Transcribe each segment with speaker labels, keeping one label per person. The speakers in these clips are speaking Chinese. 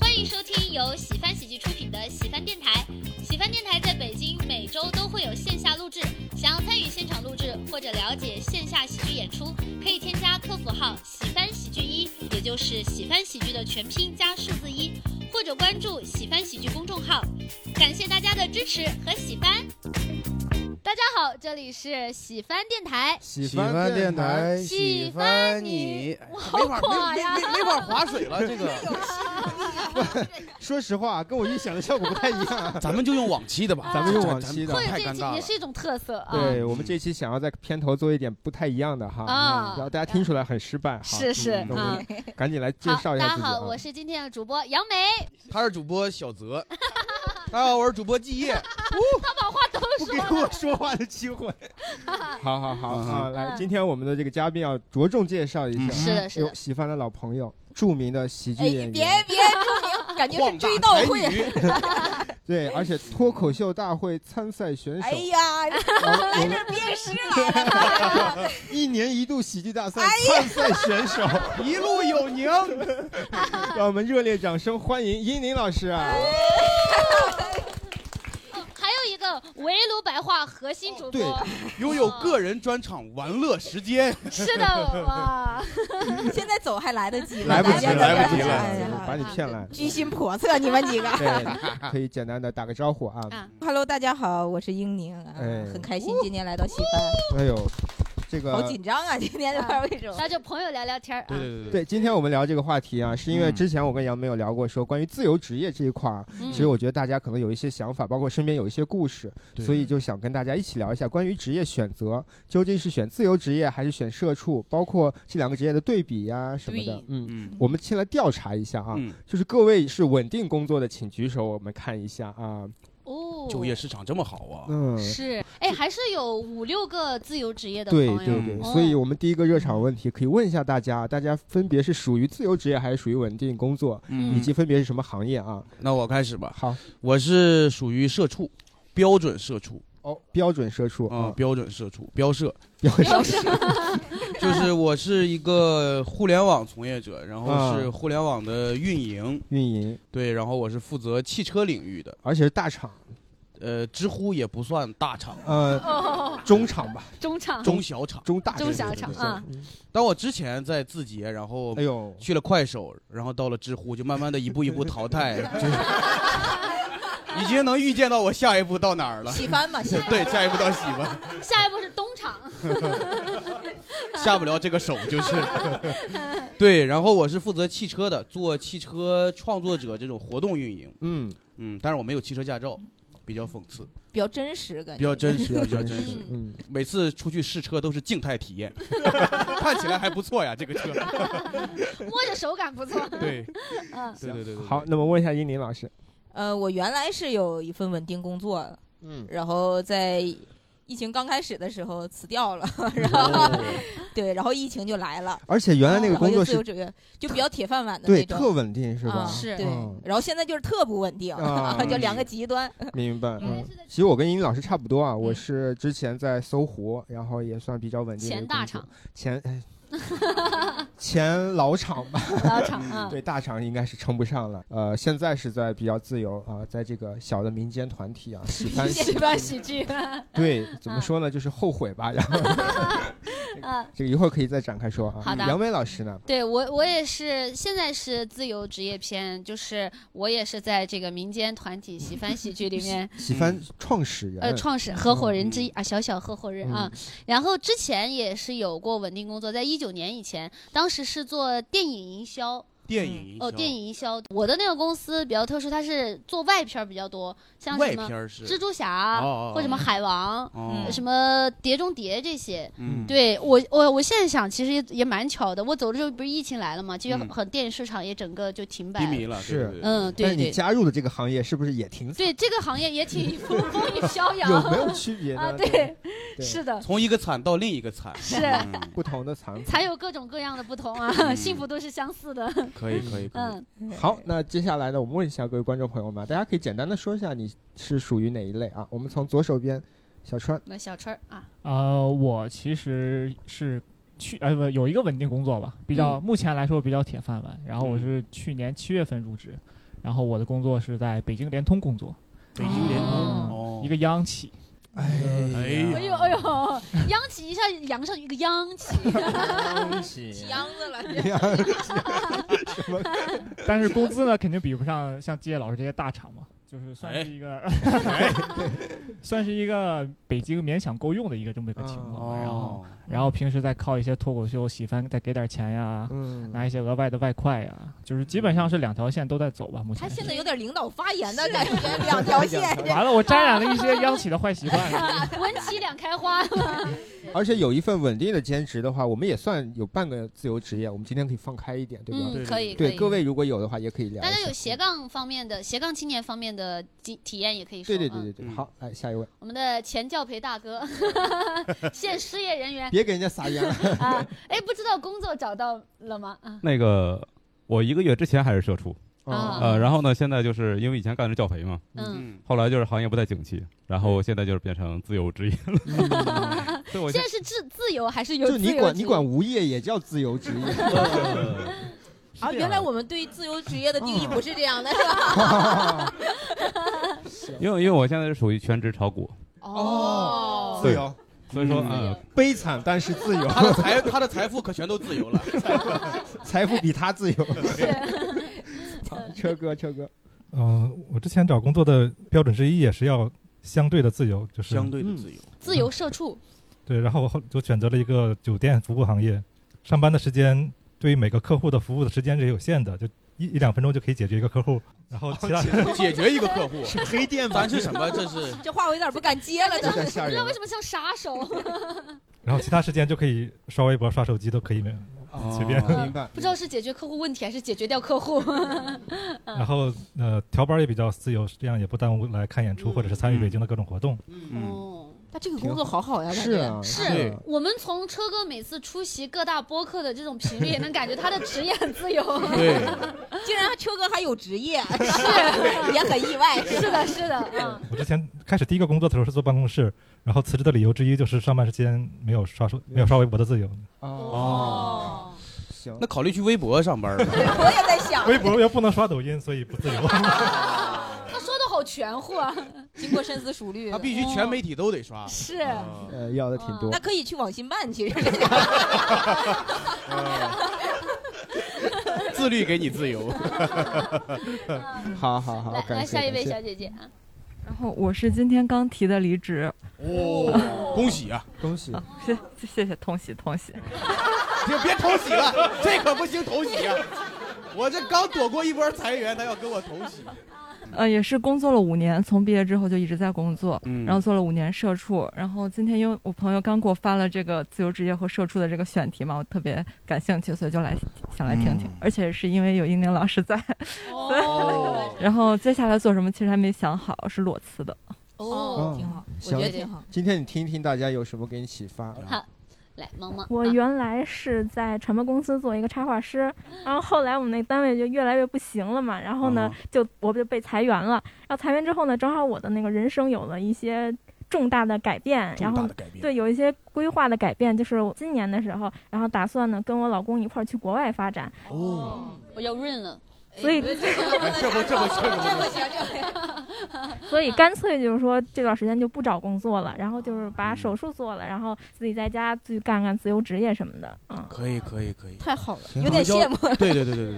Speaker 1: 欢迎收听由喜翻喜剧出品的喜翻电台。喜翻电台在北京每周都会有线下录制，想要参与现场录制或者了解线下喜剧演出，可以添加客服号“喜翻喜剧一”，也就是喜翻喜剧的全拼加数字一，或者关注喜翻喜剧公众号。感谢大家的支持和喜翻。大家好，这里是喜翻电台，
Speaker 2: 喜
Speaker 3: 喜欢电台
Speaker 1: 喜
Speaker 2: 欢
Speaker 1: 欢
Speaker 2: 你哎
Speaker 1: 你，
Speaker 2: 没
Speaker 1: 好
Speaker 2: 法
Speaker 1: 垮
Speaker 2: 没
Speaker 1: 呀
Speaker 2: 没没没法划水了，这个
Speaker 3: 说实话，啊跟我预想的效果不太一样。啊
Speaker 2: 咱们就用往期的吧，
Speaker 3: 咱们用往期的
Speaker 1: 或者啊
Speaker 2: 太
Speaker 1: 这
Speaker 2: 尴
Speaker 1: 期
Speaker 2: 尬
Speaker 1: 也
Speaker 2: 了。
Speaker 1: 是一种特色啊。
Speaker 3: 对我们这期想要在片头做一点不太一样的哈，
Speaker 1: 啊
Speaker 3: 然后大家听出来很失败哈。
Speaker 1: 是是
Speaker 3: 嗯那我
Speaker 1: 啊
Speaker 3: 们 赶紧来介
Speaker 1: 好，
Speaker 3: 绍一
Speaker 1: 大
Speaker 3: 下
Speaker 1: 家
Speaker 3: 自己啊
Speaker 1: 好，。我是今天的主播杨梅。
Speaker 2: 他是主播小泽，大家好，我是主播季夜。
Speaker 1: 他把话都
Speaker 3: 不
Speaker 1: 说
Speaker 3: 给我说话的机会。好好好
Speaker 2: 嗯
Speaker 3: 啊，来，
Speaker 1: 嗯
Speaker 3: 今天我们的这个嘉宾要着重介绍一下，啊
Speaker 2: 嗯
Speaker 1: 是的，是
Speaker 3: 有
Speaker 1: 的，
Speaker 3: 喜欢的老朋友，著名的喜剧
Speaker 4: 哎，
Speaker 3: 演
Speaker 4: 别
Speaker 3: 员，
Speaker 4: 别注明，感觉是追悼 会。
Speaker 2: 会，
Speaker 3: 对，而且脱口秀大会参赛选手
Speaker 4: 哎，呀，
Speaker 3: 然后我
Speaker 4: 来
Speaker 3: 们
Speaker 4: 这鞭尸来了，
Speaker 3: 一年一度喜剧大赛参赛选手，
Speaker 2: 哎 一路有您。
Speaker 3: 让我们热烈掌声欢迎伊宁老师啊！
Speaker 1: 还有一个围炉白话核心主
Speaker 3: 对
Speaker 1: 播，
Speaker 2: 拥有个人专场玩乐时间，
Speaker 1: 是的，哇，
Speaker 4: 现在走还来得及吗，
Speaker 3: 来不及
Speaker 4: 大
Speaker 3: 了，
Speaker 4: 家
Speaker 2: 来不及了哎
Speaker 4: 哎呀
Speaker 3: 把你骗来。
Speaker 4: 居心叵测，你们几个。
Speaker 3: 对，可以简单的打个招呼啊。
Speaker 2: 嗯
Speaker 1: 啊
Speaker 4: Hello，大家好，我是英宁，啊
Speaker 3: 哎
Speaker 4: 很开心今天来到西班，
Speaker 3: 哎呦，这
Speaker 4: 好
Speaker 3: 个
Speaker 4: 紧张啊，今天不知道为什么。
Speaker 1: 那就朋友聊聊天儿啊。
Speaker 2: 对对，
Speaker 3: 呃对，今天我们聊这个话题啊，是因为
Speaker 2: 嗯
Speaker 3: 之前我跟杨梅有聊过，说关于自由职业这一块儿，啊
Speaker 1: 嗯
Speaker 3: 其实我觉得大家可能有一些想法，包括身边有一些故事，
Speaker 2: 对
Speaker 3: 所以就想跟大家一起聊一下关于职业选择，究竟是选自由职业还是选社畜，包括这两个职业的对比呀、什么的
Speaker 1: 对。
Speaker 3: 嗯，
Speaker 2: 嗯
Speaker 3: 我们先来调查一下啊，
Speaker 2: 嗯，
Speaker 3: 就是各位是稳定工作的，请举手，我们看一下啊。
Speaker 1: 哦，
Speaker 2: 就业市场这么好啊，
Speaker 3: 嗯，
Speaker 1: 是，哎，还是有五六个自由职业的朋
Speaker 3: 对
Speaker 1: 友。哦
Speaker 3: 对对，
Speaker 2: 嗯
Speaker 3: 所以我们第一个热场问题可以问一下大家，大家分别是属于自由职业还是属于稳定工作，
Speaker 1: 嗯
Speaker 3: 以及分别是什么行业啊？
Speaker 2: 那我开始吧，
Speaker 3: 好，
Speaker 2: 我是属于社畜，标准社畜
Speaker 3: 哦，标准社畜
Speaker 2: 啊，
Speaker 3: 啊，
Speaker 2: 标准社畜，标 社，
Speaker 3: 标准
Speaker 1: 要是
Speaker 2: 就是我是一个互联网从业者，然后
Speaker 3: 啊
Speaker 2: 是互联网的运营，
Speaker 3: 运营，
Speaker 2: 对，然后我是负责汽车领域的，
Speaker 3: 而且是大厂，
Speaker 2: 呃，知乎也不算大厂，
Speaker 3: 呃，
Speaker 1: 哦，
Speaker 3: 中厂吧，
Speaker 1: 中场
Speaker 2: 中小厂。
Speaker 3: 中大
Speaker 1: 中小
Speaker 3: 对对
Speaker 1: 厂
Speaker 3: 对对
Speaker 1: 啊
Speaker 3: 嗯
Speaker 2: 但我之前在字节，然后
Speaker 3: 哎呦，
Speaker 2: 去了快手，然后到了知乎，就慢慢的一步一步淘汰， 就是已经能预见到我下一步到哪儿了。
Speaker 4: 喜欢嘛，喜欢。
Speaker 2: 对，下一步到喜欢，
Speaker 1: 下一步是东 厂，
Speaker 2: 下不了这个手就是。对，然后我是负责汽车的，做汽车创作者这种活动运营。
Speaker 3: 嗯，
Speaker 2: 嗯，但是我没有汽车驾照，比较讽刺，
Speaker 4: 比较真实感觉，
Speaker 2: 比较真实，比较
Speaker 3: 真
Speaker 2: 真
Speaker 3: 实
Speaker 2: 实。，
Speaker 3: 嗯，
Speaker 2: 每次出去试车都是静态体验， 看起来还不错呀，这个车。
Speaker 1: 摸着手感不 错。
Speaker 2: 对，
Speaker 1: 嗯，
Speaker 2: 对对对对。
Speaker 3: 好，，那么问一下英林老师，
Speaker 4: 呃，我原来是有一份稳定工作的，
Speaker 3: 嗯，
Speaker 4: 然后在疫情刚开始的时候辞掉 了，然后
Speaker 2: 哦
Speaker 4: 对，然后疫情就来了。
Speaker 3: 而且原来那个
Speaker 4: 然后
Speaker 3: 工
Speaker 4: 就
Speaker 3: 作
Speaker 4: 自由
Speaker 3: 是
Speaker 4: 职业，就比较铁饭碗的
Speaker 3: 对
Speaker 4: 那
Speaker 3: 特
Speaker 4: 种，
Speaker 3: 稳定是
Speaker 4: 啊
Speaker 3: 吧？
Speaker 1: 是
Speaker 4: 对
Speaker 3: 嗯。
Speaker 4: 然后现在就是特不稳定，
Speaker 3: 啊
Speaker 4: 就两个极端。
Speaker 3: 明白，
Speaker 1: 嗯
Speaker 3: 嗯，其实我跟英老师差不多啊，我
Speaker 4: 嗯
Speaker 3: 是之前在搜狐，然后也算比较稳定的一
Speaker 1: 前
Speaker 3: 个
Speaker 1: 大
Speaker 3: 工
Speaker 1: 厂
Speaker 3: 作， 前哎前老厂吧，嗯
Speaker 1: 老厂啊，
Speaker 3: 对大厂应该是称不上了，呃，现在是在比较自由啊，在这个小的民间 团体啊，喜欢
Speaker 1: 喜欢喜剧啊，
Speaker 3: 对怎么
Speaker 1: 啊
Speaker 3: 说呢，就是后悔吧，然后 这个一会儿可以再展开说啊。
Speaker 1: 好的
Speaker 3: 杨威老师呢？
Speaker 1: 对我，我也是，现在是自由职业篇，就是我也是在这个民间团体喜翻喜剧里 面
Speaker 3: 喜欢创始人，
Speaker 1: 呃创始合伙人之一啊，小小合伙人啊
Speaker 3: 嗯。
Speaker 1: 然后之前也是有过稳定工作，在一九年以前，当时是做电影营销
Speaker 2: 电影
Speaker 1: 哦，电影营销。我的那个公司比较特殊，它是做外片儿比较多，像
Speaker 2: 外
Speaker 1: 什么
Speaker 2: 片儿是
Speaker 1: 蜘蛛侠
Speaker 2: 哦哦
Speaker 1: 或什么海王、呃
Speaker 2: 哦
Speaker 4: 嗯
Speaker 1: 什么碟中谍这些。
Speaker 2: 嗯
Speaker 1: 对我，我我现在想，其实也也蛮巧的。我走的时候不是疫情来了嘛，其实
Speaker 2: 嗯
Speaker 1: 很很电影市场也整个就停摆
Speaker 2: 低
Speaker 1: 了。
Speaker 2: 迷了
Speaker 3: 是
Speaker 2: 对对对
Speaker 1: 嗯，
Speaker 3: 但
Speaker 1: 对
Speaker 3: 是你
Speaker 1: 对
Speaker 3: 加入的这个行业是不是也挺惨
Speaker 1: 对，这个行业也挺 风雨飘摇。
Speaker 3: 有没有区别
Speaker 1: 啊？
Speaker 3: 呢？
Speaker 1: 对，
Speaker 3: 对
Speaker 1: 是的，
Speaker 2: 从一个惨到另一个惨
Speaker 1: 是
Speaker 2: 嗯
Speaker 3: 不同的惨法。
Speaker 1: 才有各种各样的不同啊，
Speaker 2: 嗯
Speaker 1: 幸福都是相似的。
Speaker 2: 可以可以可以。
Speaker 1: 嗯，
Speaker 3: 好，那接下来呢，我们问一下各位观众朋友们，大家可以简单的说一下你是属于哪一类啊？我们从左手边，小川，
Speaker 1: 那小春儿啊，
Speaker 5: 呃，我其实是去呃不有一个稳定工作吧，比较、目前来说比较铁饭碗。然后我是去年七月份入职，
Speaker 6: 然后我的工作是在北京联通工作，
Speaker 2: 北京联通
Speaker 4: 哦
Speaker 2: 哦
Speaker 6: 一个央企。
Speaker 3: 哎呀
Speaker 2: 哎
Speaker 1: 哎呦哎呦， 央企一下扬上一个央企，
Speaker 7: 恭喜
Speaker 4: 起秧子了，
Speaker 6: 但是工资呢，肯定比不上像季业老师这些大厂嘛，就是
Speaker 7: 哎
Speaker 6: 算是一个， 算是一个北京勉强够用的一个这么一个情况。
Speaker 3: 嗯
Speaker 6: 然后，
Speaker 2: 哦，
Speaker 6: 然后平时再靠一些脱口秀喜番再给点钱呀，
Speaker 3: 嗯，
Speaker 6: 拿一些额外的外快呀，就是基本上是两条线都在走吧。目
Speaker 4: 他
Speaker 6: 前是
Speaker 4: 现在有点领导发言的感觉， 两条线。啊
Speaker 6: 完了，我沾染了一些央企的坏习惯。
Speaker 1: 文企啊两开花。
Speaker 3: 而且有一份稳定的兼职的话，我们也算有半个自由职业。我们今天可以放开一点，对吧？
Speaker 2: 对
Speaker 4: 嗯，可以，可
Speaker 3: 对
Speaker 4: 以
Speaker 3: 各。位如果有的话，也可以聊一下。
Speaker 1: 大家有斜杠方面的、斜杠青年方面的体体验也可以说。
Speaker 3: 对对对
Speaker 1: 嗯
Speaker 3: 对对，
Speaker 2: 嗯
Speaker 3: 好，来下一位，
Speaker 1: 我们的前教培大哥， 现失业人员
Speaker 3: 别给人家撒盐了。
Speaker 1: 啊，哎，不知道工作找到了吗？啊，
Speaker 8: 那个我一个月之前还是社畜，
Speaker 1: 啊
Speaker 8: 呃，然后呢，现在就是因为以前干的是教培嘛，
Speaker 1: 嗯，
Speaker 2: 嗯，
Speaker 8: 后来就是行业不太景气，然后现在就是变成自由 职业了。所以我
Speaker 1: 现在是自自由还是有
Speaker 3: 就
Speaker 1: 自由
Speaker 3: 你
Speaker 1: 职？
Speaker 3: 管你管无业啊也叫自由职业，
Speaker 4: 啊，原来我们对自由职业的定义不是这 样的，是吧？
Speaker 8: 因为因为我现在是属于全职炒股，
Speaker 3: 哦
Speaker 8: 对
Speaker 3: 由，
Speaker 8: 所以说
Speaker 1: 自由
Speaker 8: 嗯，
Speaker 3: 呃悲惨但是自由，
Speaker 2: 他的财他的财富可全都自由了。
Speaker 3: 财富比他自由。
Speaker 1: 是
Speaker 3: 好车哥，车哥，
Speaker 9: 嗯、我之前找工作的标准之一也是要相对的自由，就是
Speaker 2: 相对的
Speaker 1: 嗯
Speaker 2: 自由。
Speaker 1: 自由社畜，
Speaker 9: 对。然后我后就选择了一个酒店服务行业，上班的时间对于每个客户的服务的时间是有限的，就一一两分钟就可以解决一个客户，然
Speaker 10: 哦
Speaker 9: 后其他
Speaker 2: 解决一个客户，
Speaker 7: 是黑店吧
Speaker 2: 咱？是什么？这是
Speaker 4: 这话我有点不敢接了，
Speaker 3: 有
Speaker 4: 这
Speaker 3: 点吓
Speaker 1: 不知
Speaker 3: 人
Speaker 1: 道
Speaker 3: 了
Speaker 1: 为。什么像杀手，
Speaker 9: 然后其他时间就可以刷微博、刷手机都可以没有。随便
Speaker 2: 哦
Speaker 3: 明白
Speaker 1: 不。知道是解决客户问题还是解决掉客户。
Speaker 9: 然
Speaker 4: 嗯
Speaker 9: 后呃，调班也比较自由，这样也不耽误来看演出或者是参与北京的各种活动。
Speaker 2: 嗯，
Speaker 1: 哦，
Speaker 4: 他这个工作好好呀，感
Speaker 3: 是
Speaker 4: 觉
Speaker 3: 啊，
Speaker 1: 是
Speaker 2: 对
Speaker 3: 啊
Speaker 1: 我们从车哥每次出席各大播客的这种频率，也能感觉他的职业很自由。
Speaker 2: 对，
Speaker 4: 竟然车哥还有职业， 是也很意外。
Speaker 1: 是的，是的， 嗯，
Speaker 9: 我之前开始第一个工作的时候是坐办公室，然后辞职的理由之一就是上班时间没有刷手没有刷微博的自由。
Speaker 3: 哦，
Speaker 2: 哦
Speaker 4: 哦，
Speaker 3: 行
Speaker 2: 那，考虑去微博上班吧。
Speaker 4: 我也在想，
Speaker 9: 微博又不能刷抖音，所以不自 由。
Speaker 1: 他说的好全乎啊，
Speaker 4: 经过深思熟虑
Speaker 2: 他
Speaker 4: 的，
Speaker 2: 必须全媒体都得刷。嗯
Speaker 1: 是。
Speaker 3: 呃，要的挺啊多
Speaker 4: 那。可以去网信办， 其实
Speaker 3: 嗯
Speaker 2: 自律给你 自由。
Speaker 3: 好好好，
Speaker 1: 来
Speaker 3: 感
Speaker 1: 来，
Speaker 3: 谢
Speaker 1: 下一位
Speaker 3: 感谢
Speaker 1: 小姐姐啊，
Speaker 11: 然后我是今天刚提的离职，
Speaker 2: 哦，恭喜啊！
Speaker 3: 恭喜，
Speaker 11: 谢谢谢同喜同喜。
Speaker 2: 哎别别同喜了，这可不行，同喜啊！我这刚躲过一波裁员，他要跟我同喜。
Speaker 11: 呃，也是工作了五年，从毕业之后就一直在工作，
Speaker 2: 嗯
Speaker 11: 然后做了五年社畜。然后今天因为我朋友刚给我发了这个自由职业和社畜的这个选题嘛，我特别感兴趣，所以就来想来听听。而且是因为有英宁老师在，
Speaker 1: 哦，
Speaker 11: 然后接下来做什么其实还没想好，是裸辞的。
Speaker 4: 哦，挺好，我
Speaker 3: 嗯行
Speaker 4: 觉得挺好。
Speaker 3: 今天你听一听大家有什么给你启发？
Speaker 12: 嗯
Speaker 2: 啊
Speaker 1: 好，来萌萌，
Speaker 4: 啊
Speaker 12: 我原来是在传媒公司做一个插画师，然后后来我们那单位就越来越不行了嘛，然后呢
Speaker 2: 哦，
Speaker 12: 就我就被裁员了。然后裁员之后呢，正好我的那个人生有了一些重大的改变，然后
Speaker 2: 改变，
Speaker 12: 对有一些规划的改变，就是我今年的时候，然后打算呢跟我老公一块儿去国外发展。
Speaker 2: 哦
Speaker 4: 哦
Speaker 1: 我要润了，
Speaker 12: 所以
Speaker 4: 哎这个
Speaker 2: 这不这不这
Speaker 4: 这
Speaker 2: 不
Speaker 4: 不行，这不行。
Speaker 12: 所以干脆就是说这段时间就不找工作了，然后就是把手术做了，然后自己在家去干干自由职业什么的。嗯，
Speaker 2: 可以可以可以。
Speaker 4: 太好了，
Speaker 3: 挺好
Speaker 4: 有点羡慕。
Speaker 2: 对对对对对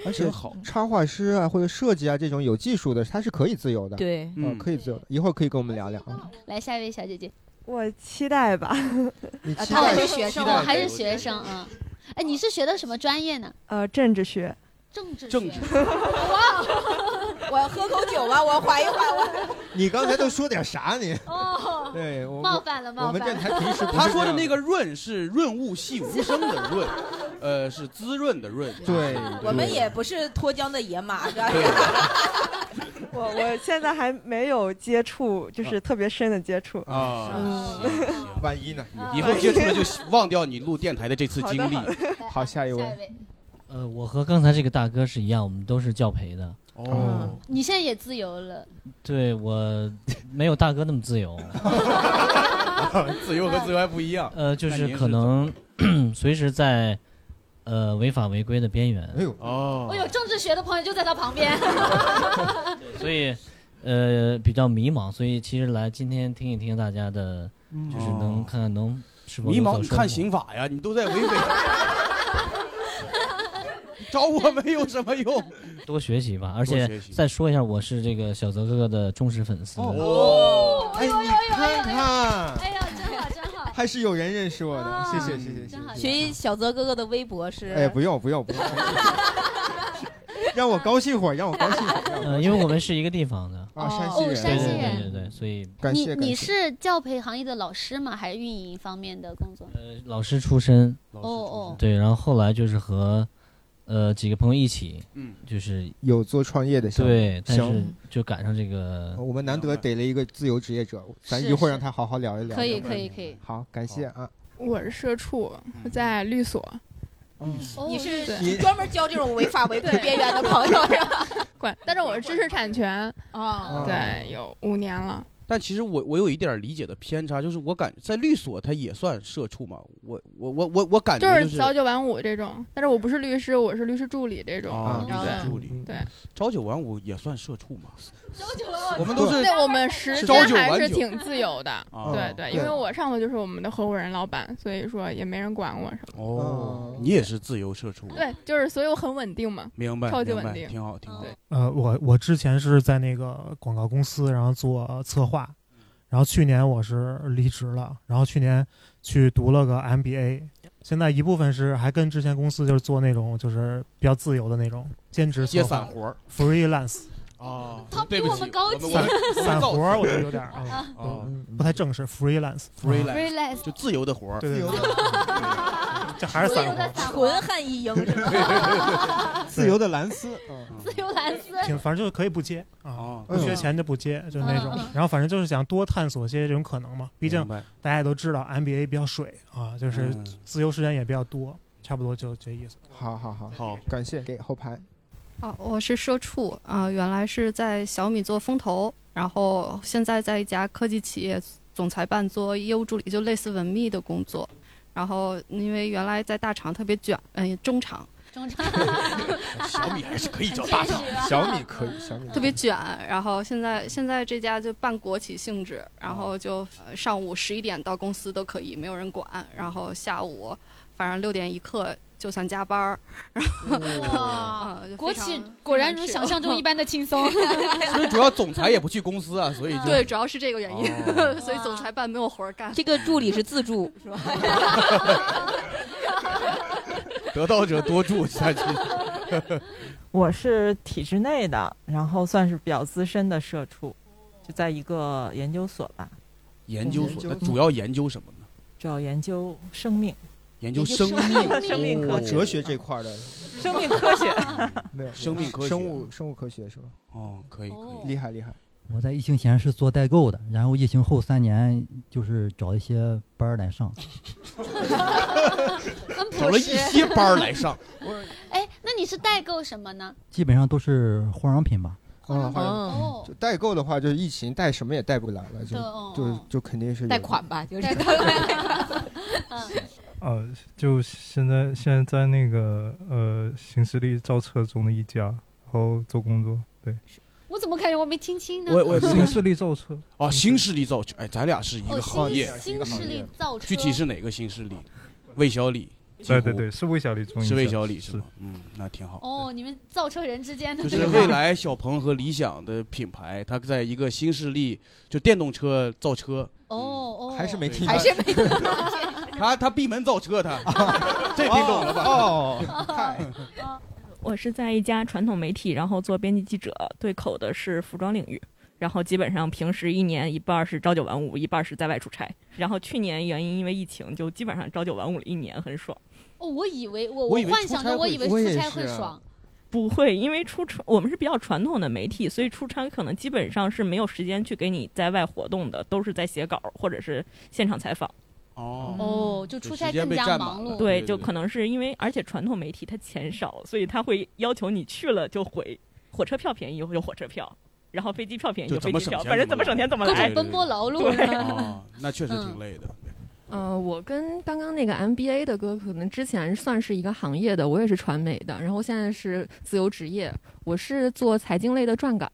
Speaker 3: 而
Speaker 2: 对，
Speaker 3: 且
Speaker 2: 真好。
Speaker 3: 插画师啊或者设计啊这种有技术的，它是可以自由的。，
Speaker 4: 对，
Speaker 3: 嗯，可以自由的。一会儿可以跟我们聊聊啊。
Speaker 1: 来下一位小姐姐，
Speaker 11: 我期待吧，
Speaker 3: 你期
Speaker 4: 他
Speaker 3: 待
Speaker 4: 还是学生
Speaker 3: 期待
Speaker 1: 我还啊是学生啊，哎，你是学的什么专业呢？
Speaker 11: 呃，政治学。
Speaker 1: 政治学
Speaker 2: 政 治
Speaker 4: 我要喝口酒吧，我要缓一缓。我
Speaker 3: 你刚才都说点啥你？
Speaker 1: 哦，
Speaker 3: 对我
Speaker 1: 冒
Speaker 3: 我
Speaker 1: 犯了
Speaker 3: 我
Speaker 1: 冒
Speaker 3: 们
Speaker 1: 犯
Speaker 3: 电
Speaker 1: 了，
Speaker 3: 台平时不是
Speaker 2: 他说的
Speaker 3: 这
Speaker 2: 那
Speaker 3: 样
Speaker 2: 个润是润物细无声的润，呃，是滋润的润。
Speaker 3: 对，
Speaker 4: 我们
Speaker 3: 对
Speaker 4: 也不是脱缰的野马，是吧？
Speaker 11: 我我现在还没有接触，就是特别深的接触。
Speaker 2: 啊，
Speaker 11: 嗯
Speaker 3: 万一呢？
Speaker 2: 以后接触了就忘掉你录电台的这次经历。
Speaker 3: 好，下一
Speaker 1: 下一，
Speaker 3: 位
Speaker 1: 位，
Speaker 7: 呃，我和 刚才这个大哥是一样，我们都是教培的。
Speaker 2: 哦，
Speaker 1: 你现在也自由了，
Speaker 7: 对我 没有大哥那么自由，
Speaker 2: 自由和自由还不一样。
Speaker 7: 呃，就
Speaker 2: 那
Speaker 7: 是
Speaker 2: 您是
Speaker 7: 可能随时在呃违法违规的边缘。
Speaker 3: 哎呦
Speaker 2: 哦
Speaker 1: 我有政治学的朋友就在他旁边。
Speaker 7: 所以呃比较迷茫，所以其实来今天听一听大家的，
Speaker 2: 嗯
Speaker 7: 就是能看看能是否
Speaker 2: 迷
Speaker 7: 有所
Speaker 2: 茫，你
Speaker 7: 收获
Speaker 2: 看刑法呀，你都在违违。找我没有什么用。
Speaker 7: 多学习吧。
Speaker 2: 多
Speaker 7: 而且
Speaker 2: 学习
Speaker 7: 再说一下，我是这个小泽哥哥的忠实粉丝。
Speaker 3: 哦，哎，你看
Speaker 2: 看，
Speaker 1: 哎呀，真好真好，
Speaker 3: 还是有人认识我的，谢谢谢谢谢
Speaker 4: 真好
Speaker 3: 谢。
Speaker 4: 学小泽哥哥的微博是，
Speaker 3: 哎，不用不用不用，让我高兴会儿，让我高兴会儿。
Speaker 7: 呃，因为我们是一个地方的
Speaker 3: 啊山
Speaker 1: 西人哦山西
Speaker 7: 对对对
Speaker 1: 人
Speaker 7: 对对，所以
Speaker 1: 你你是教培行业的老师吗？还是运营方面的工作？
Speaker 7: 老师出身，
Speaker 1: 哦哦，
Speaker 7: 对，然后后来就是和呃几个朋友一起，
Speaker 2: 嗯，
Speaker 7: 就是
Speaker 3: 有做创业的项目
Speaker 7: 对，但是
Speaker 3: 行
Speaker 7: 就赶上这
Speaker 2: 嗯
Speaker 7: 个
Speaker 3: 呃我们难得逮了一个自由职业者，咱
Speaker 7: 是
Speaker 3: 一会儿让他好好聊一聊。
Speaker 13: 可以
Speaker 3: 要不然
Speaker 13: 可以可以
Speaker 3: 好，感谢啊。
Speaker 13: 我是社畜，我
Speaker 2: 嗯
Speaker 13: 在律所。
Speaker 4: 你是
Speaker 13: 对
Speaker 4: 哦你专门教这种违法违规边缘的朋友是吧？
Speaker 13: 管，但是我是知识产权
Speaker 2: 哦
Speaker 4: 啊
Speaker 13: 对，有五年了。
Speaker 2: 但其实我我有一点儿理解的偏差，就是我感在律所它也算社畜嘛，我我我我我感
Speaker 13: 就
Speaker 2: 觉
Speaker 13: 是朝九晚五这种，但是我不是律师，我是律师助理这种。
Speaker 2: 啊，律
Speaker 13: 对
Speaker 2: 师助理，
Speaker 13: 嗯对，
Speaker 2: 朝九晚五也算社畜嘛，
Speaker 13: 我
Speaker 2: 我们都是
Speaker 13: 对，我们时
Speaker 2: 是朝
Speaker 13: 间
Speaker 2: 九晚
Speaker 13: 还是
Speaker 2: 九
Speaker 13: 挺自由的。
Speaker 2: 哦
Speaker 13: 对对，因为我上头就是我们的合伙人老板，所以说也没人管我什么。
Speaker 2: 哦，你也是自由社畜，
Speaker 13: 对，就是所以我很稳定嘛，
Speaker 2: 明白
Speaker 13: 超级
Speaker 2: 明
Speaker 13: 稳
Speaker 2: 白
Speaker 13: 定，
Speaker 2: 挺好挺好。
Speaker 1: 嗯
Speaker 14: 呃，我我之前是在那个广告公司，然后做策划，
Speaker 2: 嗯
Speaker 14: 然后去年我是离职了，然后去年去读了个 MBA，现在一部分是还跟之前公司就是做那种就是比较自由的那种兼职
Speaker 2: 接
Speaker 14: 策划
Speaker 2: 散活儿
Speaker 14: freelance
Speaker 2: 哦，
Speaker 1: 他
Speaker 2: 对
Speaker 1: 比
Speaker 2: 不
Speaker 1: 我
Speaker 2: 起，
Speaker 1: 们高级
Speaker 2: 我们我们
Speaker 14: 散
Speaker 2: 造
Speaker 14: 活
Speaker 2: 词
Speaker 14: 儿，我 觉得有点 儿
Speaker 1: 啊
Speaker 14: 嗯
Speaker 2: 哦
Speaker 14: 嗯不太正式 freelance
Speaker 2: freelance 就自由的活儿，
Speaker 14: 对对对 这还是
Speaker 1: 自
Speaker 14: 散
Speaker 1: 由
Speaker 14: 活
Speaker 1: 的
Speaker 14: 儿，
Speaker 1: 散
Speaker 4: 纯汉一营是 吧？
Speaker 14: 自由的蓝丝，嗯
Speaker 1: 自由蓝丝，
Speaker 14: 挺反正就是可以不接
Speaker 2: 啊，
Speaker 14: 不缺钱就不接，就那种
Speaker 1: 嗯嗯。
Speaker 14: 然后反正就是想多探索些这种可能嘛，毕竟
Speaker 2: 明白
Speaker 14: 大家也都知道 NBA 比较水啊，就是
Speaker 2: 嗯
Speaker 14: 自由时间也比较多，差不多就这意思。
Speaker 3: 好好好
Speaker 2: 好，
Speaker 3: 感谢给后排。
Speaker 15: 哦，我是社畜啊、原来是在小米做风投，然后现在在一家科技企业总裁办做业务助理，就类似文秘的工作。然后因为原来在大厂特别卷，嗯、中厂
Speaker 1: 中厂
Speaker 2: 小米还是可以找
Speaker 1: 很
Speaker 2: 大
Speaker 1: 真
Speaker 2: 厂
Speaker 1: 实啊，
Speaker 2: 小米可以小米
Speaker 15: 特别卷，然后现在现在这家就半国企性质，然后就呃上午十一点到公司都可以，没有人管，然后下午反正六点一刻就算加班儿，然后、啊就非
Speaker 1: 国
Speaker 15: 常
Speaker 1: 企果然如想 象中一般的轻松。
Speaker 2: 所以主要总裁也不去公司啊，所以就
Speaker 15: 对，主要是这个原因，
Speaker 2: 哦
Speaker 15: 所以总裁办没有活儿干。
Speaker 4: 这个助理是自 助是吧？
Speaker 2: 得道者多助下去。
Speaker 11: 我是体制内的，然后算是比较资深的社畜，就在一个研究所吧。
Speaker 2: 研究所，
Speaker 11: 嗯
Speaker 2: 那主要研究什么呢？
Speaker 11: 主要研究生命，
Speaker 2: 研究生命，
Speaker 11: 生命科
Speaker 2: 哦
Speaker 11: 学，
Speaker 3: 哲学这块儿的
Speaker 11: 生命科 学。
Speaker 3: 没有
Speaker 2: 生命科学
Speaker 3: 生物生物科学是吧？
Speaker 2: 哦，可以可以，
Speaker 3: 厉害厉害。
Speaker 16: 我在疫情前是做代购的，然后疫情后三年就是找一些班儿来上。
Speaker 1: 很朴实
Speaker 16: 找了一些班儿来上。
Speaker 1: 哎，那你是代购什么呢？
Speaker 16: 基本上都是化妆品吧。
Speaker 3: 嗯，好
Speaker 1: 哦
Speaker 3: 像就代购的话，就是疫情带什么也带不来了，就
Speaker 1: 对哦
Speaker 3: 就
Speaker 1: 哦
Speaker 3: 就肯定是有
Speaker 4: 贷款吧，就是
Speaker 1: 代购。
Speaker 17: 呃，就现在现在在那个呃行事历造册中的一家，然后做工作，对，
Speaker 1: 我怎么感觉我没听清呢？
Speaker 2: 我我
Speaker 17: 行事历造册
Speaker 2: 哦，新势力造车，哎，咱俩是一
Speaker 1: 哦
Speaker 2: 个行
Speaker 1: 新
Speaker 2: 业，
Speaker 1: 新势力造车，
Speaker 2: 具体是哪个新势力？魏小李，
Speaker 17: 对对对，是魏小李中医
Speaker 2: 是魏
Speaker 17: 社
Speaker 2: 小李是
Speaker 17: 是
Speaker 2: 吗？嗯，那挺好。
Speaker 1: 哦，你们造车人之 间的
Speaker 2: 就是未来小鹏和理想的品牌，它在一个新势力，就电动车造车，
Speaker 1: 哦哦，
Speaker 2: 还是没听
Speaker 1: 还是没听。
Speaker 2: 他他闭门造车，他 这听懂了吧？
Speaker 3: 哦，
Speaker 2: 哎
Speaker 3: 太
Speaker 18: 我是在一家传统媒体，然后做编辑记者，对口的是服装领域。然后基本上平时一年一半儿是朝九晚五，一半儿是在外出差。然后去年原因因为疫情，就基本上朝九晚五了一年，很爽。
Speaker 1: 哦，我以为我
Speaker 18: 我以为
Speaker 1: 幻
Speaker 18: 出
Speaker 1: 想
Speaker 18: 差
Speaker 1: 着我
Speaker 18: 会
Speaker 1: 以为
Speaker 18: 我
Speaker 1: 出
Speaker 18: 也
Speaker 1: 差
Speaker 18: 是
Speaker 1: 会
Speaker 18: 啊
Speaker 1: 爽，
Speaker 18: 不会，因为出差我们是比较传统的媒体，所以出差可能基本上是没有时间去给你在外活动的，都是在写稿或者是现场采访。
Speaker 2: 哦
Speaker 1: 哦就出差更加忙碌
Speaker 18: 对，
Speaker 1: 对
Speaker 18: 就
Speaker 1: 对
Speaker 18: 可能是因为，而且传统媒体它钱少，所以他会要求你去了就回，火车票便宜就火车票，然后飞机票便宜
Speaker 2: 就
Speaker 18: 飞
Speaker 2: 怎么
Speaker 18: 机
Speaker 2: 省
Speaker 18: 票，
Speaker 2: 钱
Speaker 18: 反正怎么省钱怎么
Speaker 2: 各种
Speaker 18: 来，
Speaker 2: 奔波
Speaker 1: 劳
Speaker 2: 碌
Speaker 18: 对
Speaker 2: 哦，那确实挺累的。
Speaker 19: 呃，我跟刚刚那个 MBA 的哥，可能之前算是一个行业的，我也是传媒的，然后现在是自由职业，我是做财经类的撰稿，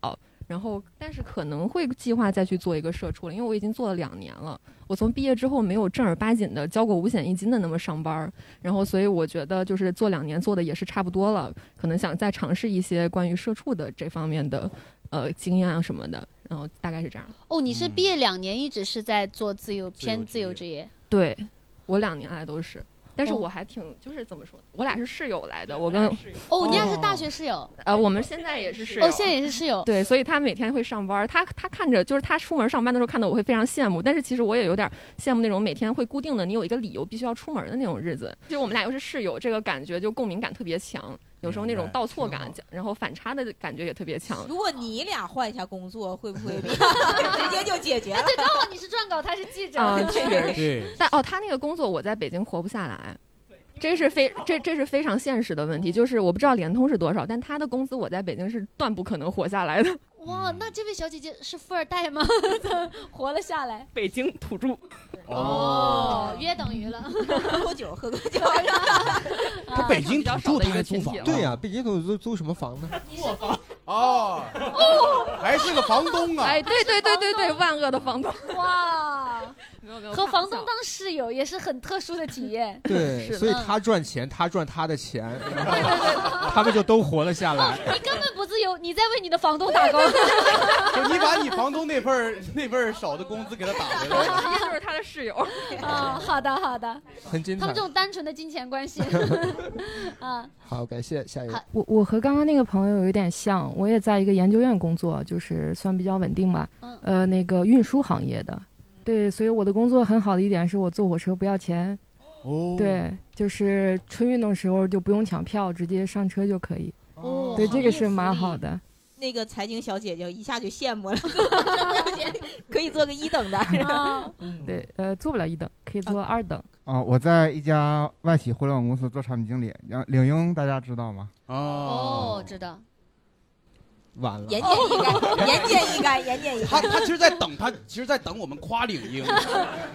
Speaker 19: 然后但是可能会计划再去做一个社畜了，因为我已经做了两年了。我从毕业之后没有正儿八经的交过五险一金的那么上班儿，然后所以我觉得就是做两年做的也是差不多了，可能想再尝试一些关于社畜的这方面的呃经验啊什么的，然后大概是这样。
Speaker 1: 哦，你是毕业两年一直是在做自由偏自由职业，
Speaker 19: 对，我两年来都是，但是
Speaker 1: 哦
Speaker 19: 我还挺就是怎么说，我俩是室友来的，我跟
Speaker 1: 哦，你俩是大学室友，
Speaker 19: 呃，我们现在也是室友，
Speaker 1: 哦，现在也是室友，
Speaker 19: 对，所以他每天会上班儿，他他看着就是他出门上班的时候看到我会非常羡慕，但是其实我也有点羡慕那种每天会固定的，你有一个理由必须要出门的那种日子。就我们俩又是室友，这个感觉就共鸣感特别强，有时候那种倒错感，然后反差的感觉也特别强。
Speaker 4: 如果你俩换一下工作，会不 会比直接就解决了？
Speaker 1: 对，刚好你是撰稿，他是记者，
Speaker 19: 啊，确
Speaker 2: 对
Speaker 19: 实。但哦，他那个工作我在北京活不下来，这是非这这是非常现实的问题。就是我不知道联通是多少，但他的工资我在北京是断不可能活下来的。
Speaker 1: 哇，那这位小姐姐是富二代吗？ 怎么活了下来？
Speaker 19: 北京土著。
Speaker 1: 哦，约等于了，
Speaker 4: 喝过酒，喝过酒。
Speaker 2: 他北京土著他还租房，
Speaker 3: 对呀、北京都租租什么房呢？
Speaker 2: 哦，还是个房东啊，
Speaker 19: 哎，对对对对对，万恶的房东。
Speaker 1: 哇，
Speaker 19: 有
Speaker 1: 和房东当室友也是很特殊的体验。
Speaker 3: 对，
Speaker 1: 是
Speaker 3: 所以
Speaker 1: 嗯
Speaker 3: 他赚钱，他赚他的钱， 他们就都活了下来。
Speaker 1: 哦你根本不自由，你在为你的房东打工。
Speaker 2: 就你把你
Speaker 19: 哦
Speaker 2: 房东那份儿那份儿少的工资给他打回来。
Speaker 19: 直接就是他的室友。
Speaker 1: 哦，好的好的，
Speaker 3: 很精
Speaker 1: 他
Speaker 3: 彩
Speaker 1: 们这种单纯的金钱 关系，啊，
Speaker 3: 好，感谢下一位。
Speaker 20: 我我和刚刚那个朋友有点像，我也在一个研究院工作，就是算比较稳定吧。呃，那个运输行业的，对，所以我的工作很好的一点是我坐火车不要钱。
Speaker 2: 哦
Speaker 20: 对，就是春运的时候就不用抢票，直接上车就可以。
Speaker 4: 哦
Speaker 20: 对，这个
Speaker 4: 行
Speaker 20: 是
Speaker 4: 业
Speaker 20: 蛮
Speaker 4: 福利
Speaker 20: 好的。
Speaker 4: 那个财经小姐姐一下就羡 慕了，可以做个一等的。
Speaker 1: 哦
Speaker 2: 嗯
Speaker 20: 对，呃，做不了一等，可以做二等。
Speaker 10: 啊，我在一家外企互联网公司做产品经理，然后领英大家知道吗？
Speaker 1: 哦，知道，
Speaker 3: 晚了
Speaker 4: 言简意
Speaker 2: 哦
Speaker 4: 赅，言简意赅，言简意赅。
Speaker 2: 他他其实，在等他，其实，在等我们夸领英。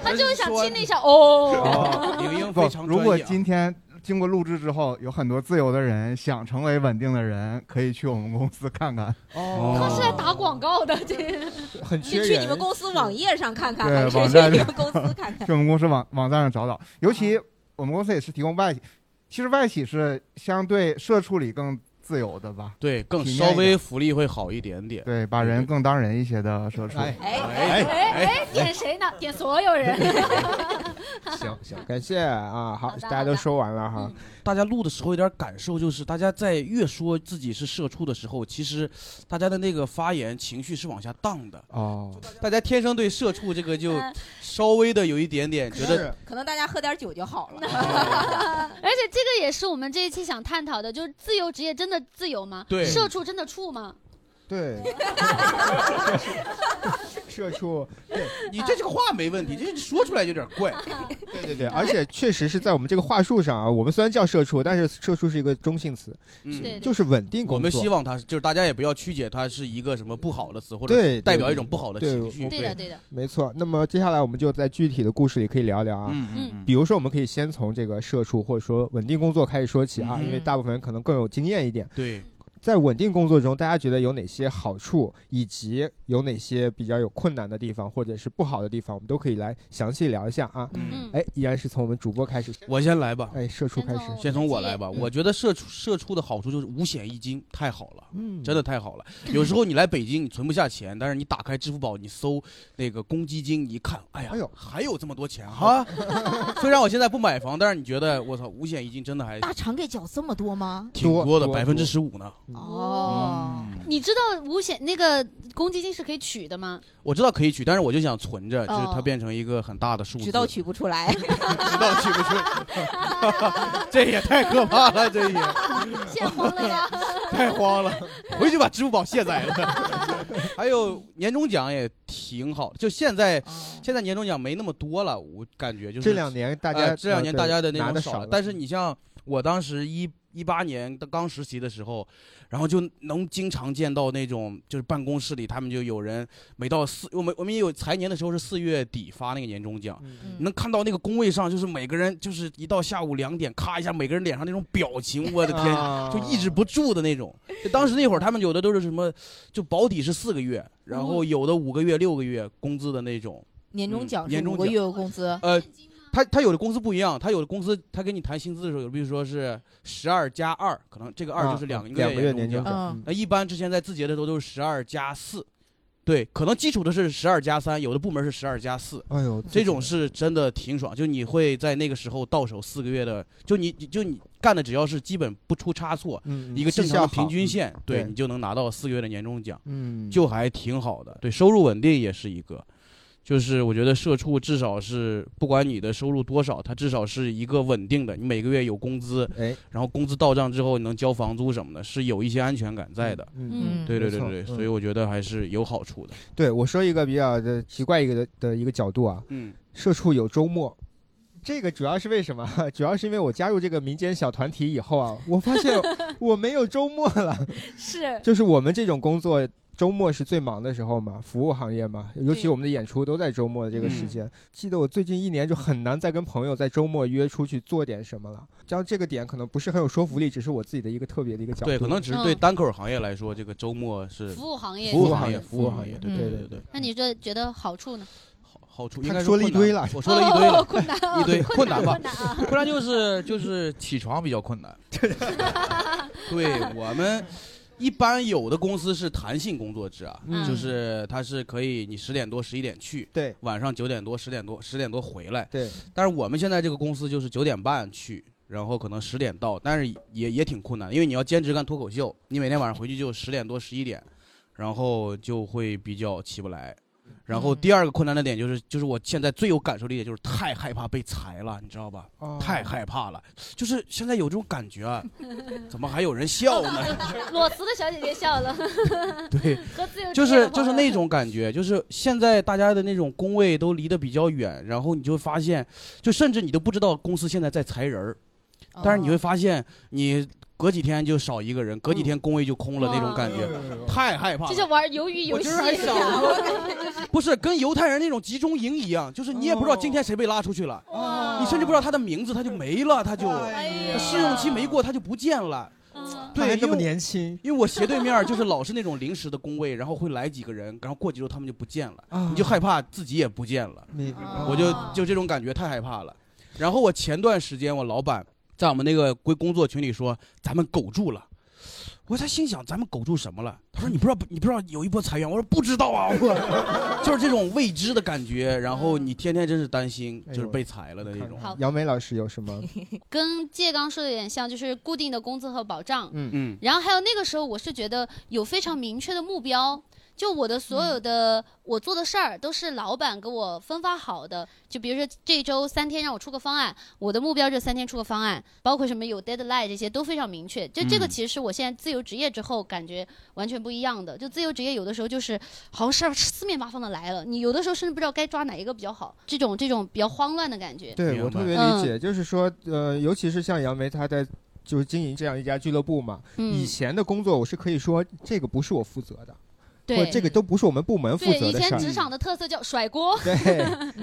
Speaker 1: 他就是想
Speaker 2: 说
Speaker 1: 进那小哦，
Speaker 2: 哦领英
Speaker 10: 不
Speaker 2: 非常，
Speaker 10: 如
Speaker 2: 专
Speaker 10: 果
Speaker 2: 业啊
Speaker 10: 今天经过录制之后，有很多自由的人想成为稳定的人，可以去我们公司看看。
Speaker 2: 哦
Speaker 1: 他是
Speaker 9: 哦
Speaker 1: 来打广告的，这
Speaker 10: 很
Speaker 4: 你去你们公司网页上看看，
Speaker 10: 对
Speaker 4: 还是
Speaker 10: 网
Speaker 4: 去
Speaker 10: 站
Speaker 4: 你
Speaker 10: 上
Speaker 4: 们公司看看
Speaker 10: 去？我们公司网网站上找找。尤其
Speaker 2: 哦
Speaker 10: 我们公司也是提供外企，其实外企是相对社畜里更自由的吧？
Speaker 2: 对，更
Speaker 10: 体面
Speaker 2: 稍
Speaker 10: 一点
Speaker 2: 微福利会好一点点。
Speaker 10: 对，把人更当人一些的社畜。
Speaker 1: 哎哎哎，点谁呢？点所有 人。
Speaker 2: 嗯
Speaker 3: 行行，感谢啊，好，嗯大家都说完了哈。
Speaker 2: 大家录的时候有点感受，就是大家在越说自己是社畜的时候，其实大家的那个发言情绪是往下荡的。
Speaker 3: 哦，
Speaker 2: 大家天生对社畜这个就
Speaker 4: 嗯
Speaker 2: 稍微的有一点点觉得，
Speaker 4: 可能大家喝点酒就好 了。
Speaker 1: 而且这个也是我们这一期想探讨的，就是自由职业真的自由吗？
Speaker 2: 对
Speaker 1: 社畜真的畜吗？
Speaker 3: 对，社畜，对
Speaker 2: 你这这个话没问题，这说出来有点怪。
Speaker 3: 对对对，而且确实是在我们这个话术上啊，我们虽然叫社畜，但是社畜是一个中性词，
Speaker 2: 嗯对对
Speaker 3: 就是稳定工作。
Speaker 2: 我们希望他就是大家也不要曲解它是一个什么不好的词，或者
Speaker 3: 对
Speaker 2: 代表一种不好的
Speaker 3: 对
Speaker 2: 情绪。
Speaker 3: 我
Speaker 1: 对的，
Speaker 3: 没错。那么接下来我们就在具体的故事里可以聊聊啊，
Speaker 2: 嗯嗯
Speaker 3: 比如说我们可以先从这个社畜或者说稳定工作开始说起啊，
Speaker 2: 嗯
Speaker 3: 因为大部分人可能更有经验一点。
Speaker 2: 对，
Speaker 3: 在稳定工作中，大家觉得有哪些好处，以及有哪些比较有困难的地方，或者是不好的地方，我们都可以来详细聊一下啊。
Speaker 2: 嗯
Speaker 3: 哎，依然是从我们主播开始，
Speaker 2: 我先来吧。
Speaker 3: 哎，社畜开始，
Speaker 2: 先从我来
Speaker 3: 嗯
Speaker 2: 吧。我觉得社畜社畜的好处就是五险一金，太好了，
Speaker 3: 嗯
Speaker 2: 真的太好了。有时候你来北京，你存不下钱，但是你打开支付宝，你搜那个公积金，一看，哎呀，还有这么多钱哈。 虽然我现在不买房，但是你觉得我操，五险一金真的还
Speaker 4: 大厂给缴这么多吗？
Speaker 2: 挺多的，
Speaker 3: 多
Speaker 2: 百分之十五呢。
Speaker 4: 哦，
Speaker 1: 你知道五险那个公积金是可以取的吗？
Speaker 2: 我知道可以取，但是我就想存着，就是
Speaker 1: 哦
Speaker 2: 它变成一个很大的数字。
Speaker 4: 直到取不出 来，
Speaker 2: 知道取 不出，这也太可怕了，这也
Speaker 1: 现慌了呀！
Speaker 2: 太慌了，回去把支付宝卸载了。 还有年终奖也挺好，就现在现在年终奖没那么多了，我感觉就是
Speaker 3: 这两年大家
Speaker 2: 呃这两
Speaker 3: 呃
Speaker 2: 年
Speaker 3: 对
Speaker 2: 大家的那
Speaker 3: 拿
Speaker 2: 种
Speaker 3: 得
Speaker 2: 少
Speaker 3: 少
Speaker 2: 了
Speaker 3: 了，
Speaker 2: 但是你像我当时一一八年的刚实习的时候，然后就能经常见到那种就是办公室里他们就有人每到四我们我们也有财年的时候是四月底发那个年终奖，你能看到那个工位上就是每个人就是一到下午两点咔一下每个人脸上那种表情，我的天，
Speaker 3: 啊
Speaker 2: 就抑制不住的那种。就当时那会儿他们有的都是什么就保底是四个月，然后有的五个月六个月工资的那种。
Speaker 4: 年终奖
Speaker 2: 嗯年
Speaker 4: 是
Speaker 2: 终
Speaker 4: 五个
Speaker 2: 奖
Speaker 4: 月有工资，
Speaker 2: 呃，他他有的公司不一样，他有的公司他跟你谈薪资的时候，有比如说是十二加二，可能这个二
Speaker 3: 啊
Speaker 2: 就是两个
Speaker 3: 两个月年
Speaker 2: 终
Speaker 3: 终奖嗯
Speaker 2: 那一般之前在字节的时候都是十二加四，对，可能基础的是十二加三，有的部门是十二加四。
Speaker 3: 哎呦，
Speaker 2: 这种是真的挺爽，就你会在那个时候到手四个月的，就你就你干的只要是基本不出差错，
Speaker 3: 嗯
Speaker 2: 一个正常
Speaker 3: 绩效好
Speaker 2: 的平均线，
Speaker 3: 嗯
Speaker 2: 对
Speaker 3: 对
Speaker 2: 你就能拿到四个月的年终奖，
Speaker 3: 嗯
Speaker 2: 就还挺好的。对，收入稳定也是一个，就是我觉得社畜至少是不管你的收入多少，它至少是一个稳定的，你每个月有工资，
Speaker 3: 哎，
Speaker 2: 然后工资到账之后你能交房租什么的，是有一些安全感在的。
Speaker 3: 嗯嗯
Speaker 2: 对对对
Speaker 3: 没错
Speaker 2: 对，对
Speaker 3: 嗯
Speaker 2: 所以我觉得还是有好处的。
Speaker 3: 对我说一个比较的奇怪一个的的一个角度啊，
Speaker 2: 嗯，
Speaker 3: 社畜有周末。这个主要是为什么？ 主要是因为我加入这个民间小团体以后啊，我发现我没有周末了。
Speaker 4: 是
Speaker 3: 就是我们这种工作，周末是最忙的时候嘛，服务行业嘛，尤其
Speaker 4: 对
Speaker 3: 我们的演出都在周末的这个时间。记得我最近一年就很难再跟朋友在周末约出去做点什么了。像这个点可能不是很有说服力，只是我自己的一个特别的一个角度。
Speaker 2: 对，可能只是对单口行业来说，这个周末是
Speaker 1: 嗯服务行业
Speaker 2: 服务
Speaker 1: 是
Speaker 2: 行业，
Speaker 1: 吧
Speaker 2: 服务行业，对
Speaker 1: 嗯
Speaker 2: 对对对，
Speaker 1: 那你这觉得好处呢？
Speaker 2: 好处
Speaker 3: 他
Speaker 2: 应该是
Speaker 3: 说了一
Speaker 2: 困难
Speaker 3: 堆了
Speaker 2: 我说了一堆
Speaker 1: 哦
Speaker 2: 了，
Speaker 1: 困难啊
Speaker 2: 一堆
Speaker 1: 困难
Speaker 2: 吧
Speaker 1: 困难 啊，
Speaker 5: 困难就是就是起床比较困难。
Speaker 2: 对我们一般有的公司是弹性工作制啊，
Speaker 5: 嗯
Speaker 2: 就是它是可以你十点多十一点去，
Speaker 3: 对，
Speaker 2: 晚上九点多十点多十点多回来，
Speaker 3: 对。
Speaker 2: 但是我们现在这个公司就是九点半去。然后可能十点到，但是也也挺困难，因为你要兼职干脱口秀，你每天晚上回去就十点多十一点，然后就会比较起不来。然
Speaker 3: 嗯
Speaker 2: 后第二个困难的点就是，就是我现在最有感受的一点就是太害怕被裁了，你知道吧？
Speaker 3: 哦
Speaker 2: 太害怕了，就是现在有这种感觉啊，怎么还有人笑呢？
Speaker 1: 裸辞的小姐姐笑了，
Speaker 2: 对，
Speaker 1: 和自由职业
Speaker 2: 就是
Speaker 1: 的朋
Speaker 2: 就
Speaker 1: 友
Speaker 2: 是那种感觉，就是现在大家的那种工位都离得比较远，然后你就会发现，就甚至你都不知道公司现在在裁人儿，但是你会发现你隔几天就少一个人，隔几天工位就空了那种感觉，太害怕
Speaker 1: 就
Speaker 2: 了
Speaker 1: 像。玩鱿鱼游戏一样。
Speaker 2: 我 今儿还想不是跟犹太人那种集中营一样，就是你也不知道今天谁被拉出去了，你甚至不知道他的名字，他就没了，他就
Speaker 1: 哎
Speaker 2: 他哎试用期没过，他就不见了。
Speaker 1: 嗯
Speaker 2: 对，
Speaker 3: 还这么
Speaker 2: 因为
Speaker 3: 年轻，
Speaker 2: 因为我斜对面就是老是那种临时的工位，然后会来几个人，然后过几周他们就不见了，
Speaker 3: 啊
Speaker 2: 你就害怕自己也不见了，
Speaker 3: 明
Speaker 2: 我就就这种感觉太害怕了。然后我前段时间我老板在我们那个归工作群里说，咱们苟住了。我才心想，咱们苟住什么了？他说你不知道，你不知道有一波裁员。我说不知道啊，我 就是这种未知的感觉。然后你天天真是担心，
Speaker 3: 哎
Speaker 2: 就是被裁了的那种。
Speaker 1: 好
Speaker 3: 杨梅老师有什么？嗯
Speaker 1: 跟介刚说的有点像，就是固定的工资和保障。
Speaker 3: 嗯
Speaker 2: 嗯
Speaker 1: 然后还有那个时候，我是觉得有非常明确的目标，就我的所有的、我做的事儿都是老板给我分发好的。就比如说这周三天让我出个方案，我的目标这三天出个方案，包括什么有 deadline 这些都非常明确。就这个
Speaker 21: 嗯
Speaker 1: 其实是我现在自由职业之后感觉完全不一样的。就自由职业有的时候就是好像事儿四面八方的来了，你有的时候甚至不知道该抓哪一个比较好，这种这种比较慌乱的感觉。嗯
Speaker 3: 对我特别
Speaker 4: 嗯
Speaker 3: 理解，就是说，呃，尤其是像杨梅，她在就是经营这样一家俱乐部嘛，
Speaker 1: 嗯
Speaker 3: 以前的工作我是可以说这个不是我负责的，
Speaker 1: 对
Speaker 3: 或者这个都不是我们部门负
Speaker 1: 对，
Speaker 3: 责
Speaker 1: 以
Speaker 3: 的事
Speaker 1: 前
Speaker 3: 儿。
Speaker 1: 职场的特色叫甩 锅。
Speaker 4: 嗯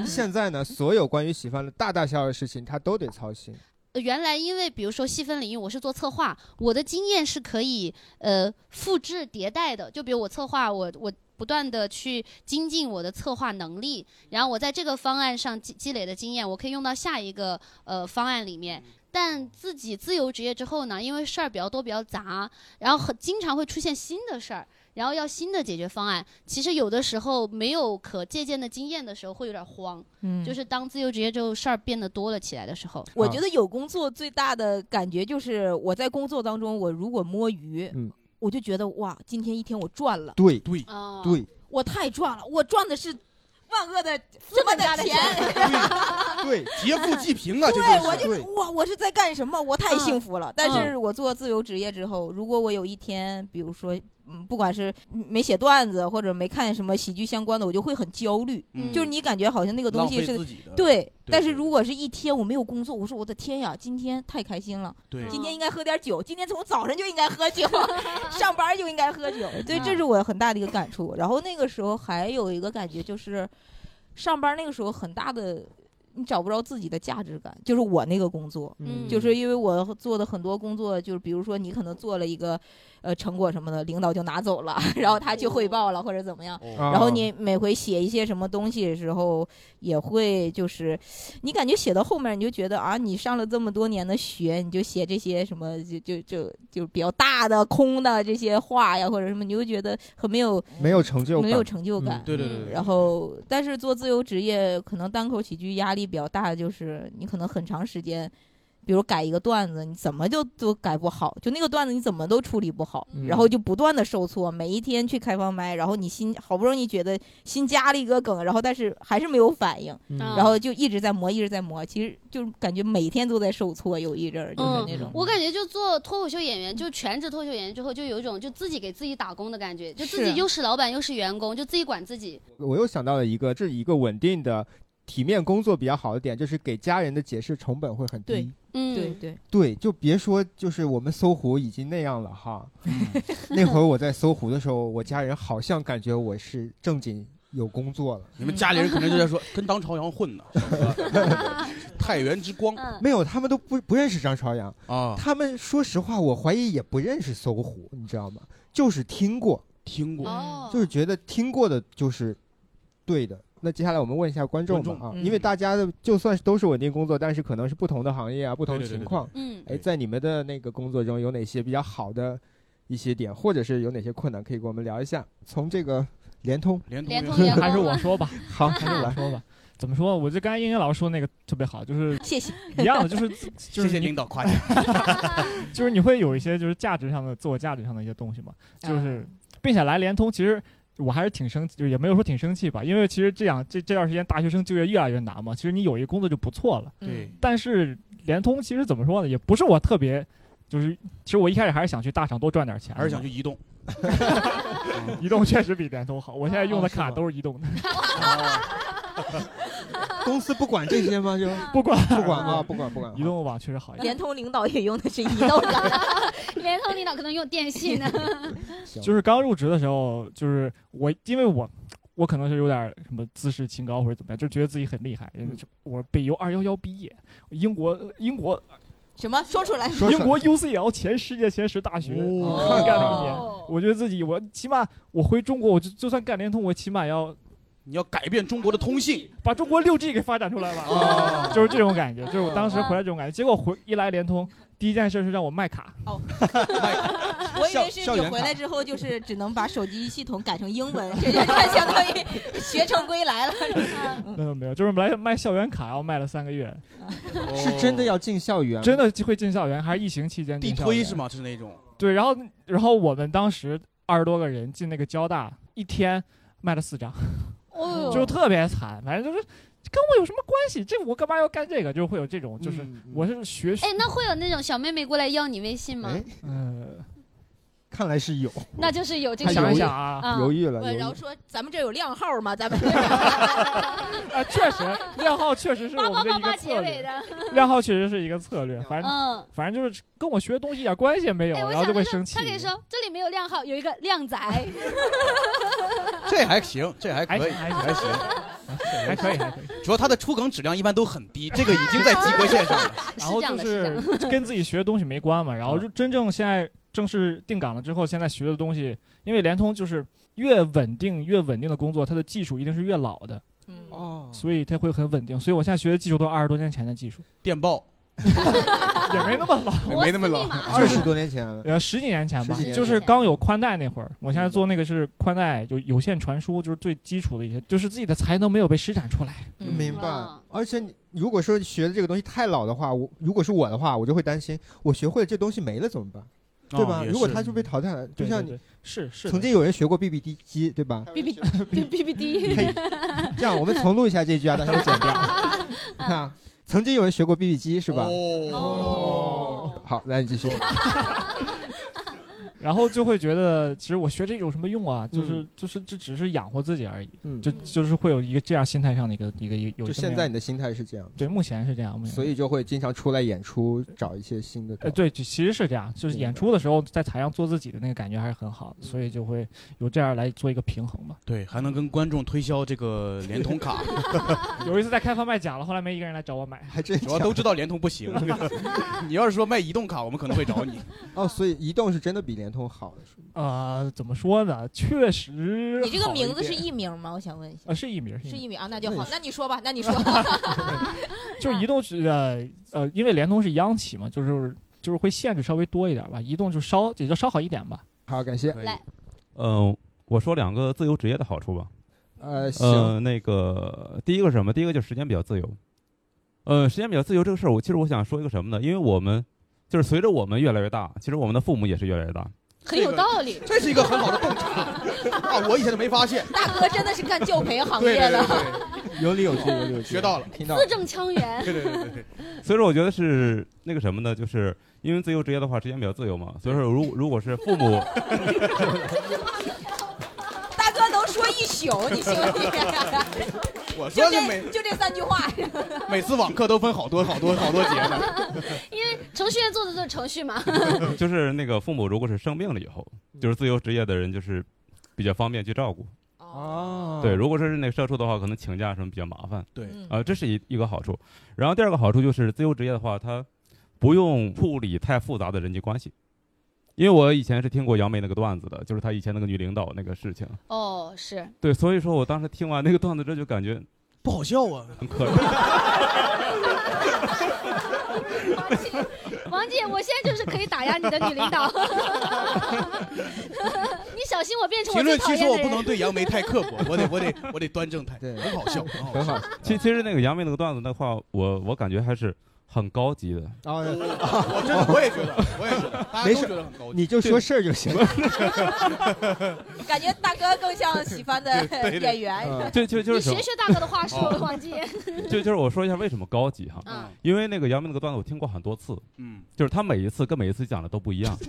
Speaker 3: 对，现在呢，所有关于喜欢的大大小小的事情，他都得操心。
Speaker 1: 呃原来因为比如说细分领域，我是做策划，我的经验是可以呃复制迭代的。就比如我策划，我我不断的去精进我的策划能力，然后我在这个方案上积积累的经验，我可以用到下一个呃方案里面。
Speaker 4: 嗯
Speaker 1: 但自己自由职业之后呢，因为事儿比较多、比较杂，然后很经常会出现新的事儿，然后要新的解决方案。其实有的时候没有可借鉴的经验的时候，会有点慌。
Speaker 4: 嗯
Speaker 1: 就是当自由职业之后，事儿变得多了起来的时候，
Speaker 4: 我觉得有工作最大的感觉就是我在工作当中，我如果摸鱼，
Speaker 3: 嗯
Speaker 4: 我就觉得哇，今天一天我赚了，
Speaker 3: 对
Speaker 2: 对
Speaker 1: 哦
Speaker 4: 啊
Speaker 3: 对，
Speaker 4: 我太赚了，我赚的是万恶的
Speaker 1: 资
Speaker 4: 么
Speaker 1: 本家的
Speaker 4: 钱，
Speaker 3: 对，
Speaker 2: 劫富济 贫啊，这
Speaker 4: 对，我
Speaker 2: 就
Speaker 4: 就是是哇，我是在
Speaker 1: 嗯
Speaker 4: 干什么？我太幸福了。但是
Speaker 2: 嗯
Speaker 4: 我做自由职业之后，如果我有一天，比如说嗯不管是没写段子或者没看什么喜剧相关的，我就会很焦虑，
Speaker 1: 嗯
Speaker 4: 就是你感觉好像那个东西
Speaker 1: 浪费
Speaker 4: 是
Speaker 1: 自己的
Speaker 4: 对
Speaker 1: 对。
Speaker 4: 但是如果是一天我没有工作，我说我的天呀，今天太开心了，
Speaker 1: 对
Speaker 4: 今天应该喝点酒，今天从早晨就应该喝酒， 上班就应该喝酒，
Speaker 3: 嗯
Speaker 4: 对，
Speaker 12: 嗯
Speaker 4: 这是我很大的一个感触。然后那个时候还有一个感觉就是，上班那个时候很大的。你找不着自己的价值感，就是我那个工作，
Speaker 1: 嗯
Speaker 4: 就是因为我做的很多工作，就是比如说你可能做了一个，呃，成果什么的，领导就拿走了， 然后他去汇报了或者怎么样，
Speaker 1: 哦
Speaker 4: 然后你每回写一些什么东西的时候，也会就是，你感觉写到后面你就觉得啊，你上了这么多年的学，你就写这些什么就就就就比较大的空的这些话呀或者什么，你就觉得很没有
Speaker 3: 没有成就感
Speaker 4: 没有成就感
Speaker 3: 嗯，对对对
Speaker 4: 嗯
Speaker 3: 对
Speaker 4: 然后，但是做自由职业，可能单口喜剧压力比较大，就是你可能很长时间。比如改一个段子，你怎么就都改不好，就那个段子你怎么都处理不好，
Speaker 1: 嗯
Speaker 4: 然后就不断的受挫，每一天去开放麦，然后你新好不容易觉得新加了一个梗，然后但是还是没有反应，
Speaker 1: 嗯
Speaker 4: 然后就一直在磨，一直在磨，其实就是感觉每天都在受挫，有一阵儿就是那种。
Speaker 13: 嗯
Speaker 1: 哦我感觉就做脱口秀演员，就全职脱口秀演员之后，就有一种就自己给自己打工的感觉，就自己
Speaker 4: 是
Speaker 1: 又是老板又是员工，就自己管自 己。
Speaker 3: 我又想到了一个，这是一个稳定的、体面工作比较好的点，就是给家人的解释成本会很低。
Speaker 4: 对
Speaker 1: 嗯，
Speaker 4: 对对，
Speaker 3: 对，就别说就是我们搜狐已经那样了哈。 那会儿我在搜狐的时候，我家人好像感觉我是正经有工作了。
Speaker 2: 你们家里人可能就在说，跟当朝阳混呢，是吧太原之光。
Speaker 3: 没有，他们都不不认识张朝阳
Speaker 2: 啊。
Speaker 3: 他们说实话，我怀疑也不认识搜狐，你知道吗？就是听过，
Speaker 2: 听过，
Speaker 3: 就是觉得听过的就是对的。那接下来我们问一下观众吧
Speaker 2: 观
Speaker 3: 啊
Speaker 2: 众，
Speaker 3: 因为大家的就算是都是稳定工作，但是可能是不同的行业啊，不同
Speaker 2: 对对对
Speaker 3: 情
Speaker 2: 对
Speaker 3: 况。
Speaker 1: 嗯
Speaker 3: 哎，在你们的那个工作中有哪些比较好的一些点，或者是有哪些困难，可以跟我们聊一下？从这个联通，，
Speaker 2: 联
Speaker 6: 联通 联通还是我说吧
Speaker 3: 好，还是
Speaker 6: 我
Speaker 3: 来
Speaker 6: 说吧。怎么说？我就刚才英英老师说那个特别好，就是
Speaker 4: 谢谢
Speaker 6: 一样的， 就是就
Speaker 2: 谢
Speaker 6: 是
Speaker 2: 谢
Speaker 6: 你
Speaker 2: 领导夸奖。
Speaker 6: 就是你会有一些就是价值上的自我价值上的一些东西嘛，就是并且来联通，其实我还是挺生，就是也没有说挺生气吧，因为其实这样这这段时间大学生就业越来越难嘛，其实你有一个工作就不错了。
Speaker 14: 嗯
Speaker 2: 对，
Speaker 6: 但是联通其实怎么说呢，也不是我特别，就是其实我一开始还是想去大厂多赚点钱，
Speaker 2: 还是想去移动。
Speaker 6: 移动确实比联通好，我现在用的卡都是移动的。
Speaker 3: 哦 公司不管这些吗？就
Speaker 6: 不管
Speaker 3: 不管啊，不管不管。
Speaker 6: 移动网确实好一点
Speaker 4: 联。通领导也用的是移 动的，
Speaker 1: 联通领导可能用电信呢。
Speaker 6: 就是刚入职的时候，就是我，因为我，我可能是有点什么自视清高或者怎么样，就觉得自己很厉害。
Speaker 4: 嗯
Speaker 6: 就我北邮二幺幺毕业，英国英国
Speaker 4: 什么说出来？
Speaker 6: 英国 UCL 前世界前十大学，
Speaker 4: 哦
Speaker 6: 看干了一年。我觉得自己，我起码我回中国，我就就算干联通，我起码要
Speaker 2: 你要改变中国的通信，
Speaker 6: 把中国六 G 给发展出来吧。
Speaker 2: 哦
Speaker 6: 就是这种感觉，就是我当时回来这种感觉。结果回一来联通，第一件事是让我卖卡。
Speaker 4: 我以为是
Speaker 6: 校
Speaker 4: 你
Speaker 6: 园
Speaker 4: 回
Speaker 6: 卡
Speaker 4: 来之后就是只能把手机系统改成英 文，这就相当于学成归来 了。
Speaker 1: 嗯
Speaker 6: 没有没有，就是来卖校园卡，然后卖了三个月，
Speaker 2: 哦
Speaker 3: 是真的要进校园吗，
Speaker 6: 真的会进校园，还是疫情期 间
Speaker 2: 地
Speaker 6: 进校
Speaker 2: 推
Speaker 6: 园
Speaker 2: 是吗？是那种
Speaker 6: 对，然后然后我们当时二十多个人进那个交大，一天卖了四张，
Speaker 1: 哦
Speaker 6: 就特别惨，反正就是跟我有什么关系？这我干嘛要干这个？就会有这种，就是
Speaker 3: 嗯
Speaker 6: 我是学
Speaker 1: 哎，那会有那种小妹妹过来要你微信吗？
Speaker 6: 呃，
Speaker 3: 哎看来是有。
Speaker 1: 那就是有这个。
Speaker 6: 想一想啊
Speaker 1: 嗯
Speaker 3: 犹豫了犹豫
Speaker 4: 然后说啊咱们这有靓号吗？ 咱们
Speaker 6: 啊，确实靓号确实是我们的一个策略，
Speaker 1: 的。
Speaker 6: 靓号确实是一个策略，反正、
Speaker 1: 嗯
Speaker 6: 反正就是跟我学的东西一点关系也没有，
Speaker 1: 哎，我
Speaker 6: 然后
Speaker 1: 想的
Speaker 6: 就会
Speaker 1: 是
Speaker 6: 生气
Speaker 1: 他。可以说这里没有靓号，有一个靓仔。
Speaker 2: 这还行，这还可以，
Speaker 6: 还
Speaker 2: 还行，
Speaker 6: 还可以还可
Speaker 2: 以。主要他的出梗质量一般都很低，这个已经在及格线上了。
Speaker 6: 然
Speaker 1: 是这
Speaker 6: 后
Speaker 1: 样的是
Speaker 6: 就是
Speaker 1: 这样的嗯
Speaker 6: 跟自己学的东西没关嘛，然后就真正现在正式定岗了之后，现在学的东西，因为联通就是越稳定越稳定的工作，它的技术一定是越老的，
Speaker 1: 嗯
Speaker 3: 哦，
Speaker 6: 所以它会很稳定。所以我现在学的技术都二十多年前的技术，
Speaker 2: 电报
Speaker 6: 也没那么老，
Speaker 2: 没那么老
Speaker 3: 二十多年前了。
Speaker 6: 呃，十几年前
Speaker 3: 十
Speaker 6: 吧
Speaker 3: 几年，前
Speaker 6: 就是刚有宽带那会儿，我现在做那个是宽带，就有线传输，就是最基础的一些，就是自己的才能没有被施展出来。
Speaker 2: 嗯
Speaker 3: 明白。
Speaker 4: 嗯
Speaker 3: 而且你如果说学的这个东西太老的话，我如果是我的话，我就会担心，我学会了这东西没了怎么办？
Speaker 2: 哦
Speaker 3: 对吧？
Speaker 6: 也是
Speaker 3: 如果它就被淘汰了，就
Speaker 6: 对
Speaker 3: 像
Speaker 6: 对
Speaker 3: 你
Speaker 6: 对是是的
Speaker 3: 曾经有人学过 BBD 机，对 吧？
Speaker 1: B B B B B D，
Speaker 3: 这样我们 重录一下这句啊，到时候剪 掉。啊，曾经有人学过 BB 机是吧？
Speaker 2: 哦，
Speaker 3: 好，来你继续。
Speaker 6: 然后就会觉得，其实我学这有什么用啊？
Speaker 3: 嗯
Speaker 6: 就是就是这只是养活自己而已，
Speaker 3: 嗯
Speaker 6: 就就是会有一个这样心态上的一个一个一个有
Speaker 3: 就
Speaker 6: 这么
Speaker 3: 现
Speaker 6: 样。
Speaker 3: 在你的心态是这样，
Speaker 6: 对，目前是这样，目前
Speaker 3: 所以就会经常出来演出，找一些新的歌。
Speaker 6: 呃，对，就其实是这样，就是演出的时候在台上做自己的那个感觉还是很好的，所以就会有这样来做一个平衡吧。
Speaker 2: 对，还能跟观众推销这个联通卡，
Speaker 6: 有一次在开贩卖讲了，后来没一个人来找我买，
Speaker 3: 还真
Speaker 2: 主要都知道联通不行。 你要是说卖移动卡，我们可能会找你。
Speaker 3: 哦，所以移动是真的比联通好的，是吗
Speaker 6: 啊、怎么说呢？确实，
Speaker 4: 你这个名字是
Speaker 6: 艺
Speaker 4: 艺名吗？我想问一下。
Speaker 6: 呃是艺名，
Speaker 4: 是
Speaker 6: 艺
Speaker 4: 艺
Speaker 6: 名，
Speaker 4: 名啊，那就好。
Speaker 6: 对
Speaker 4: 那你说吧，那你说。
Speaker 6: 就是移动是呃呃，因为联通是央企嘛，就是就是会限制稍微多一点吧，移动就稍也就稍好一点吧。
Speaker 3: 好，感谢。
Speaker 4: 来，
Speaker 8: 嗯，我说两个自由职业的好处吧。
Speaker 3: 呃，
Speaker 8: 呃，
Speaker 3: 行，
Speaker 8: 那个第一个是什么？第一个就是时间比较自由。呃，时间比较自由这个事儿，我其实我想说一个什么呢？因为我们就是随着我们越来越大，其实我们的父母也是越来越大。
Speaker 4: 很有道理，
Speaker 2: 这是一个很好的洞察啊！我以前都没发现。
Speaker 4: 大哥真的是干教培行业
Speaker 2: 对
Speaker 4: 的
Speaker 2: 对，对
Speaker 3: 有理有据，有理有据，
Speaker 2: 哦学到了，
Speaker 3: 听到了
Speaker 13: 字。正腔圆。
Speaker 2: 对对 对对，
Speaker 8: 所以说，我觉得是那个什么呢？就是因为自由职业的话，时间比较自由嘛。
Speaker 2: 嗯
Speaker 8: 所以说如，如果是父 母，
Speaker 4: 大哥能说一宿，你信不信？
Speaker 2: 我
Speaker 4: 就
Speaker 2: 说就每
Speaker 4: 这就这三句 话，
Speaker 2: 每次网课都分好多好多好多节呢。
Speaker 13: 因为程序员做的就是程序 嘛。
Speaker 8: 就是那个父母如果是生病了以后，就是自由职业的人就是比较方便去照顾。
Speaker 7: 啊
Speaker 3: 哦
Speaker 8: 对，如果说是那个社畜的话，可能请假什么比较麻烦。
Speaker 2: 嗯对
Speaker 3: 嗯
Speaker 8: 啊、这是一一个好处。然后第二个好处就是自由职业的话，它不用处理太复杂的人际关系。因为我以前是听过杨梅那个段子的，就是她以前那个女领导那个事情。
Speaker 13: 哦，是。
Speaker 8: 对，所以说我当时听完那个段子之后，就感觉
Speaker 2: 不好笑啊，
Speaker 8: 很可怜。
Speaker 13: 王姐，我现在就是可以打压你的女领 导。你小心我变成我最
Speaker 2: 评论
Speaker 13: 讨
Speaker 2: 区
Speaker 13: 厌
Speaker 2: 说
Speaker 13: 的
Speaker 2: 我
Speaker 13: 人。
Speaker 2: 不能对杨梅太刻薄，我得我得我得端正态，很 好笑，很好笑。
Speaker 3: 好。
Speaker 8: 其其实那个杨梅那个段子的话，我我感觉还是很高级的。
Speaker 3: 哦，
Speaker 2: 啊 我真的我也觉得，我也觉得，大家
Speaker 3: 没
Speaker 2: 都
Speaker 3: 事
Speaker 2: 觉得很高级。
Speaker 3: 你就说事儿就行了。
Speaker 4: 感觉大哥更像喜欢的
Speaker 8: 对对
Speaker 4: 演员。
Speaker 8: 就就就是什么
Speaker 13: 大哥的话
Speaker 8: 说哦
Speaker 13: 王姐。
Speaker 8: 就就是我说一下为什么高级哈，
Speaker 13: 嗯
Speaker 8: 因为那个杨明那个段子我听过很多次，
Speaker 2: 嗯，
Speaker 8: 就是他每一次跟每一次讲的都不一样，
Speaker 4: 是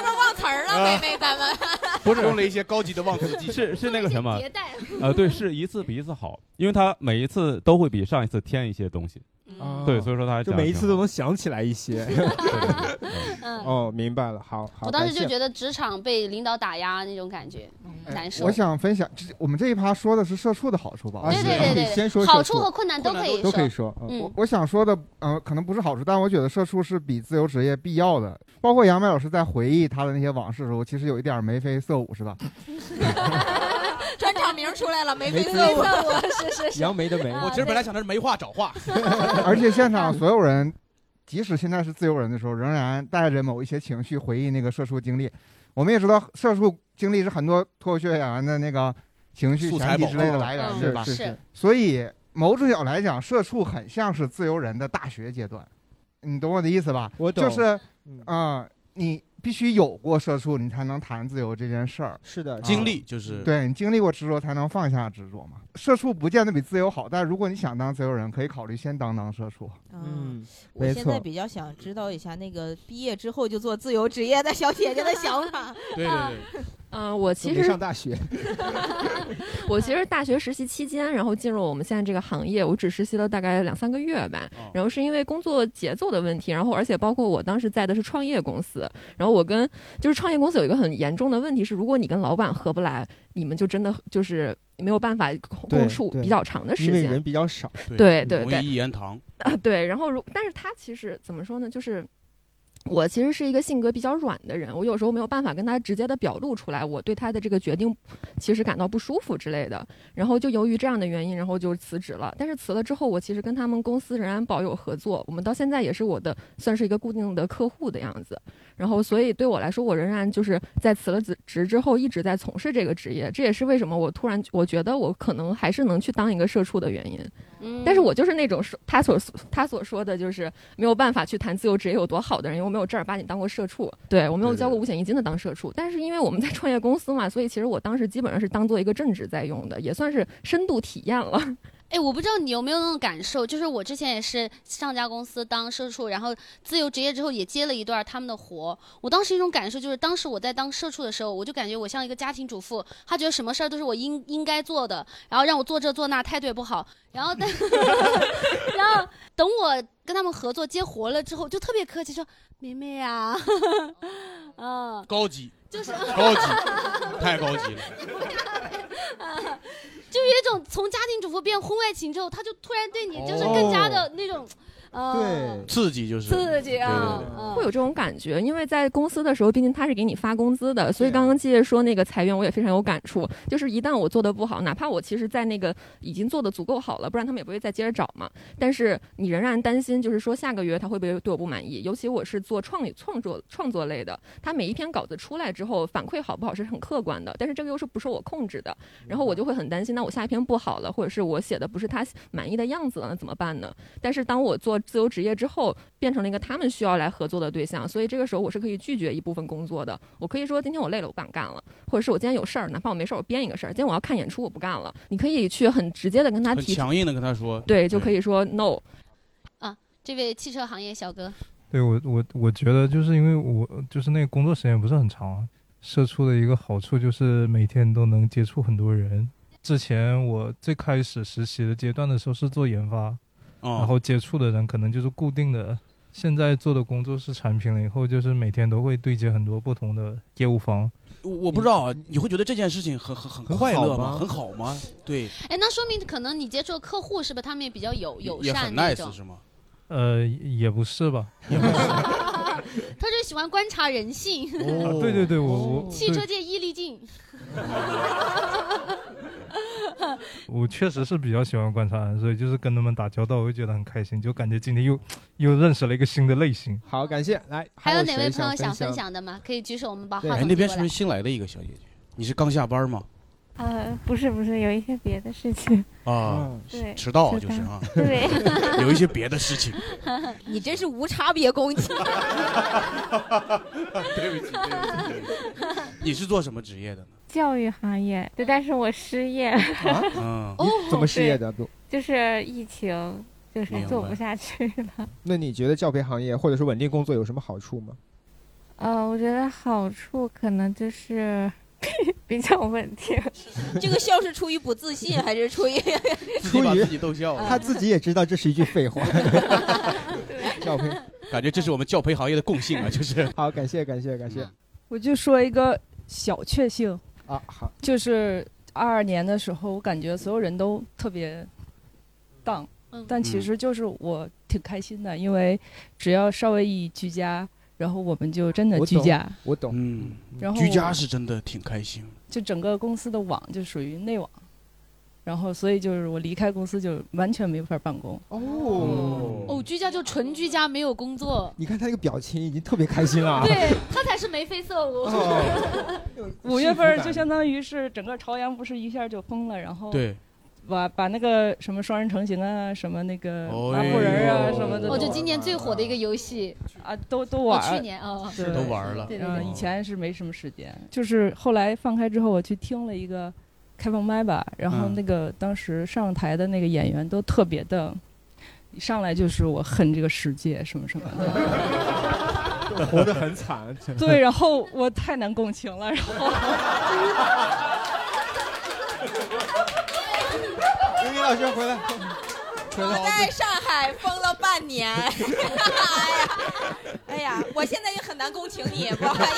Speaker 4: 不是忘词儿了，
Speaker 8: 啊
Speaker 4: 梅梅咱们？
Speaker 8: 不是
Speaker 2: 用了一些高级的忘词技巧，
Speaker 8: 是是那个什么，
Speaker 4: 代
Speaker 8: 呃，对，是一次比一次好，因为他每一次都会比上一次添一些东西，
Speaker 13: 嗯
Speaker 8: 对，所以说他还
Speaker 3: 啊就
Speaker 8: 讲得
Speaker 3: 每一
Speaker 8: 挺
Speaker 3: 次
Speaker 8: 好
Speaker 3: 都能 想起来一些。 哦，明白了，好好。
Speaker 13: 嗯我当时
Speaker 3: 感
Speaker 13: 就
Speaker 3: 谢
Speaker 13: 觉得职场被领导打压那种感觉，
Speaker 2: 嗯哎
Speaker 13: 难受。
Speaker 10: 我想分享，这我们这一趴说的是社畜的好处吧？啊
Speaker 13: 对对对对对，
Speaker 10: 先说社
Speaker 13: 好
Speaker 10: 畜
Speaker 13: 处和困难都可以
Speaker 10: 都可以说。嗯我
Speaker 13: 嗯，
Speaker 10: 我想说的，呃，可能不是好处，但我觉得社畜是比自由职业必要的。包括杨梅老师在回忆他的那些往事的时候，其实有一点眉飞色舞似的。
Speaker 4: 专场名出来了，梅
Speaker 3: 梅
Speaker 4: 梅
Speaker 3: 子
Speaker 4: 色舞， 是是啊是。
Speaker 3: 杨梅的梅，
Speaker 2: 我其实本来想的是没话找话，
Speaker 10: 而且现场所有人，即使现在是自由人的时候，仍然带着某一些情绪回忆那个社畜经历。我们也知道，社畜经历是很多脱口秀演员的那个情绪、
Speaker 2: 素材
Speaker 10: 前提之
Speaker 2: 宝
Speaker 10: 类的
Speaker 2: 库
Speaker 10: 来源，
Speaker 2: 嗯
Speaker 10: 对吧？
Speaker 2: 是是。
Speaker 10: 所以某种角度来讲，社畜很像是自由人的大学阶段，你懂我的意思吧？
Speaker 3: 我
Speaker 10: 就
Speaker 3: 懂
Speaker 10: 是，啊、你必须有过社畜，你才能谈自由这件事儿。啊
Speaker 3: 是的
Speaker 2: 经历就是
Speaker 10: 对你经历过执着，才能放下执着嘛。社畜不见得比自由好，但如果你想当自由人，可以考虑先当当社畜。
Speaker 4: 嗯，我
Speaker 10: 没
Speaker 4: 现在
Speaker 10: 错。
Speaker 4: 比较想知道一下那个毕业之后就做自由职业的小姐姐的想法。 啊
Speaker 2: 对对
Speaker 4: 对。
Speaker 19: 嗯、我
Speaker 3: 都
Speaker 19: 其
Speaker 3: 没
Speaker 19: 实
Speaker 3: 上大学，
Speaker 19: 我其实大学实习期间，然后进入我们现在这个行业，我只实习了大概两三个月吧。
Speaker 3: 哦
Speaker 19: 然后是因为工作节奏的问题，然后而且包括我当时在的是创业公司，然后我跟就是创业公司有一个很严重的问题是，如果你跟老板合不来，你们就真的就是没有办法共
Speaker 3: 对
Speaker 19: 共处
Speaker 3: 对
Speaker 19: 比较长的时
Speaker 3: 因为
Speaker 19: 间。
Speaker 3: 人比较少。
Speaker 19: 对对
Speaker 2: 容
Speaker 19: 对
Speaker 2: 易一言堂。
Speaker 19: 啊，对，然后如但是他其实怎么说呢，就是。我其实是一个性格比较软的人，我有时候没有办法跟他直接的表露出来，我对他的这个决定其实感到不舒服之类的。然后就由于这样的原因，然后就辞职了。但是辞了之后，我其实跟他们公司仍然保有合作，我们到现在也是我的算是一个固定的客户的样子。然后所以对我来说，我仍然就是在辞了职职之后一直在从事这个职业，这也是为什么我突然我觉得我可能还是能去当一个社畜的原因。但是我就是那种说他所他所说的就是没有办法去谈自由职业有多好的人，因为我没有正儿八经当过社畜，对我没有交过五险一金的当社畜。但是因为我们在创业公司嘛，所以其实我当时基本上是当做一个正职在用的，也算是深度体验了。
Speaker 1: 哎，我不知道你有没有那种感受，就是我之前也是上家公司当社畜，然后自由职业之后也接了一段他们的活。我当时一种感受就是，当时我在当社畜的时候，我就感觉我像一个家庭主妇，她觉得什么事儿都是我应应该做的，然后让我做这做那，态度也不好。然后但， 然后等我跟他们合作接活了之后，就特别客气说：“梅梅啊， 嗯，
Speaker 2: 高级，
Speaker 1: 就是
Speaker 2: 高级，太高级了。
Speaker 1: 就有一种从家庭主妇变婚外情之后，他就突然对你就是更加的那种，呃，
Speaker 19: 哦
Speaker 2: 刺激就是
Speaker 1: 刺激啊，
Speaker 19: 会有这种感觉，因为在公司的时候，毕竟他是给你发工资的，
Speaker 2: 啊
Speaker 19: 所以刚刚季姐说那个裁员，我也非常有感触。就是一旦我做的不好，哪怕我其实，在那个已经做的足够好了，不然他们也不会再接着找嘛。但是你仍然担心，就是说下个月他会不会对我不满意？尤其我是做创意创作创作类的，他每一篇稿子出来之后反馈好不好是很客观的，但是这个又是不受我控制的，然后我就会很担心，那我下一篇不好了，或者是我写的不是他满意的样子了，那怎么办呢？但是当我做自由职业之后，变成了一个他们需要来合作的对象，所以这个时候我是可以拒绝一部分工作的。我可以说今天我累了，我不想干了，或者是我今天有事儿，哪怕我没事儿，我编一个事儿。今天我要看演出，我不干了。你可以去很直接的跟他
Speaker 2: 很
Speaker 19: 提，
Speaker 2: 强硬的跟他说，
Speaker 19: 对，就可以说 no。
Speaker 1: 啊，这位汽车行业小哥，
Speaker 17: 对我我我觉得就是因为我就是那个工作时间不是很长，啊社畜的一个好处就是每天都能接触很多人。之前我最开始实习的阶段的时候是做研发，
Speaker 2: 哦
Speaker 17: 然后接触的人可能就是固定的。现在做的工作是产品了以后，就是每天都会对接很多不同的业务方。
Speaker 2: 我我不知道啊，你会觉得这件事情很很很
Speaker 17: 很
Speaker 2: 快乐
Speaker 17: 好吗
Speaker 2: 吗？很好吗？对，
Speaker 1: 哎，那说明可能你接触的客户是不是他们也比较友友
Speaker 2: 也
Speaker 1: 善
Speaker 2: 很
Speaker 1: 那
Speaker 2: nice
Speaker 1: 种？
Speaker 2: 是吗？
Speaker 17: 呃，也不是吧？
Speaker 1: 他就喜欢观察人性。
Speaker 17: 啊
Speaker 2: 哦
Speaker 17: 对对对，我我
Speaker 1: 汽
Speaker 17: 对
Speaker 1: 车界伊丽静，
Speaker 17: 我确实是比较喜欢观察人，所以就是跟他们打交道，我会觉得很开心，就感觉今天又又认识了一个新的类型。
Speaker 3: 好，感谢来，
Speaker 1: 还
Speaker 3: 有
Speaker 1: 哪位朋友想分
Speaker 3: 分？
Speaker 1: 享的吗？可以举手，我们把话筒
Speaker 2: 哎，那
Speaker 1: 递
Speaker 2: 边
Speaker 1: 过
Speaker 2: 是不
Speaker 1: 来
Speaker 2: 是。新来的一个小姐姐？你是刚下班吗？
Speaker 22: 呃，不是不是，有一些别的事情。
Speaker 2: 啊
Speaker 22: 嗯，对
Speaker 2: 迟到
Speaker 22: 迟
Speaker 2: 就是
Speaker 22: 到
Speaker 2: 啊，
Speaker 22: 对
Speaker 2: 有一些别的事情。
Speaker 4: 你真是无差别攻 击。
Speaker 2: 对不起，对不起，对不起。你是做什么职业的呢？
Speaker 22: 教育行业，对，但是我失 业了。
Speaker 4: 啊
Speaker 2: 嗯，
Speaker 22: 你
Speaker 3: 啊怎么失业的？都？
Speaker 22: 就是疫情，就是
Speaker 3: 明
Speaker 22: 做
Speaker 3: 白
Speaker 22: 不下去了。
Speaker 3: 那你觉得教培行业或者是稳定工作有什么好处吗？
Speaker 22: 呃，我觉得好处可能就是 比较稳定。
Speaker 4: 这个笑是出于不自信，还是出于
Speaker 3: 出于
Speaker 2: 逗笑啊了
Speaker 3: 他自己也知道这是一句废 话。 教培，
Speaker 2: 感觉这是我们教培行业的共性啊，就是。
Speaker 3: 好，感谢感谢感
Speaker 21: 嗯
Speaker 3: 谢。
Speaker 21: 我就说一个小确幸
Speaker 3: 啊，好，
Speaker 21: 就是二二年的时候，我感觉所有人都特别荡，但
Speaker 3: 嗯
Speaker 21: 其实就是我挺开心的，因为只要稍微一居家，然后我们就真的
Speaker 2: 我
Speaker 21: 居
Speaker 2: 懂
Speaker 21: 家，
Speaker 3: 我懂。
Speaker 2: 嗯，
Speaker 21: 然后
Speaker 2: 居家是真的挺开心。
Speaker 21: 就整个公司的网就属于内网，然后所以就是我离开公司就完全没法办公。
Speaker 3: 哦，
Speaker 1: 哦，居家就纯居家，没有工作，
Speaker 3: 你看他那个表情已经特别开心了啊。
Speaker 1: 对他才是眉飞色舞。
Speaker 21: 五月份儿就相当于是整个朝阳不是一下就封了，然后
Speaker 2: 对，
Speaker 21: 哦把把那个什么双人成行啊，什么那个
Speaker 2: 哦
Speaker 21: 拉
Speaker 3: 哎
Speaker 21: 布人啊
Speaker 2: 呦
Speaker 21: 什么的都
Speaker 1: 哦，
Speaker 21: 玩了，
Speaker 1: 就今年最火的一个游戏
Speaker 21: 啊，都都玩
Speaker 1: 去年
Speaker 22: 呃
Speaker 1: 哦，
Speaker 21: 对
Speaker 2: 都玩了
Speaker 11: 呃
Speaker 1: 对对
Speaker 21: 嗯，
Speaker 1: 对，
Speaker 21: 以前是没什么时间，就是后来放开之后，我去听了一个开放麦吧，然后
Speaker 23: 嗯
Speaker 21: 那个当时上台的那个演员都特别的，一上来就是我恨这个世界什么什么 的，
Speaker 3: 活得很惨。
Speaker 21: 对，然后我太难共情了，然后。
Speaker 3: 林林老师回来，回
Speaker 4: 我
Speaker 3: 来。
Speaker 4: 在上海封了半年， 哎呀，哎呀，我现在也很难共情你，不好 意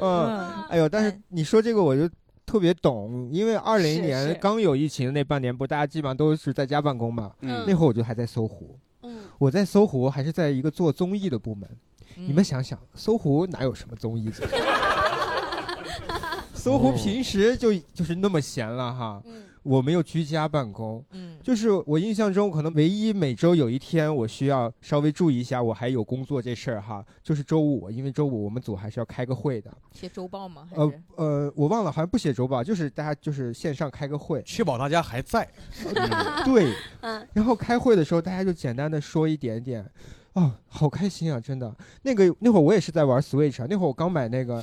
Speaker 3: 嗯，哎呦，但是你说这个我就特别懂，因为二
Speaker 21: 是
Speaker 3: 零年
Speaker 21: 是
Speaker 3: 刚有疫情那半年，不大家基本上都是在家办公嘛。
Speaker 21: 嗯
Speaker 3: 那会儿我就还在搜狐。
Speaker 4: 嗯
Speaker 3: 我在搜狐还是在一个做综艺的部门。你们想想，搜狐哪有什么综艺节目？ 搜
Speaker 2: 哦
Speaker 3: 狐平时就就是那么闲了哈。我没有居家办公。
Speaker 4: 嗯。
Speaker 3: 就是我印象中，可能唯一每周有一天我需要稍微注意一下，我还有工作这事儿哈，就是周五，因为周五我们组还是要开个会的。
Speaker 4: 写周报吗？还
Speaker 3: 呃
Speaker 4: 是
Speaker 3: 呃，我忘了，好像不写周报，就是大家就是线上开个会，
Speaker 2: 确保大家还在。
Speaker 3: 对，
Speaker 1: 嗯
Speaker 3: 然后开会的时候，大家就简单的说一点点，哦，好开心啊！真的，那个那会儿我也是在玩 Switch 啊，那会儿我刚买那个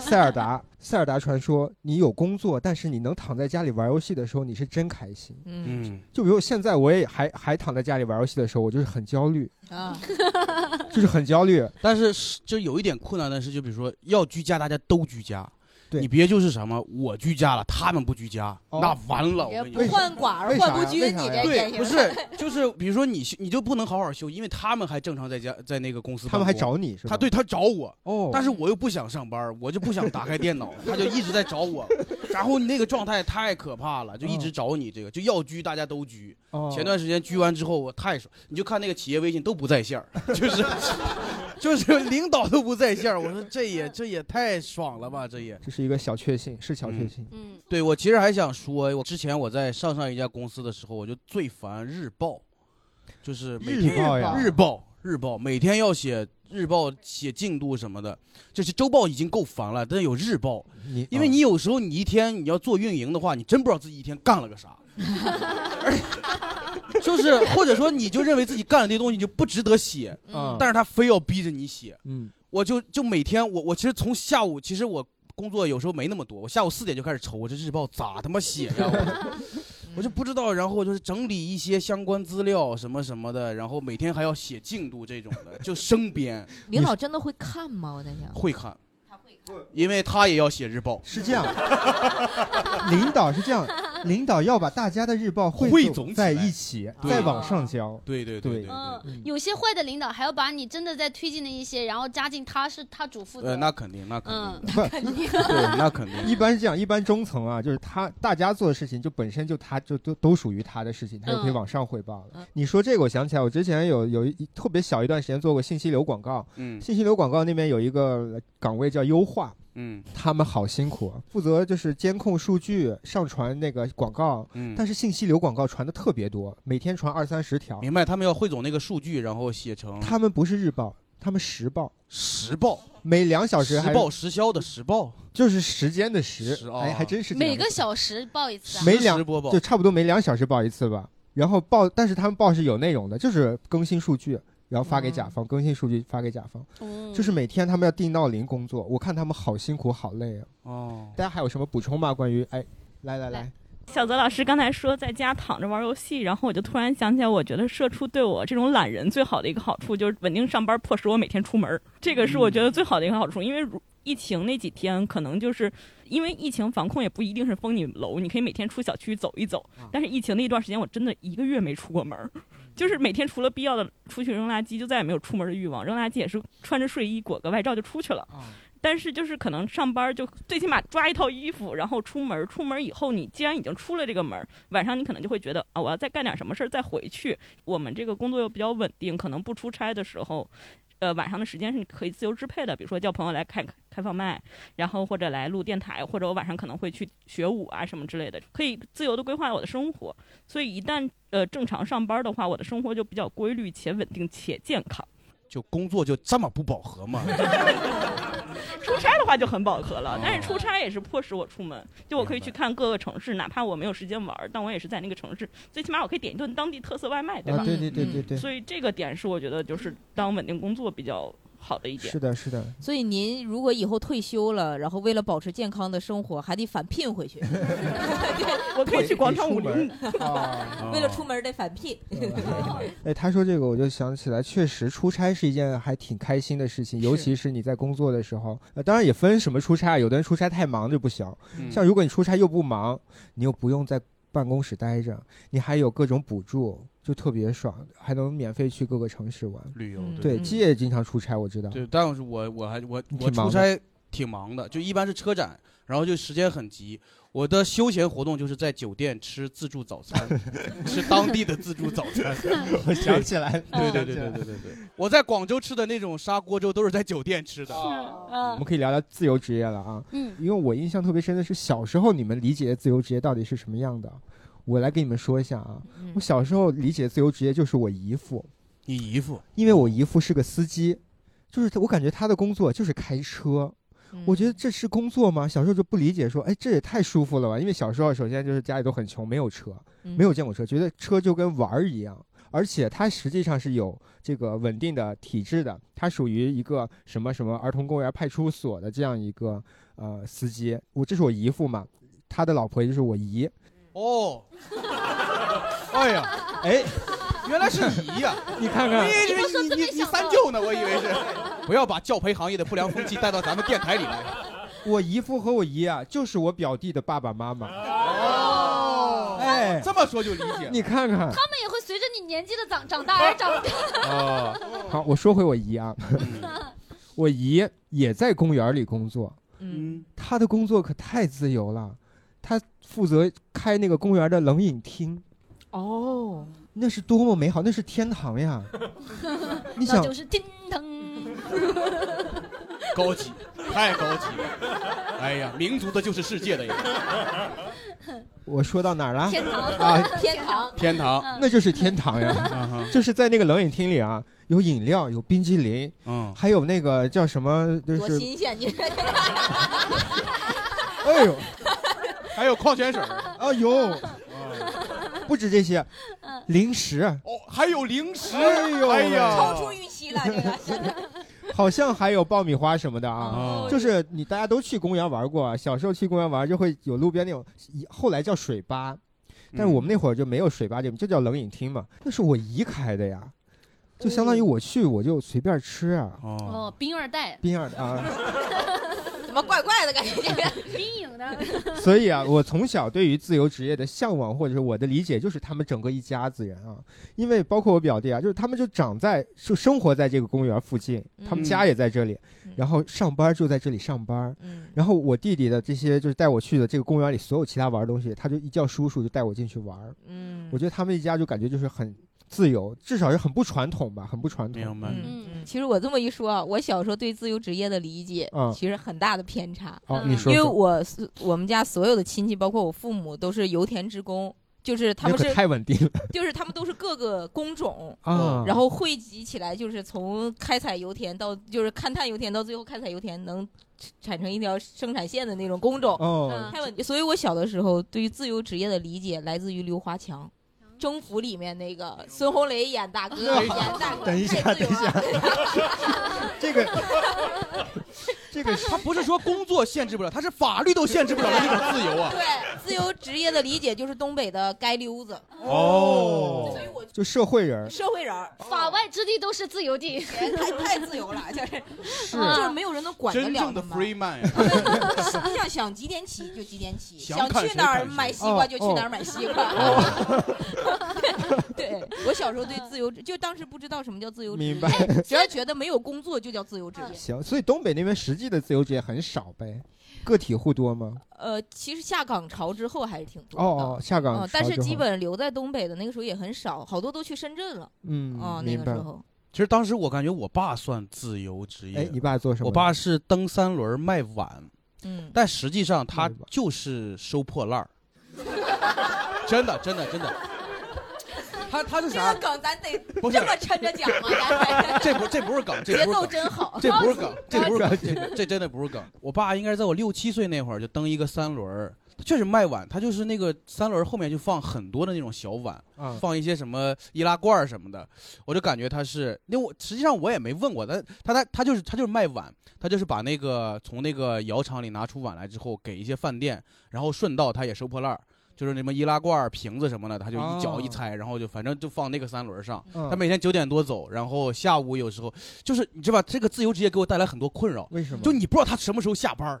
Speaker 3: 塞尔达，塞尔达传说。你有工作，但是你能躺在家里玩游戏的时候，你是真开心。
Speaker 2: 嗯，
Speaker 3: 就比如现在我也还还躺在家里玩游戏的时候，我就是很焦虑，
Speaker 17: 嗯
Speaker 2: 嗯
Speaker 4: 啊，
Speaker 3: 就是很焦虑。
Speaker 2: 但是是就有一点困难的是，就比如说要居家，大家都居家。
Speaker 3: 对哦
Speaker 2: 你别就是什么，我居家了，他们不居家，那完了。我跟你
Speaker 4: 不
Speaker 2: 说
Speaker 4: 患寡而
Speaker 2: 为啥
Speaker 4: 患不
Speaker 2: 呀
Speaker 4: 均，
Speaker 2: 为
Speaker 4: 你
Speaker 2: 啥
Speaker 4: 这
Speaker 2: 呀对，
Speaker 4: 典型
Speaker 2: 不是，就是比如说你休你就不能好好休，因为他们还正常在家在那个公司办公，
Speaker 3: 他们还找你是吧
Speaker 2: 他对他找我，
Speaker 3: 哦
Speaker 2: 但是我又不想上班，我就不想打开 电脑，他就一直在找我，然后你那个状态太可怕了，就一直找你这个，就要居大家都居
Speaker 3: 哦。
Speaker 2: 前段时间居完之后，我太爽，你就看那个企业微信都不在线儿， 就是。就是领导都不在线儿我说这也这也太爽了吧，这也。
Speaker 3: 这是一个小确幸，是小确幸。
Speaker 4: 嗯，
Speaker 2: 对我其实还想说，我之前我在上上一家公司的时候，我就最烦日报，就是每天
Speaker 3: 日报呀
Speaker 2: 日报日报每天要写日报写进度什么的，就是周报已经够烦了，但是有日报，因
Speaker 3: 嗯
Speaker 2: 为你有时候你一天你要做运营的话，你真不知道自己一天干了 个啥。而 就是，或者说，你就认为自己干的这东西你就不值得写，
Speaker 3: 嗯
Speaker 2: 但是他非要逼着你写，
Speaker 3: 嗯，
Speaker 2: 我就就每天我我其实从下午其实我工作有时候没那么多，我下午四点就开始愁，我这日报咋他妈写呀？我我就不知道，然后就是整理一些相关资料什么什么的，然后每天还要写进度这种的，就生编。
Speaker 4: 领导真的会看吗？我在想，
Speaker 2: 会看，他会看，因为他也要写日报。
Speaker 3: 是这样，领导是这样，领导要把大家的日报汇
Speaker 2: 嗯汇
Speaker 3: 总
Speaker 2: 总起
Speaker 3: 在
Speaker 2: 来
Speaker 3: 一起，
Speaker 2: 对
Speaker 3: 再往上交。
Speaker 2: 对对
Speaker 3: 对
Speaker 2: 嗯
Speaker 1: 有些坏的领导还要把你真的在推进的一些，然后加进他是他主负责。
Speaker 2: 呃，那肯定，那肯定，
Speaker 1: 嗯，
Speaker 3: 不
Speaker 1: 肯定。
Speaker 3: 对
Speaker 2: 那肯定。
Speaker 3: 一般是这样，一般中层啊，就是他大家做的事情，就本身就他就都都属于他的事情，他就可以
Speaker 10: 嗯
Speaker 3: 往上汇报了。
Speaker 10: 嗯
Speaker 3: 你说这个，我想起来，我之前有有一特别小一段时间做过信息流广告，
Speaker 2: 嗯
Speaker 3: 信息流广告那边有一个岗位叫优化，
Speaker 2: 嗯，
Speaker 3: 他们好辛苦，啊，负责就是监控数据、上传那个广告，
Speaker 2: 嗯
Speaker 3: 但是信息流广告传的特别多，每天传二三十条。
Speaker 2: 明白，他们要汇总那个数据，然后写成
Speaker 3: 他们不是日报，他们时报，
Speaker 2: 时报
Speaker 3: 每两小时
Speaker 2: 时
Speaker 3: 还
Speaker 2: 报时销的时报，
Speaker 3: 就是时间的时，
Speaker 2: 时哦
Speaker 3: 哎，还真 是这样
Speaker 1: 每个小时报一次、啊，
Speaker 3: 每两就差不多每两小时报一次吧。然后报，但是他们报是有内容的，就是更新数据，然后发给甲方，更新数据发给甲方，就是每天他们要定闹铃工作。我看他们好辛苦，好累啊。
Speaker 2: 哦，
Speaker 3: 大家还有什么补充吗？关于哎，来来来，
Speaker 18: 小泽老师刚才说在家躺着玩游戏，然后我就突然想起来，我觉得社畜对我这种懒人最好的一个好处就是稳定上班，迫使我每天出门儿。这个是我觉得最好的一个好处，因为如疫情那几天可能就是因为疫情防控也不一定是封你楼，你可以每天出小区走一走。但是疫情那一段时间，我真的一个月没出过门儿。就是每天除了必要的出去扔垃圾，就再也没有出门的欲望。扔垃圾也是穿着睡衣裹个外罩就出去了。但是就是可能上班就最起码抓一套衣服，然后出门。出门以后，你既然已经出了这个门儿，晚上你可能就会觉得啊，我要再干点什么事儿再回去。我们这个工作又比较稳定，可能不出差的时候，呃，晚上的时间是可以自由支配的。比如说叫朋友来开开放麦，然后或者来录电台，或者我晚上可能会去学舞啊什么之类的，可以自由的规划我的生活。所以一旦呃正常上班的话，我的生活就比较规律且稳定且健康。
Speaker 2: 就工作就这么不饱和吗？
Speaker 18: 出差的话就很饱和了
Speaker 2: 哦，
Speaker 18: 但是出差也是迫使我出门，就我可以去看各个城市，哪怕我没有时间玩儿，但我也是在那个城市，最起码我可以点一顿当地特色外卖，对吧？嗯
Speaker 3: 啊对对对对对
Speaker 18: 所以这个点是我觉得就是当稳定工作比较好的一点。
Speaker 3: 是的，是的，
Speaker 4: 所以您如果以后退休了，然后为了保持健康的生活，还得返聘回去。 对，
Speaker 18: 我可以去广场舞
Speaker 3: 得
Speaker 18: 林
Speaker 3: 出门啊
Speaker 4: 为了出门得返聘。
Speaker 3: 哎，他说这个我就想起来，确实出差是一件还挺开心的事情，尤其是你在工作的时候。呃，当然也分什么出差啊，有的人出差太忙就不行。
Speaker 2: 嗯
Speaker 3: 像如果你出差又不忙，你又不用在办公室待着，你还有各种补助，就特别爽，还能免费去各个城市玩
Speaker 2: 旅游对
Speaker 3: 对，基也经常出差，我知道。
Speaker 2: 对，但是我我还我
Speaker 3: 你
Speaker 2: 我
Speaker 3: 挺忙
Speaker 2: 出
Speaker 3: 的。
Speaker 2: 差挺忙的，就一般是车展，然后就时间很急。我的休闲活动就是在酒店吃自助早餐，吃当地的自助早餐
Speaker 3: 我想起来了
Speaker 2: 对对
Speaker 3: 想起来
Speaker 2: 对对
Speaker 3: 了
Speaker 2: 对对对，我在广州吃的那种砂锅粥都是在酒店吃的。
Speaker 1: 啊
Speaker 3: 我们可以聊聊自由职业了啊。
Speaker 1: 嗯，
Speaker 3: 因为我印象特别深的是小时候你们理解的自由职业到底是什么样的，我来给你们说一下啊。我小时候理解自由职业就是我姨父，
Speaker 2: 你姨父，
Speaker 3: 因为我姨父是个司机，就是他我感觉他的工作就是开车。我觉得这是工作吗？小时候就不理解说，哎，这也太舒服了吧！因为小时候首先就是家里都很穷，没有车，没有见过车，觉得车就跟玩儿一样。而且它实际上是有这个稳定的体制的，它属于一个什么什么儿童公园派出所的这样一个呃司机。我这是我姨父嘛，他的老婆也就是我姨。
Speaker 2: 哦，
Speaker 3: 哎呀，哎，
Speaker 2: 原来是你呀、
Speaker 3: 你看看
Speaker 2: 我以为是你你你三舅呢，我以 为是。 不要把教培行业的不良风气带到咱们电台里来。
Speaker 3: 我姨父和我姨啊，就是我表弟的爸爸妈妈。
Speaker 2: 哦，
Speaker 3: 哎
Speaker 2: 这么说就理解了。
Speaker 3: 你看看，
Speaker 13: 他们也会随着你年纪的长长大而长 大。
Speaker 3: 哦，好，我说回我姨啊，我姨也在公园里工作，
Speaker 2: 嗯，
Speaker 3: 她的工作可太自由了，她负责开那个公园的冷饮厅，
Speaker 4: 哦，
Speaker 3: 那是多么美好，那是天堂呀！你想
Speaker 13: 那就是叮 当。
Speaker 2: 高级，太高级了。哎呀，民族的就是世界的呀。
Speaker 3: 我说到哪儿了？
Speaker 2: 天堂
Speaker 3: 啊，
Speaker 4: 天堂，
Speaker 2: 天堂
Speaker 3: 那就是天堂
Speaker 2: 嗯
Speaker 3: 呀
Speaker 2: 哼！
Speaker 3: 就是在那个冷饮厅里啊，有饮料，有冰激凌，
Speaker 2: 嗯，
Speaker 3: 还有那个叫什么，就
Speaker 4: 多
Speaker 3: 是
Speaker 4: 新鲜！你说
Speaker 3: 哎呦，
Speaker 2: 还有矿泉水，
Speaker 3: 哎呦，不止这些，零食，
Speaker 2: 嗯
Speaker 3: 啊
Speaker 2: 哦，还有零食，
Speaker 3: 哎呦
Speaker 2: 哎呀，
Speaker 3: 超出
Speaker 4: 预期了，这个真的。
Speaker 3: 好像还有爆米花什么的啊
Speaker 4: 哦，
Speaker 3: 就是你大家都去公园玩过，啊小时候去公园玩就会有路边那种，后来叫水吧，但是我们那会儿就没有水吧，就就叫冷饮厅嘛，那是我姨开的呀，就相
Speaker 2: 嗯
Speaker 3: 当于我去我就随便吃啊，
Speaker 13: 哦，冰二代，
Speaker 3: 冰二代啊，
Speaker 2: 哦
Speaker 4: 怎么怪怪的感觉？这个
Speaker 13: 冰影的。
Speaker 3: 所以啊，我从小对于自由职业的向往或者是我的理解就是他们整个一家子人啊，因为包括我表弟啊，就是他们就长在就生活在这个公园附近，
Speaker 4: 嗯
Speaker 3: 他们家也在这里，然后上班就在这里上班，
Speaker 4: 嗯
Speaker 3: 然后我弟弟的这些就是带我去的这个公园里所有其他玩的东西，他就一叫叔叔就带我进去玩，
Speaker 4: 嗯，
Speaker 3: 我觉得他们一家就感觉就是很自由，至少是很不传统吧，很不传统，
Speaker 2: 明白
Speaker 4: 嗯， 其实我这么一说啊，我小时候对自由职业的理解
Speaker 3: 嗯
Speaker 4: 其实很大的偏差。
Speaker 3: 哦你说说
Speaker 4: 因为我是我们家所有的亲戚，包括我父母，都是油田职工，就是他
Speaker 3: 那
Speaker 4: 们
Speaker 3: 可
Speaker 4: 是
Speaker 3: 太 稳定了。
Speaker 4: 就是他们都是各个工种
Speaker 13: 嗯
Speaker 3: 啊
Speaker 4: 然后汇集起来，就是从开采油田到就是勘探油田，到最后开采油田能产生一条生产线的那种工种，
Speaker 3: 哦
Speaker 4: 嗯太稳定。所以我小的时候对于自由职业的理解来自于刘华强。征服里面那个孙红雷演大哥，演大哥，
Speaker 3: 等一下
Speaker 4: 太自由 了
Speaker 3: 这个这
Speaker 2: 个他不是说工作限制不了，他是法律都限制不了的这种自由啊。
Speaker 4: 对自由职业的理解就是东北的街溜子，
Speaker 3: 哦，就社会人儿，
Speaker 4: 社会人儿，
Speaker 13: 法外之地都是自由地，
Speaker 4: 太太自由了，就是
Speaker 3: 是
Speaker 4: 就是没有人能管得
Speaker 2: 真
Speaker 4: 了
Speaker 2: 正的
Speaker 4: 他们。
Speaker 2: free man 呀。
Speaker 4: 想想几点起就几点起，
Speaker 2: 想
Speaker 4: 想
Speaker 2: 砍
Speaker 4: 去
Speaker 2: 谁
Speaker 4: 哪儿
Speaker 2: 砍谁
Speaker 4: 买西瓜
Speaker 2: 哦
Speaker 4: 就去哪儿
Speaker 2: 哦
Speaker 4: 买西瓜。
Speaker 3: 哦
Speaker 4: 对我小时候对自由职，就当时不知道什么叫自由职业，
Speaker 3: 明白啊
Speaker 4: 哎只要觉得没有工作就叫自由职业。
Speaker 3: 行，所以东北那边实际的自由职业很少呗，个体户多吗？
Speaker 4: 呃，其实下岗潮之后还是挺多的。
Speaker 3: 哦哦下岗
Speaker 4: 嗯但
Speaker 3: 潮
Speaker 4: 是
Speaker 3: 之
Speaker 4: 基
Speaker 3: 后
Speaker 4: 本留在东北的那个时候也很少，好多都去深圳了。
Speaker 3: 嗯
Speaker 4: 哦，那
Speaker 2: 明
Speaker 4: 个
Speaker 2: 白
Speaker 4: 时候，
Speaker 2: 其实当时我感觉我爸算自由职业。
Speaker 3: 哎你爸做什么
Speaker 2: 我爸是蹬三轮卖碗，
Speaker 4: 嗯，
Speaker 2: 但实际上他就是收破烂儿。 真的，真的，真的。他他是
Speaker 4: 这
Speaker 2: 啥
Speaker 4: 个？梗咱得
Speaker 2: 不是
Speaker 4: 这么抻着讲吗？咱还
Speaker 2: 这不这不是梗，这
Speaker 4: 节
Speaker 2: 不是
Speaker 4: 奏
Speaker 2: 梗
Speaker 4: 真好，
Speaker 2: 这不是梗，这不是梗，这这真的不是梗。我爸应该是在我六七岁那会儿就蹬一个三轮儿，他确实卖碗，他就是那个三轮儿后面就放很多的那种小碗，
Speaker 3: 嗯
Speaker 2: 放一些什么易拉罐儿什么的，我就感觉他是，因为我实际上我也没问过他，他他他就是他就是卖碗，他就是把那个从那个窑厂里拿出碗来之后给一些饭店，然后顺道他也收破烂儿。就是什么易拉罐儿、瓶子什么的，他就一脚一
Speaker 3: 哦
Speaker 2: 踩，然后就反正就放那个三轮儿上。
Speaker 3: 嗯
Speaker 2: 他每天九点多走，然后下午有时候就是你知道吧，这个自由职业给我带来很多困扰。
Speaker 3: 为什么
Speaker 2: 就你不知道他什么时候下班 儿。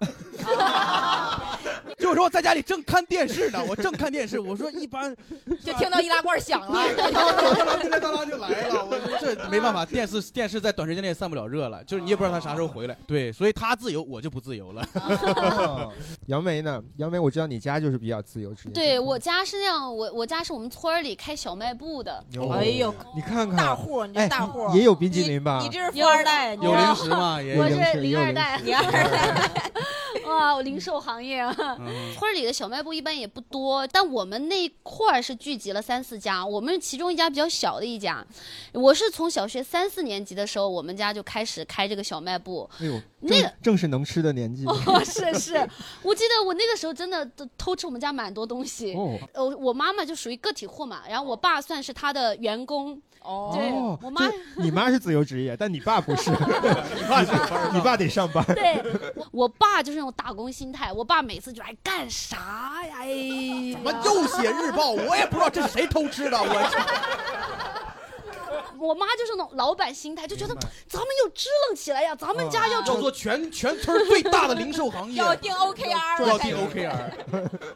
Speaker 2: 就有时候在家里正看电视呢，我正看电视，我说 一般
Speaker 4: 就听到易拉罐响 了。
Speaker 2: 叮 当当就来了， 我说这没办法，电视电视在短时间内散不了热了，就是你也不知道他啥时候回来。对，所以他自由，我就不自由了。
Speaker 3: 杨梅呢？杨梅，我知道你家就是比较自由职业。
Speaker 13: 对我家是那样，我我家是我们村儿里开小卖部的，
Speaker 3: 有，
Speaker 4: 哎呦
Speaker 3: 你看看
Speaker 4: 大户你这
Speaker 3: 哦哎
Speaker 4: 大户
Speaker 3: 也有冰激凌吧？
Speaker 4: 你这是富二代，你知道吗
Speaker 3: 有零食吗也有
Speaker 13: 我
Speaker 3: 零食
Speaker 13: 是
Speaker 3: 也有
Speaker 13: 二
Speaker 3: 零
Speaker 13: 代，
Speaker 3: 食
Speaker 13: 零 二代。哇，我零售行业啊，
Speaker 2: 嗯
Speaker 13: 村儿里的小卖部一般也不多，但我们那块儿是聚集了三四家，我们其中一家比较小的一家。我是从小学三四年级的时候，我们家就开始开这个小卖部。
Speaker 3: 哎呦，
Speaker 1: 那个
Speaker 3: 正是能吃的年纪。
Speaker 1: 哦， 是是，我记得我那个时候真的都偷吃我们家蛮多东西。
Speaker 3: 哦
Speaker 1: 呃，我妈妈就属于个体户嘛，然后我爸算是她的员工。哦对
Speaker 3: 哦
Speaker 1: 我妈，
Speaker 3: 就你妈是自由职业，但你爸 不是，你爸得你爸得上班。
Speaker 1: 对我我爸就是那种打工心态，我爸每次就来干啥呀？哎呀，
Speaker 2: 妈又写日报，我也不知道这是谁偷吃的，我
Speaker 1: 我妈就是那种老板心态，就觉得咱们要支棱起来呀，咱们家要
Speaker 2: 嗯要做全全村最大的零售行业，
Speaker 1: 要定 OKR 了
Speaker 2: 要定 OKR，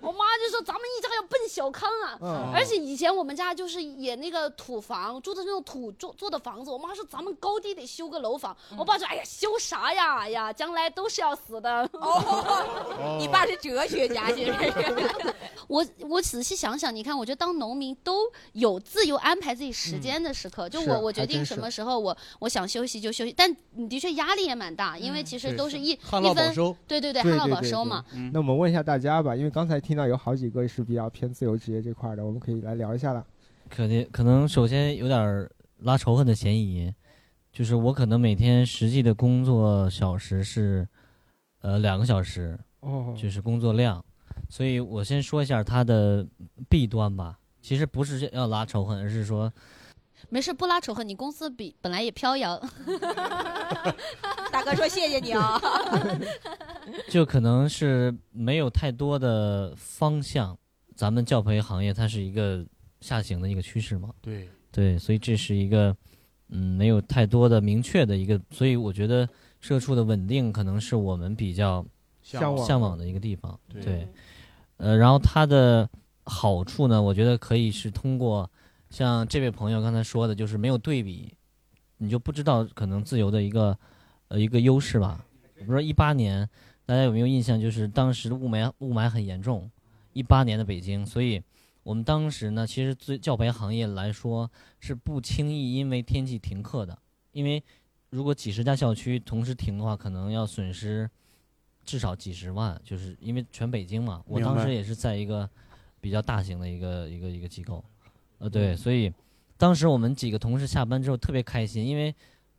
Speaker 1: 我妈就说咱们一家要奔小康啊，
Speaker 2: 嗯
Speaker 1: 而且以前我们家就是也那个土房，住的是那种土做做的房子。我妈说咱们高低得修个楼房，
Speaker 4: 嗯
Speaker 1: 我爸说哎呀修啥呀哎呀，将来都是要死的。
Speaker 4: 哦你爸是哲学家现在是
Speaker 1: 我我仔细想想，你看，我觉得当农民都有自由安排自己时间的时刻，就我
Speaker 4: 是
Speaker 1: 我
Speaker 4: 还
Speaker 1: 决定
Speaker 4: 真
Speaker 1: 什
Speaker 4: 是
Speaker 1: 么时候我我想休息就休息，但你的确压力也蛮大，
Speaker 4: 嗯
Speaker 1: 因为其实
Speaker 3: 对
Speaker 1: 都
Speaker 3: 是
Speaker 1: 是一
Speaker 3: 旱
Speaker 1: 一
Speaker 3: 涝保
Speaker 1: 分
Speaker 3: 收
Speaker 1: 对对对
Speaker 3: 对
Speaker 1: 旱涝
Speaker 3: 对
Speaker 1: 保
Speaker 3: 对
Speaker 1: 收
Speaker 3: 对嗯
Speaker 1: 嘛。
Speaker 3: 那我们问一下大家吧，因为刚才听到有好几个是比较偏自由职业这块儿的，我们可以来聊一下了。
Speaker 7: 可能可能首先有点儿拉仇恨的嫌疑，就是我可能每天实际的工作小时是，呃，两个小时，
Speaker 3: 哦
Speaker 7: 就是工作量，所以我先说一下它的弊端吧。其实不是要拉仇恨，而是说，
Speaker 1: 没事，不拉仇恨，你公司比本来也飘摇。
Speaker 4: 大哥说谢谢你啊。
Speaker 7: 就可能是没有太多的方向。咱们教培行业它是一个下行的一个趋势嘛，
Speaker 2: 对
Speaker 7: 对，所以这是一个嗯没有太多的明确的一个，所以我觉得社畜的稳定可能是我们比较
Speaker 3: 向往
Speaker 7: 向往的一个地方，
Speaker 3: 对
Speaker 7: 呃，然后它的好处呢，我觉得可以是通过像这位朋友刚才说的，就是没有对比，你就不知道可能自由的一个呃一个优势吧。比如说一八年，大家有没有印象？就是当时的雾霾雾霾很严重，一八年的北京，所以我们当时呢，其实对教培行业来说是不轻易因为天气停课的，因为如果几十家校区同时停的话，可能要损失至少几十万，就是因为全北京嘛。我
Speaker 2: 明白
Speaker 7: 当时也是在一个比较大型的一个一个一个机构，呃，
Speaker 2: 嗯
Speaker 7: 对，所以当时我们几个同事下班之后特别开心，因为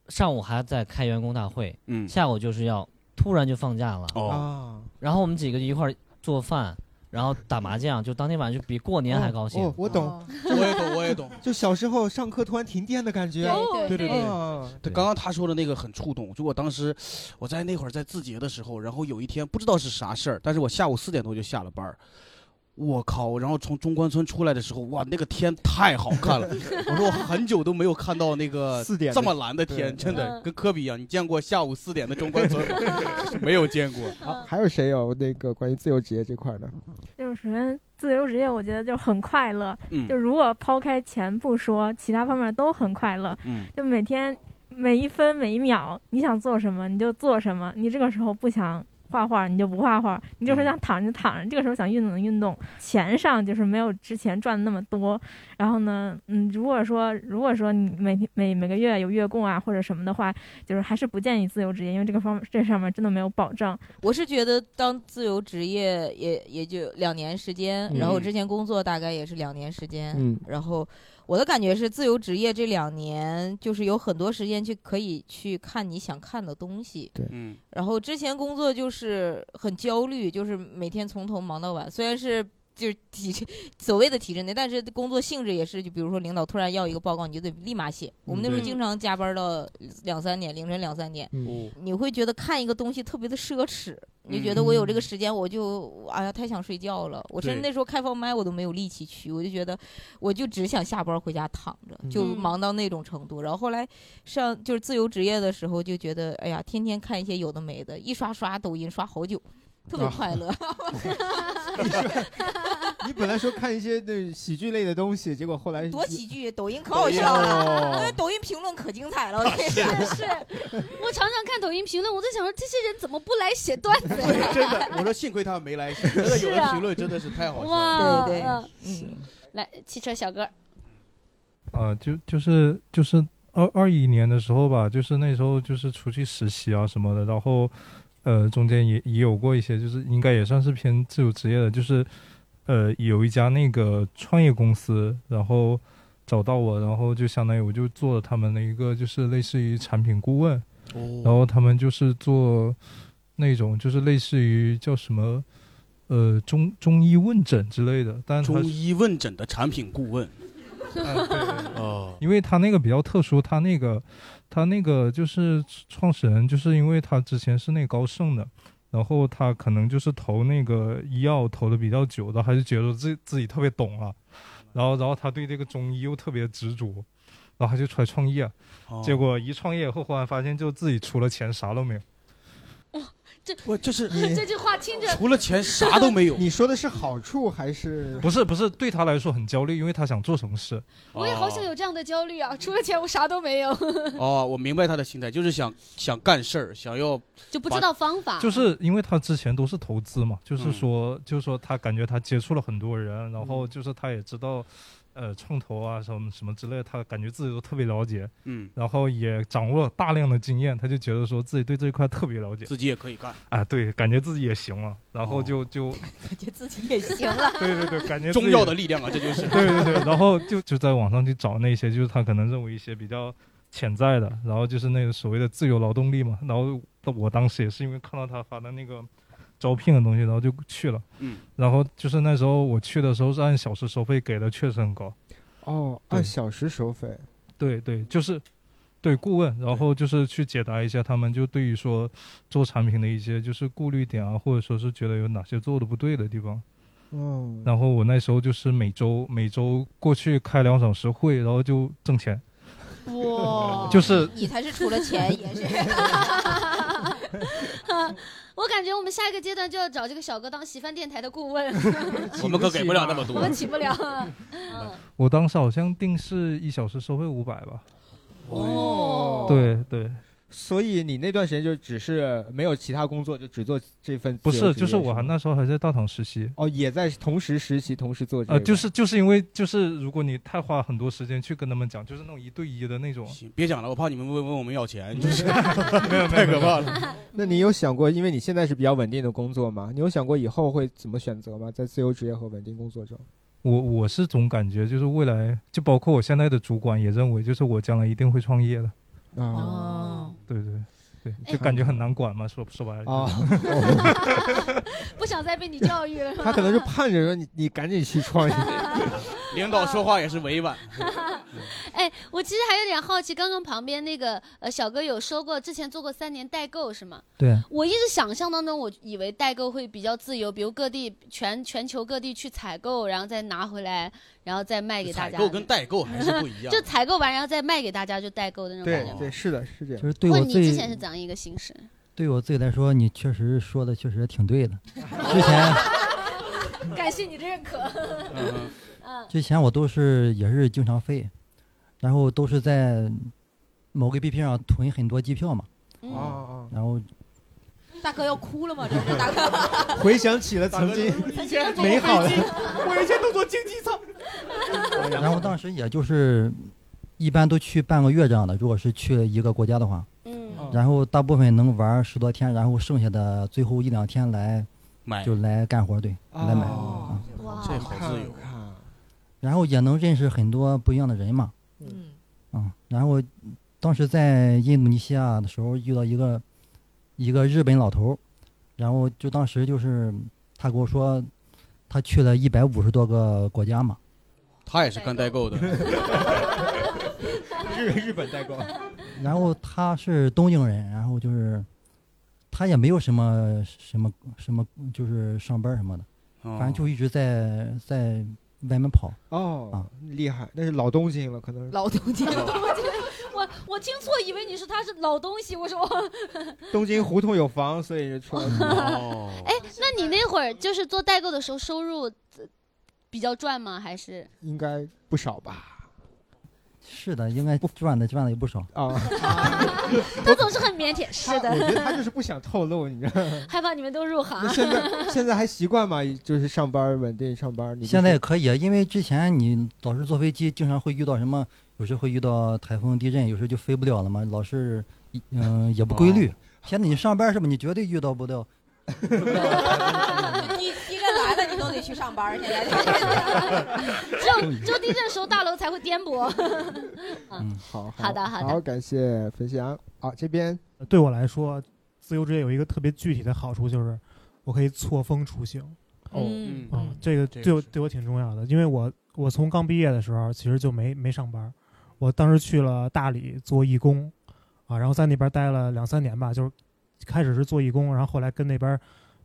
Speaker 7: 上午还在开员工大会，
Speaker 2: 嗯
Speaker 7: 下午就是要突然就放假了，
Speaker 2: 哦
Speaker 3: 啊，
Speaker 7: 然后我们几个就一块儿做饭，然后打麻将，就当天晚上就比过年还高兴。
Speaker 3: 哦我懂，
Speaker 2: 我也懂，我 也懂。
Speaker 3: 就小时候上课突然停电的感觉。
Speaker 2: 哦对对
Speaker 3: 啊
Speaker 2: 对，对刚刚他说的那个很触动。就我当时，我在那会儿在字节的时候，然后有一天不知道是啥事儿，但是我下午四点多就下了班儿。我靠！然后从中关村出来的时候，哇，那个天太好看了！我说我很久都没有看到那 个
Speaker 3: 四点的
Speaker 2: 这么蓝的
Speaker 3: 对
Speaker 2: 天，真的
Speaker 3: 嗯
Speaker 2: 跟科比一样。你见过下午四点的中关村吗？ 没有见过。
Speaker 3: 还有谁有那个关于自由职业这块的？
Speaker 12: 就是首先自由职业，我觉得就很快乐。
Speaker 3: 嗯
Speaker 12: 就如果抛开钱不说，其他方面都很快乐。
Speaker 2: 嗯
Speaker 12: 就每天每一分每一秒，你想做什么你就做什么。你这个时候不想画画，你就不画画；你
Speaker 3: 嗯
Speaker 12: 这时候想躺着就躺着，这个时候想运动就运动。钱上就是没有之前赚的那么多。然后呢，嗯，如果说如果说你每天每每个月有月供啊或者什么的话，就是还是不建议自由职业，因为这个方这上面真的没有保障。
Speaker 4: 我是觉得当自由职业也也就两年时间，
Speaker 12: 嗯
Speaker 4: 然后之前工作大概也是两年时间，
Speaker 12: 嗯
Speaker 4: 然后我的感觉是自由职业这两年就是有很多时间去可以去看你想看的东西，
Speaker 3: 对，
Speaker 2: 嗯，
Speaker 4: 然后之前工作就是很焦虑，就是每天从头忙到晚，虽然是。就是体制所谓的体制内，但是工作性质也是，就比如说领导突然要一个报告，你就得立马写。我们那时候
Speaker 12: 嗯对
Speaker 4: 经常加班到两三点，凌晨两三点，
Speaker 12: 嗯
Speaker 4: 你会觉得看一个东西特别的奢侈，你就觉得
Speaker 12: 嗯
Speaker 4: 我有这个时间，我就哎呀太想睡觉了。我甚至
Speaker 12: 对
Speaker 4: 那时候开放麦我都没有力气去，我就觉得我就只想下班回家躺着，就
Speaker 12: 嗯
Speaker 4: 忙到那种程度。然后后来上就是自由职业的时候，就觉得哎呀，天天看一些有的没的，一刷刷抖音刷好久，特别
Speaker 3: 啊
Speaker 4: 快 乐。
Speaker 3: 你本来说看一些那喜剧类的东西，结果后来
Speaker 4: 多喜剧，抖音可好笑
Speaker 3: 哦
Speaker 2: 哦
Speaker 4: 了，因为抖音评论可精彩了，我跟你
Speaker 2: 啊
Speaker 4: 说。
Speaker 1: 是我常常看抖音评论，我在想说这些人怎么不来写段子呀？
Speaker 2: 真的，我说幸亏他们没来，真的有人评论真的是啊太好笑
Speaker 1: 哇，
Speaker 2: 了。
Speaker 1: 嗯，来，汽车小哥，
Speaker 17: 啊，就就是就是二二一年的时候吧，就是那时候就是出去实习啊什么的，然后呃中间也也有过一些，就是应该也算是偏自由职业的，就是呃有一家那个创业公司，然后找到我，然后就相当于我就做了他们的一个就是类似于产品顾问。
Speaker 2: 哦
Speaker 6: 哦
Speaker 17: 然后他们就是做那种就是类似于叫什么呃中中医问诊之类的，但是它
Speaker 2: 中医问诊的产品顾问。哦，
Speaker 17: 因为他那个比较特殊，他那个他那个就是创始人，就是因为他之前是那高盛的，然后他可能就是投那个医药投的比较久的，然后还是觉得自自己特别懂了，然后然后他对这个中医又特别执着，然后他就出来创业，
Speaker 2: 哦
Speaker 17: 结果一创业以后，忽然发现就自己除了钱啥都没有。
Speaker 1: 这
Speaker 2: 我就是
Speaker 1: 这句话听着
Speaker 2: 没 有。
Speaker 3: 你说的是好处还是？
Speaker 17: 不是不是，对他来说很焦虑，因为他想做什么事。
Speaker 1: 我也好想有这样的焦虑啊！除了钱，我啥都没有，
Speaker 2: 哦，我明白他的心态，就是想想干事儿，想要
Speaker 1: 就不知道方法。
Speaker 17: 就是因为他之前都是投资嘛，就是
Speaker 2: 嗯
Speaker 17: 说，就是说他感觉他接触了很多人，然
Speaker 1: 嗯
Speaker 17: 后就是他也知道，呃，创投啊什么什么之类的，他感觉自己都特别了解，
Speaker 2: 嗯
Speaker 17: 然后也掌握了大量的经验，他就觉得说自己对这一块特别了解，
Speaker 2: 自己也可以干。哦
Speaker 17: 啊，对，感觉自己也行了，然后就就
Speaker 4: 感觉自己也行了。
Speaker 17: 对对对，感觉自己
Speaker 2: 中药的力量啊，这就是
Speaker 17: 对对对， 然后就就在网上去找那些，就是他可能认为一些比较潜在的，然后就是那个所谓的自由劳动力嘛。然后我当时也是因为看到他发的那个招聘的东西，然后就去了。
Speaker 2: 嗯，
Speaker 17: 然后就是那时候我去的时候是按小时收费给的，确实很高。
Speaker 3: 哦，按小时收费。
Speaker 17: 对对，就是对顾问，然后就是去解答一下他们就对于说做产品的一些就是顾虑点啊，或者说是觉得有哪些做的不对的地方。
Speaker 3: 嗯，
Speaker 17: 然后我那时候就是每周每周过去开两小时会，然后就挣钱。
Speaker 4: 哇
Speaker 17: 就是
Speaker 4: 你才是除了钱也是。
Speaker 1: 我感觉我们下一个阶段就要找这个小哥当喜番电台的顾问，
Speaker 2: 我们可给不了那么多
Speaker 1: 我们起不了。
Speaker 17: 我当时好像定是一小时收费五百吧。
Speaker 1: 哦
Speaker 17: 对对，
Speaker 3: 所以你那段时间就只是没有其他工作，就只做这份
Speaker 17: 不
Speaker 3: 自由
Speaker 17: 是，
Speaker 3: 职
Speaker 17: 就是
Speaker 3: 业
Speaker 17: 我还
Speaker 3: 吗
Speaker 17: 那时候还在大厂实习。
Speaker 3: 哦，也在同时实习，同时做这个。
Speaker 17: 呃，就是就是因为就是如果你太花很多时间去跟他们讲，就是那种一对一的那种，
Speaker 2: 别讲了，我怕你们问问我们要钱，就是
Speaker 17: 没有没
Speaker 2: 太可
Speaker 17: 有
Speaker 2: 怕
Speaker 17: 没有
Speaker 2: 了。
Speaker 3: 那你有想过，因为你现在是比较稳定的工作嘛，你有想过以后会怎么选择吗？在自由职业和稳定工作中，
Speaker 17: 我我是总感觉就是未来，就包括我现在的主管也认为，就是我将来一定会创业的。
Speaker 3: 哦，
Speaker 17: 对对对，
Speaker 1: 哎
Speaker 17: 就感觉很难管嘛，说说白了。
Speaker 3: 哦
Speaker 1: 不想再被你教育了。
Speaker 3: 他 可能就盼着说 你你赶紧去 创业。
Speaker 2: 领导说话也是委婉。
Speaker 1: 哎，我其实还有点好奇，刚刚旁边那个呃小哥有说过，之前做过三年代购是吗？
Speaker 16: 对
Speaker 1: 我一直想象当中，我以为代购会比较自由，比如各地全全球各地去采购，然后再拿回来，然后再卖给大
Speaker 2: 采
Speaker 1: 家。
Speaker 2: 购跟代购还是不一 样。
Speaker 1: 就采购完然后再卖给大家，就代购的那种感
Speaker 3: 对
Speaker 1: 觉。
Speaker 3: 对，是的，是这样。
Speaker 16: 就是对
Speaker 1: 或
Speaker 16: 我
Speaker 1: 者你之
Speaker 16: 最
Speaker 1: 前是怎样一个形式？
Speaker 16: 对我自己来说，你确实说的确实挺对的。之前
Speaker 1: 感谢你的认可。嗯，
Speaker 16: 之前我都是也是经常飞，然后都是在某个 APP 上囤很多机票嘛，
Speaker 3: 哦哦
Speaker 16: 然后
Speaker 4: 大哥要哭了吗？这是大哥。
Speaker 3: 回想起了曾经
Speaker 4: 以前
Speaker 3: 美好的，
Speaker 2: 我以前都坐经济舱。
Speaker 16: 然后当时也就是一般都去半个月这样的，如果是去一个国家的话，
Speaker 1: 嗯
Speaker 16: 然后大部分能玩十多天，然后剩下的最后一两天来
Speaker 2: 买
Speaker 16: 就来干活，对，来买。啊
Speaker 1: 哦
Speaker 3: 嗯
Speaker 2: 哇，这好自由。
Speaker 16: 然后也能认识很多不一样的人嘛。
Speaker 4: 嗯。
Speaker 16: 啊，然后当时在印度尼西亚的时候遇到一个一个日本老头儿，然后就当时就是他跟我说，他去了一百五十多个国家嘛。
Speaker 2: 他也是干代购的。
Speaker 3: 日日本代购，
Speaker 16: 然后他是东京人，然后就是他也没有什么什么什么，就是上班什么的，
Speaker 3: 哦
Speaker 16: 反正就一直在在外面跑。
Speaker 2: 啊
Speaker 3: 哦，厉害，那是老东京了，可能是
Speaker 4: 老东京，
Speaker 1: 我我听错，以为你说他是老东西，我说我。
Speaker 3: 东京胡同有房，所以就出来。
Speaker 2: 哦，
Speaker 1: 哎，那你那会儿就是做代购的时候，收入呃比较赚吗？还 是
Speaker 3: 应该不少吧？
Speaker 16: 是的，应该赚的赚的也不少
Speaker 3: 啊。
Speaker 1: 他总是很腼腆。是
Speaker 3: 我觉得他就是不想透露，你知道吗？
Speaker 1: 害怕你们都入行
Speaker 3: 那。现在 现在还习惯吗？就是上班稳定上班，你就 是
Speaker 16: 现在也可以啊，因为之前你老是坐飞机，经常会遇到什么，有时会遇到台风、地震，有时就飞不了了嘛，老是一嗯、也不规律。
Speaker 3: 哦
Speaker 16: 现在你上班是吧？你绝对遇到不到。
Speaker 4: 你地震来了，你都得去上班儿。现在
Speaker 1: 只有只有地震的时候，大楼才会颠簸。嗯
Speaker 3: 好，
Speaker 1: 好的好的
Speaker 3: 感谢分享。好，啊这边
Speaker 14: 呃对我来说，自由职业有一个特别具体的好处，就是我可以错峰出行。
Speaker 2: 哦嗯
Speaker 14: 啊
Speaker 2: 嗯，
Speaker 14: 这个
Speaker 2: 这个
Speaker 14: 对我对我挺重要的，因为我我从刚毕业的时候其实就没没上班，我当时去了大理做义工，啊，然后在那边待了两三年吧，就是开始是做义工，然后后来跟那边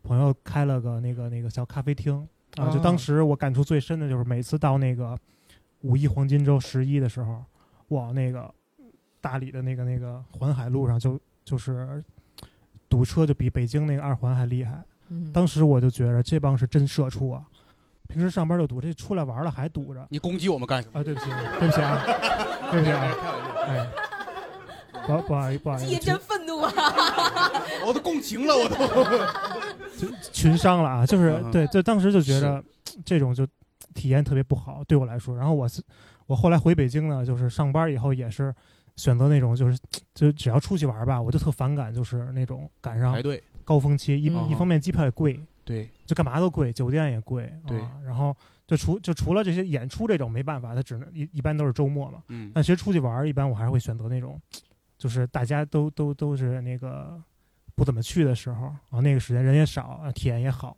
Speaker 14: 朋友开了个那个那个小咖啡厅，啊，就
Speaker 9: 哦
Speaker 14: 当时我感触最深的就是每次到那个五一黄金周、十一的时候，哇，那个大理的那个那个环海路上就就是堵车，就比北京那个二环还厉害。
Speaker 9: 嗯
Speaker 14: 当时我就觉着这帮是真社畜啊，平时上班就堵，这出来玩了还堵着。
Speaker 2: 你攻击我们干什么？
Speaker 14: 啊，对不 起，对不起啊，对不起啊，哎，不不好意不好意
Speaker 4: 也
Speaker 14: 思，群
Speaker 4: 真愤怒啊！
Speaker 2: 我都共情了，我都。
Speaker 14: 群伤 了啊，就是
Speaker 2: 嗯
Speaker 14: 对，就当时就觉着这种就体验特别不好，对我来说。然后我是我后来回北京呢，就是上班以后也是选择那种就是就只要出去玩吧，我就特反感，就是那种赶上
Speaker 2: 排队
Speaker 14: 高峰期，一、
Speaker 2: 嗯
Speaker 14: 一方面机票也贵，
Speaker 2: 对，
Speaker 14: 就干嘛都贵，酒店也贵，
Speaker 2: 对
Speaker 14: 啊，然后就除就除了这些演出这种没办法，它只能一一般都是周末嘛，
Speaker 2: 嗯
Speaker 14: 但其实出去玩儿一般我还是会选择那种，就是大家都都都是那个不怎么去的时候啊，那个时间人也少，啊体验也好，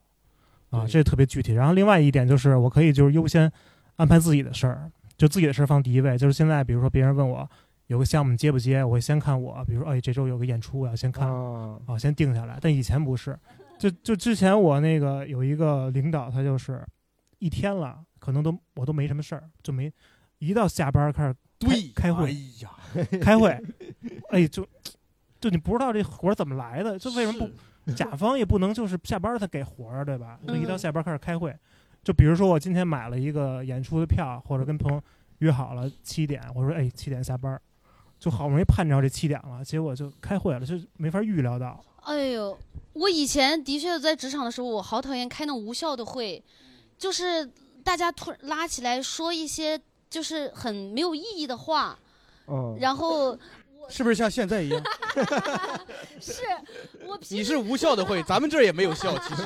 Speaker 14: 啊，这特别具体。然后另外一点就是，我可以就是优先安排自己的事儿，就自己的事儿放第一位。就是现在，比如说别人问我有个项目接不接，我会先看我，比如说哎这周有个演出，我要先看，
Speaker 3: 哦、
Speaker 14: 啊先定下来。但以前不是，就就之前我那个有一个领导，他就是一天了，可能都我都没什么事儿，就没一到下班开始对开会，
Speaker 2: 哎呀
Speaker 14: 开会，哎就就你不知道这活儿怎么来的，就为什么不？甲方也不能就是下班儿他给活儿，对吧？
Speaker 9: 嗯
Speaker 14: 一到下班儿开始开会，就比如说我今天买了一个演出的票，或者跟朋友约好了七点，我说哎七点下班儿，就好不容易盼着这七点了，结果就开会了，就没法预料到。
Speaker 13: 哎呦，我以前的确在职场的时候，我好讨厌开那种无效的会，就是大家突然拉起来说一些就是很没有意义的话，
Speaker 2: 哦
Speaker 13: 然后
Speaker 2: 是不是像现 在一样？
Speaker 13: 是我
Speaker 2: 你是无效的会，咱们这儿也没有效，其实。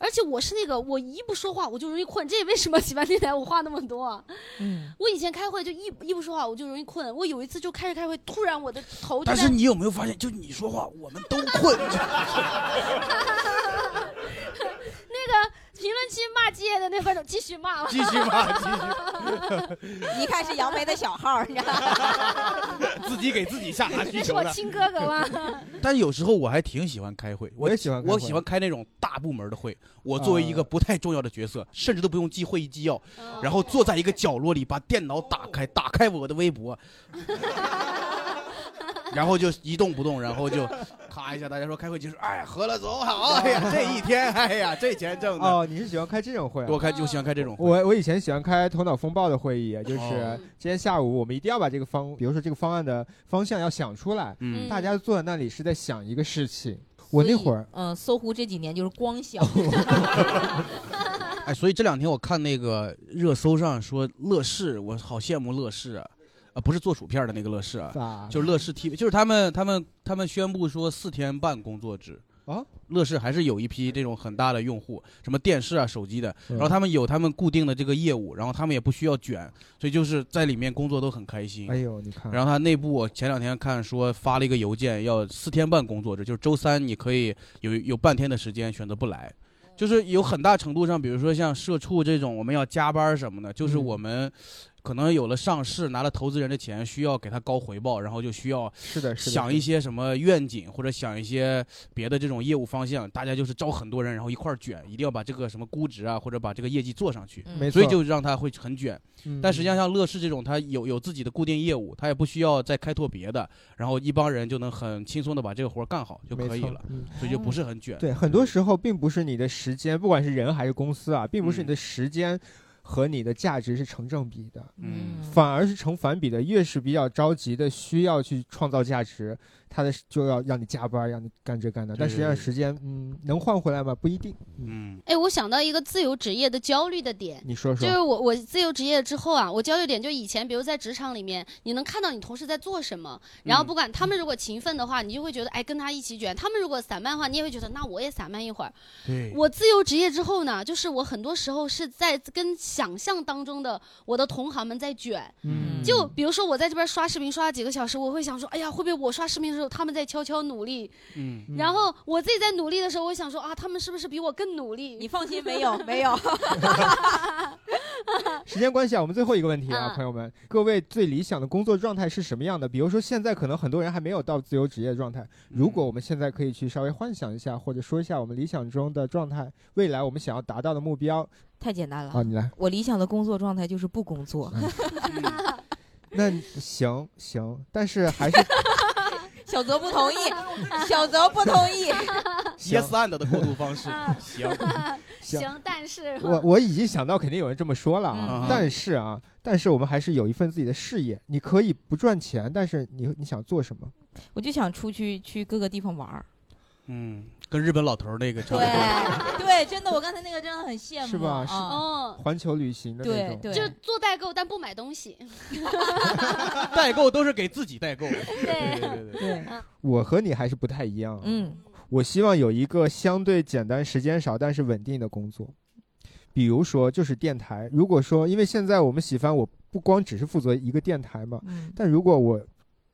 Speaker 13: 而且我是那个我一不说话我就容易困，这也为什么喜欢电台我话那么多啊、
Speaker 14: 嗯
Speaker 13: 我以前开会就一一不说话我就容易困，我有一次就开着开会，突然我的头就
Speaker 2: 但
Speaker 13: 在
Speaker 2: 是你有没有发现，就你说话，我们都困。
Speaker 13: 那个评论区骂街的那观众继续骂吧，
Speaker 2: 继 续骂继
Speaker 4: 一看是杨梅的小号，你知道吗？
Speaker 2: 自己给自己 下达需
Speaker 13: 那是
Speaker 2: 求
Speaker 13: 我
Speaker 2: 了。
Speaker 13: 亲哥哥吗？
Speaker 2: 但有时候我还挺喜欢开会，我也喜欢
Speaker 3: 开会嗯
Speaker 2: 我喜欢开那种大部门的会。我作为一个不太重要的角色，甚至都不用记会议纪要，
Speaker 13: 嗯
Speaker 2: 然后坐在一个角落里，把电脑打开，打开我的 微博，然后就一动不动，然后就咔一下，大家说开会结束，哎，合了总好，哎呀，这一天，哎呀，这钱挣的。
Speaker 3: 哦，你是喜欢开这种会、啊？
Speaker 2: 我开就喜欢开这种会。
Speaker 3: 我我以前喜欢开头脑风暴的会议，就是
Speaker 2: 哦
Speaker 3: 今天下午我们一定要把这个方，比如说这个方案的方向要想出来，
Speaker 2: 嗯
Speaker 3: 大家坐在那里是在想一个事情。我那会儿
Speaker 4: 嗯，搜狐这几年就是 光想，
Speaker 2: 哎，所以这两天我看那个热搜上说乐视，我好羡慕乐视啊，啊不是做薯片的那个乐视
Speaker 3: 啊，
Speaker 2: 就是乐视 TV，就是他们他们他们宣布说四天半工作制
Speaker 3: 啊，
Speaker 2: 乐视还是有一批这种很大的用户，什么电视啊、手机的，然后
Speaker 3: 嗯
Speaker 2: 他们有他们固定的这个业务，然后他们也不需要卷，所以就是在里面工作都很开心。
Speaker 3: 哎呦，你看，
Speaker 2: 然后他内部，我前两天看说发了一个邮件，要四天半工作制，就是周三你可以有有半天的时间选择不来，就是有很大程度上，比如说像社畜这种，我们要加班什么的，
Speaker 3: 嗯
Speaker 2: 就是我们可能有了上市，拿了投资人的钱，需要给他高回报，然后就需要
Speaker 3: 是的，是的，
Speaker 2: 想一些什么愿景或者想一些别的这种业务方向，大家就是招很多人，然后一块儿卷，一定要把这个什么估值啊或者把这个业绩做上去
Speaker 3: 嗯，没
Speaker 2: 所以
Speaker 3: 错
Speaker 2: 就让他会很卷
Speaker 3: 嗯。
Speaker 2: 但实际上像乐视这种，它有有自己的固定业务，它也不需要再开拓别的，然后一帮人就能很轻松的把这个活儿干好就可以了，所以就不是很
Speaker 3: 嗯
Speaker 2: 卷。
Speaker 3: 对，很多时候并不是你的时间，不管是人还是公司啊，并不是你
Speaker 2: 嗯
Speaker 3: 的时间和你的价值是成正比的，
Speaker 2: 嗯，
Speaker 3: 反而是成反比的。越是比较着急的需要去创造价值，他的就要让你加班，让你干这干那，但实际上
Speaker 24: 对
Speaker 3: 时间嗯能换回来吗？不一定。
Speaker 2: 嗯，
Speaker 1: 哎，我想到一个自由职业的焦虑的点，
Speaker 3: 你说说
Speaker 1: 就是我我自由职业之后啊，我焦虑点就以前，比如在职场里面，你能看到你同事在做什么，然
Speaker 3: 嗯
Speaker 1: 后不管他们如果勤奋的话，你就会觉得哎跟他一起卷；他们如果散漫的话，你也会觉得那我也散漫一会儿。
Speaker 2: 对
Speaker 1: 我自由职业之后呢，就是我很多时候是在跟想象当中的我的同行们在卷。
Speaker 2: 嗯
Speaker 1: 就比如说我在这边刷视频刷了几个小时，我会想说，哎呀，会不会我刷视频的时候他们在悄悄努力？
Speaker 2: 嗯
Speaker 1: 然后我自己在努力的时候，我想说啊，他们是不是比我更努力？你
Speaker 4: 放心，没有没有。
Speaker 3: 时间关系啊，我们最后一个问题啊，
Speaker 1: 嗯
Speaker 3: 朋友们，各位最理想的工作状态是什么样的？比如说现在可能很多人还没有到自由职业状态，如果我们现在可以去稍微幻想一下，或者说一下我们理想中的状态，未来我们想要达到的目标，
Speaker 4: 太简单了。
Speaker 3: 啊你来嗯
Speaker 4: 我理想的工作状态就是不工作。
Speaker 3: 那行行，但是还是
Speaker 4: 小泽不 同意，小泽不同意。
Speaker 3: 行
Speaker 2: yes and 的过渡方式，行，
Speaker 1: 行，但是
Speaker 3: 我我已经想到肯定有人这么说了啊
Speaker 2: 嗯，
Speaker 3: 但是啊，但是我们还是有一份自己的事业，你可以不赚钱，但是你你想做什么？
Speaker 4: 我就想出去去各个地方玩儿。
Speaker 2: 嗯，跟日本老头儿那个差不多。
Speaker 4: 对 对，真的，我刚才那个真的很羡慕。
Speaker 3: 是吧？是
Speaker 4: 啊
Speaker 1: 哦
Speaker 3: 环球旅行的那种，
Speaker 1: 就是做代购但不买东西。
Speaker 2: 代购都是给自己代购。
Speaker 1: 对
Speaker 2: 对对对。
Speaker 3: 我和你还是不太一样。啊
Speaker 4: 嗯，
Speaker 3: 我希望有一个相对简单、时间少但是稳定的工作，比如说就是电台。如果说，因为现在我们喜番，我不光只是负责一个电台嘛，
Speaker 4: 嗯
Speaker 3: 但如果我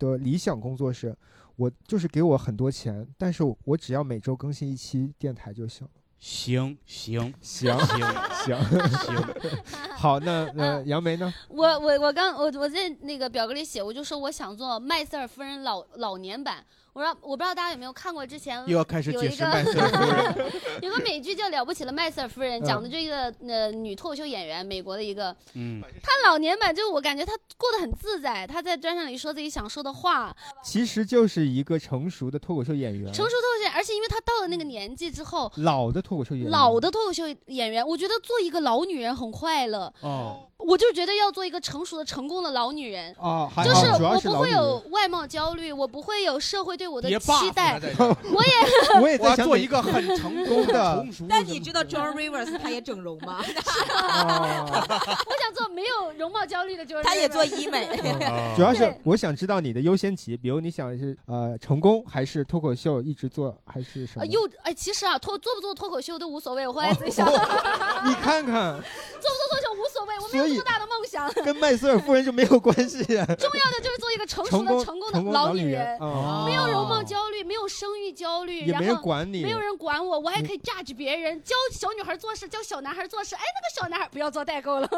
Speaker 3: 的理想工作是，我就是给我很多钱，但是我我只要每周更新一期电台就行了。
Speaker 2: 行行
Speaker 3: 行
Speaker 2: 行
Speaker 3: 行 好，那
Speaker 1: 啊
Speaker 3: 呃，杨梅呢？
Speaker 1: 我我我刚我我在那个表格里写，我就说我想做麦瑟尔夫人老老年版。我让我不知道大家有没有看过之前
Speaker 2: 又要开始
Speaker 1: 有
Speaker 2: 解
Speaker 1: 一
Speaker 2: 释
Speaker 1: 个
Speaker 2: 麦瑟尔夫人
Speaker 1: 有个美剧叫《了不起的麦瑟尔夫人》，
Speaker 2: 嗯
Speaker 1: 讲的这个呃女脱口秀演员，美国的一个，
Speaker 2: 嗯，
Speaker 1: 她老年版就我感觉她过得很自在，她在专场里说自己想说的话，
Speaker 3: 其实就是一个成熟的脱口秀演员，
Speaker 1: 成熟脱口秀演员，而且因为她到了那个年纪之后，
Speaker 3: 老的脱口秀演员，
Speaker 1: 老的脱口秀演员，我觉得做一个老女人很快乐，
Speaker 2: 哦
Speaker 1: 我就觉得要做一个成熟的、成功的老女人。
Speaker 3: 哦，还
Speaker 1: 就是
Speaker 3: 哦主要
Speaker 1: 我
Speaker 3: 是
Speaker 1: 不
Speaker 3: 老
Speaker 1: 会
Speaker 3: 女人
Speaker 1: 有外貌焦虑，我不会有社会对我的
Speaker 3: 别 buff
Speaker 1: 期待
Speaker 3: 了在，
Speaker 1: 我也
Speaker 3: 我也在想你
Speaker 4: 但你知道 John Rivers 他也整容吗？
Speaker 3: 哦
Speaker 1: 我想做没有容貌焦虑的，就是哎
Speaker 4: 他也做 医
Speaker 3: 哦
Speaker 4: 美
Speaker 2: 哦
Speaker 3: 主要是我想知道你的优先级，比如你想是呃成功还是脱口秀一直做还是什么
Speaker 1: 呃？又哎，其实啊，脱做不做脱口秀都无所谓，我后来
Speaker 3: 哦
Speaker 1: 自己 想，做不
Speaker 3: 你
Speaker 1: 啊
Speaker 3: 看看，
Speaker 1: 做脱口秀无所谓，我没
Speaker 3: 所
Speaker 1: 有
Speaker 3: 以
Speaker 1: 这么大的梦想。
Speaker 3: 跟麦瑟尔夫人就没有关 系啊。
Speaker 1: 重要的就是做一个成熟
Speaker 3: 成
Speaker 1: 的、
Speaker 3: 功
Speaker 1: 成功的
Speaker 3: 成功
Speaker 1: 老
Speaker 3: 老女人
Speaker 1: 人，
Speaker 3: 哦
Speaker 1: 没有容貌焦虑，没有生育焦虑，
Speaker 3: 也
Speaker 1: 然
Speaker 3: 没人
Speaker 1: 后
Speaker 3: 管你
Speaker 1: 没有人管我，我还
Speaker 3: 你
Speaker 1: 可以 judge 别人，教小女孩做事，教小男孩做事。哎，那个小男孩不要做代购了。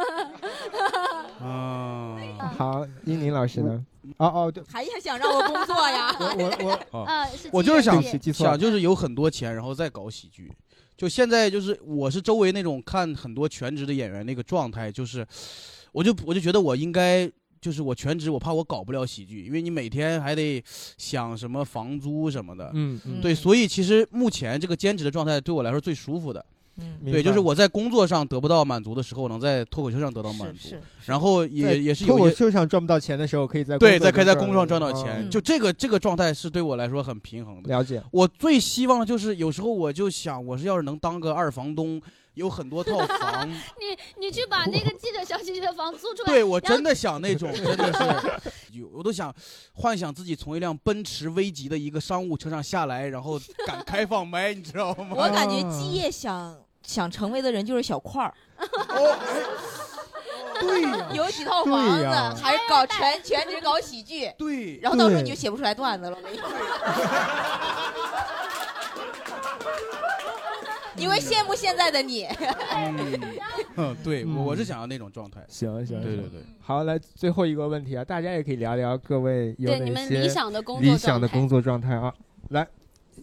Speaker 2: 啊，
Speaker 3: 好，英宁老师呢？哦哦，对，
Speaker 4: 还还想让我工作呀？
Speaker 3: 我
Speaker 2: 我
Speaker 1: 啊是
Speaker 2: 我就是想
Speaker 3: 对不起记错了
Speaker 2: 想就是有很多钱，然后再搞喜剧。就现在就是我是周围那种看很多全职的演员那个状态，就是我就我就觉得我应该。就是我全职，我怕我搞不了喜剧，因为你每天还得想什么房租什么的，
Speaker 3: 嗯嗯
Speaker 2: 对，所以其实目前这个兼职的状态对我来说最舒服的，
Speaker 3: 明白
Speaker 2: 对，就是我在工作上得不到满足的时候，我能在脱口秀上得到满足，然后
Speaker 3: 在
Speaker 2: 也也是
Speaker 3: 脱
Speaker 2: 有
Speaker 3: 口
Speaker 2: 一些
Speaker 3: 秀上赚不到钱的时候，可以在工
Speaker 2: 对，
Speaker 3: 作
Speaker 2: 在
Speaker 3: 中
Speaker 2: 可以在
Speaker 3: 赚
Speaker 2: 工作上赚到钱，
Speaker 3: 嗯
Speaker 2: 就这个这个状态是对我来说很平衡的。
Speaker 3: 了解。
Speaker 2: 我最希望的就是有时候我就想，我是要是能当个二房东，有很多 套 房，
Speaker 1: 你你去把那个记者小姐姐的房租出来。
Speaker 2: 对我真
Speaker 1: 然
Speaker 2: 的
Speaker 1: 后
Speaker 2: 想那种，真的 是，我都想幻想自己从一辆奔驰 V 级的一个商务车上下来，然后敢开放麦，你知道吗？
Speaker 4: 我感觉基业想想成为的人就是小块儿。
Speaker 2: 对呀
Speaker 4: 有几 套房
Speaker 2: 对
Speaker 4: 子，
Speaker 2: 呀
Speaker 4: 还是搞全全职搞喜剧。
Speaker 2: 对
Speaker 4: 然后到时候
Speaker 2: 对
Speaker 4: 你就写不出来段子了。我跟你说你会羡慕现在的你。
Speaker 2: 嗯，对，我我是想要那种状态。
Speaker 3: 行行，
Speaker 2: 对
Speaker 3: 行
Speaker 2: 对对。
Speaker 3: 好，来最后一个问题啊，大家也可以聊聊各位有
Speaker 1: 对
Speaker 3: 哪
Speaker 1: 你们
Speaker 3: 些
Speaker 1: 理想的工作
Speaker 3: 理想的
Speaker 1: 状态
Speaker 3: 工作状态啊，来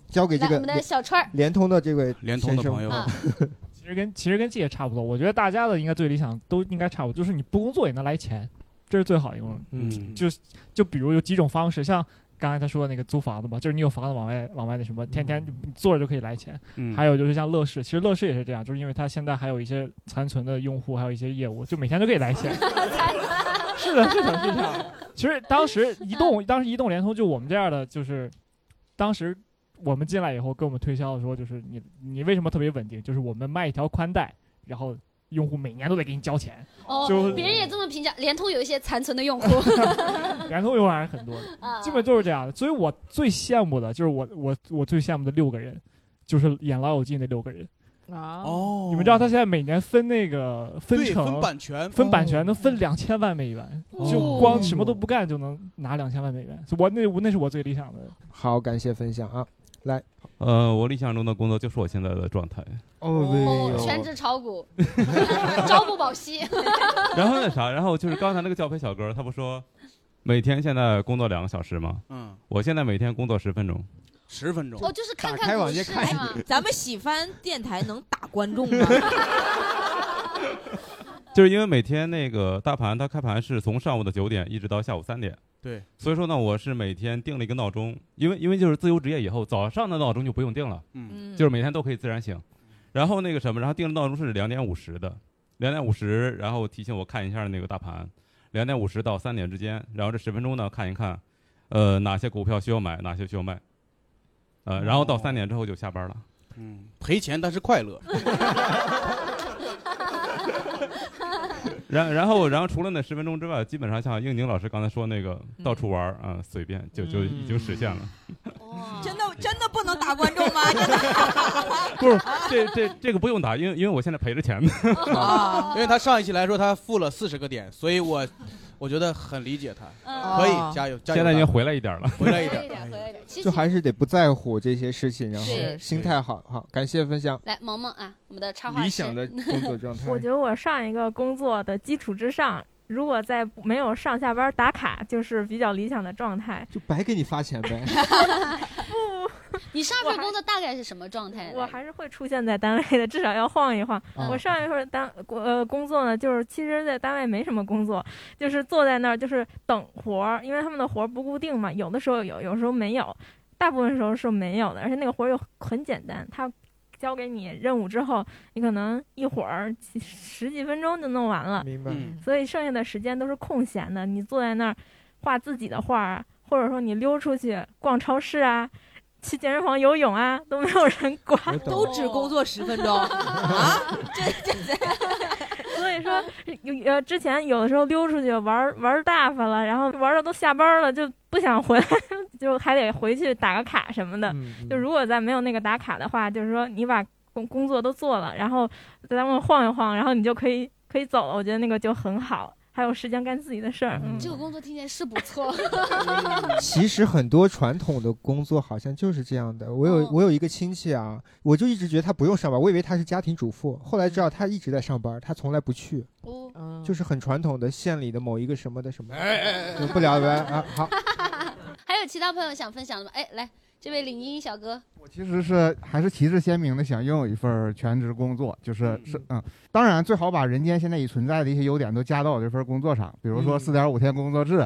Speaker 3: 交给这
Speaker 1: 来
Speaker 3: 个
Speaker 1: 我们的
Speaker 3: 联
Speaker 1: 小川儿
Speaker 3: 联通的这位
Speaker 2: 联通的
Speaker 3: 先生
Speaker 2: 朋友啊
Speaker 6: 其实跟其实跟季也差不多，我觉得大家的应该最理想都应该差不多，就是你不工作也能来钱，这是最好一种。
Speaker 2: 嗯
Speaker 6: 就就比如有几种方式，像刚才他说的那个租房子嘛，就是你有房子往外往外那什么，天天你坐着就可以来钱。
Speaker 2: 嗯
Speaker 6: 还有就是像乐视，其实乐视也是这样，就是因为它现在还有一些残存的用户，还有一些业务，就每天都可以来钱。
Speaker 13: 哎
Speaker 6: 是的，是的，是这样。其实当时移动，当时移动、联通就我们这样的，就是当时我们进来以后，跟我们推销的说，就是你你为什么特别稳定？就是我们卖一条宽带，然后用户每年都得给你交钱，
Speaker 13: 哦
Speaker 6: 就，
Speaker 13: 别人也这么评价，联通有一些残存的用户，
Speaker 6: 联通用户还是很多
Speaker 13: 啊
Speaker 6: 的，基本就是这样的。所以我最羡慕的就是我我我最羡慕的六个人，就是演老友记那六个人。
Speaker 4: 啊
Speaker 2: 哦
Speaker 6: 你们知道他现在每年分那个分
Speaker 2: 对
Speaker 6: 成
Speaker 2: 分版权哦
Speaker 6: 分版权能分两千万美元，就
Speaker 3: 哦
Speaker 6: 光什么都不干就能拿两千万美元。我那我那是我最理想的。
Speaker 3: 好，感谢分享啊！来，
Speaker 8: 呃，我理想中的工作就是我现在的状态。
Speaker 3: 哦
Speaker 17: 哎
Speaker 13: 哦，全职炒 股，朝不保夕。
Speaker 8: 然后那啥，然后就是刚才那个教培小哥，他不说每天现在工作两个小时吗？
Speaker 2: 嗯，
Speaker 8: 我现在每天工作十分钟。
Speaker 2: 十分钟
Speaker 4: 哦就是
Speaker 8: 看看打开网页股市看一
Speaker 4: 哎咱们喜番电台能打观众吗？
Speaker 8: 就是因为每天那个大盘它开盘是从上午的九点一直到下午三点，
Speaker 2: 对，
Speaker 8: 所以说呢，我是每天定了一个闹钟，因为因为就是自由职业以后，早上的闹钟就不用定了，
Speaker 2: 嗯
Speaker 8: 就是每天都可以自然醒。然后那个什么，然后定的闹钟是两点五十的，两点五十，然后提醒我看一下那个大盘，两点五十到三点之间，然后这十分钟呢看一看，呃，哪些股票需要买，哪些需要卖，呃，然后到三点之后就下班了。
Speaker 2: 哦嗯，赔钱但是快乐。
Speaker 8: 然然后然后除了那十分钟之外，基本上像应宁老师刚才说那个到处玩儿啊、随便就就已经实现了。
Speaker 4: 真的真的不能打观众吗？真的
Speaker 8: 不是 这这这个不用打，因为因为我现在赔着 钱呢。
Speaker 2: 啊
Speaker 4: 啊
Speaker 2: 因为他上一期来说他负了四十个点，所以我我觉得很理解他，
Speaker 4: 嗯
Speaker 2: 可
Speaker 4: 啊
Speaker 2: 以加油加油！
Speaker 8: 现在已经
Speaker 2: 大哥
Speaker 8: 回来一点了
Speaker 2: 回来一点，
Speaker 3: 就还是得不在乎这些事情，然后
Speaker 13: 是
Speaker 3: 心态好好。感谢分享。
Speaker 13: 来，萌萌啊，我们的插画师
Speaker 3: 理想的工作状态
Speaker 13: 我
Speaker 12: 我觉得我上一个工作的基础之上，如果在没有上下班打卡，就是比较理想的状态。
Speaker 3: 就白给你发钱呗。
Speaker 13: 你上一份工作大概是什么状态来着？
Speaker 12: 我还是会出 现在单位的，至少要晃一晃。
Speaker 3: 嗯
Speaker 13: 啊
Speaker 12: 我上一份单呃工作呢，就是其实，在单位没什么工作，就是坐在那儿就是等活儿，因为他们的活儿不固定嘛，有的时候有，有时候没有，大部分时候是没有的，而且那个活儿又很简单，他。交给你任务之后，你可能一会儿几十几分钟就弄完了，
Speaker 3: 明白嗯
Speaker 12: 所以剩下的时间都是空闲的，你坐在那儿画自己的画儿，或者说你溜出去逛超市啊，去健身房游泳啊，都没有人管，
Speaker 4: 都只工作十分钟啊！这这这，
Speaker 12: 所以说
Speaker 13: 嗯
Speaker 12: 有呃，之前有的时候溜出去玩玩大发了，然后玩到都下班了，就不想回来， 就还得回去打个卡什么的。就如果再没有那个打卡的话，就是说你把工工作都做了，然后在他们晃一晃，然后你就可以可以走了。我觉得那个就很好，还有时间干自己的事儿。嗯、
Speaker 13: 这个 工作听起来是不错。
Speaker 3: 其实很多传统的工作好像就是这样的。我
Speaker 2: 嗯
Speaker 3: 有我有一个亲戚啊，我就一直觉得他不用上班，我以为他是家庭主妇，后
Speaker 2: 嗯
Speaker 3: 来知道他一直在上班，他从来不去，
Speaker 2: 哦
Speaker 3: 就是很传统的县里的某一个什么的什么，
Speaker 2: 哎
Speaker 3: 就不聊了呗啊。 好，
Speaker 13: 还有其他朋友想分享的吗？哎，来，这位领英小哥，
Speaker 17: 嗯
Speaker 10: 其实是还是旗帜鲜明的想拥有一份全职工作，就是是嗯，当然最好把人间现在已存在的一些优点都加到我这份工作上，比如说
Speaker 3: 嗯
Speaker 10: 四点五天工作制，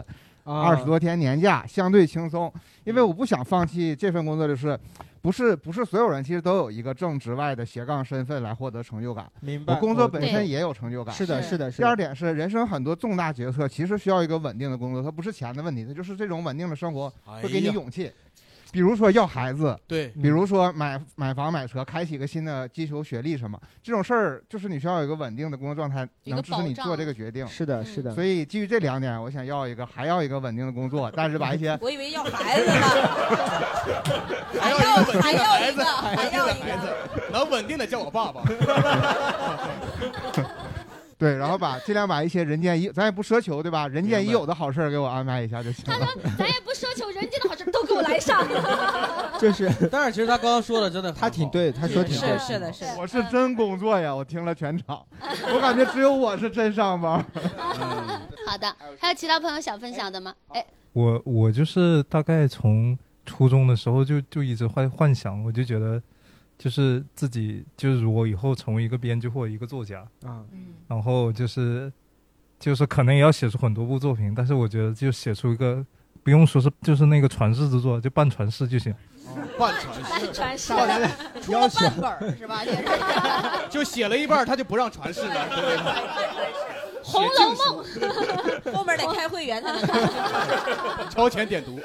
Speaker 3: 啊
Speaker 10: 二十多天年假，相对轻松，因为我不想放弃这份工作，就是不是不是所有人其实都有一个正职外的斜杠身份来获得成就感，
Speaker 3: 明白
Speaker 10: 我工作
Speaker 3: 我
Speaker 10: 本
Speaker 3: 懂
Speaker 10: 身也有成就感，
Speaker 3: 是的是是的是的
Speaker 10: 第二点是人生很多重大决策其实需要一个稳定的工作，它不是钱的问题，它就是这种稳定的生活会给
Speaker 3: 哎
Speaker 10: 你
Speaker 3: 呀
Speaker 10: 勇气。比如说要孩子，
Speaker 2: 对
Speaker 10: 比如说买买房、买车，开启一个新的追求学历什么，这种事儿就是你需要有一个稳定的工作状态，
Speaker 3: 一个
Speaker 10: 能支持你
Speaker 3: 保障
Speaker 10: 做这个决定。
Speaker 3: 是
Speaker 4: 嗯
Speaker 3: 的是的
Speaker 10: 所以基于这两点，我想要一个，还要一个稳定的工作，但是把一些
Speaker 4: 我以为要孩子呢，还要还要一个还要一个。
Speaker 2: 能稳定的叫我 爸爸。
Speaker 10: 对，然后把尽量把一些人间已，咱也不奢求，对吧？人间已有的好事儿给我安排一下就行了。
Speaker 13: 咱也不奢求人间的好事，都给我来 上。
Speaker 3: 就是，
Speaker 2: 但是其实他刚刚说的真的，他
Speaker 3: 挺对，他说挺对，
Speaker 4: 的，是
Speaker 10: 我是真工作呀，我听了全场，我感觉只有我是真上班。
Speaker 13: 好的，还有其他朋友想分享的吗？哎，
Speaker 17: 我我就是大概从初中的时候就就一直幻幻想，我就觉得就是自己就是如果以后成为一个编剧或一个作家
Speaker 3: 啊，
Speaker 17: 然后就是就是可能也要写出很多部作品，但是我觉得就写出一个不用说是就是那个传世之作，就半传世就行。
Speaker 2: 半传世，
Speaker 13: 半传世
Speaker 2: 半
Speaker 4: 出了半本儿是吧？也是
Speaker 2: 就写了一半，他就不让传世了。对吧
Speaker 4: 《
Speaker 2: 红楼
Speaker 4: 梦》，后面得开会员才能看。
Speaker 2: 超前点读。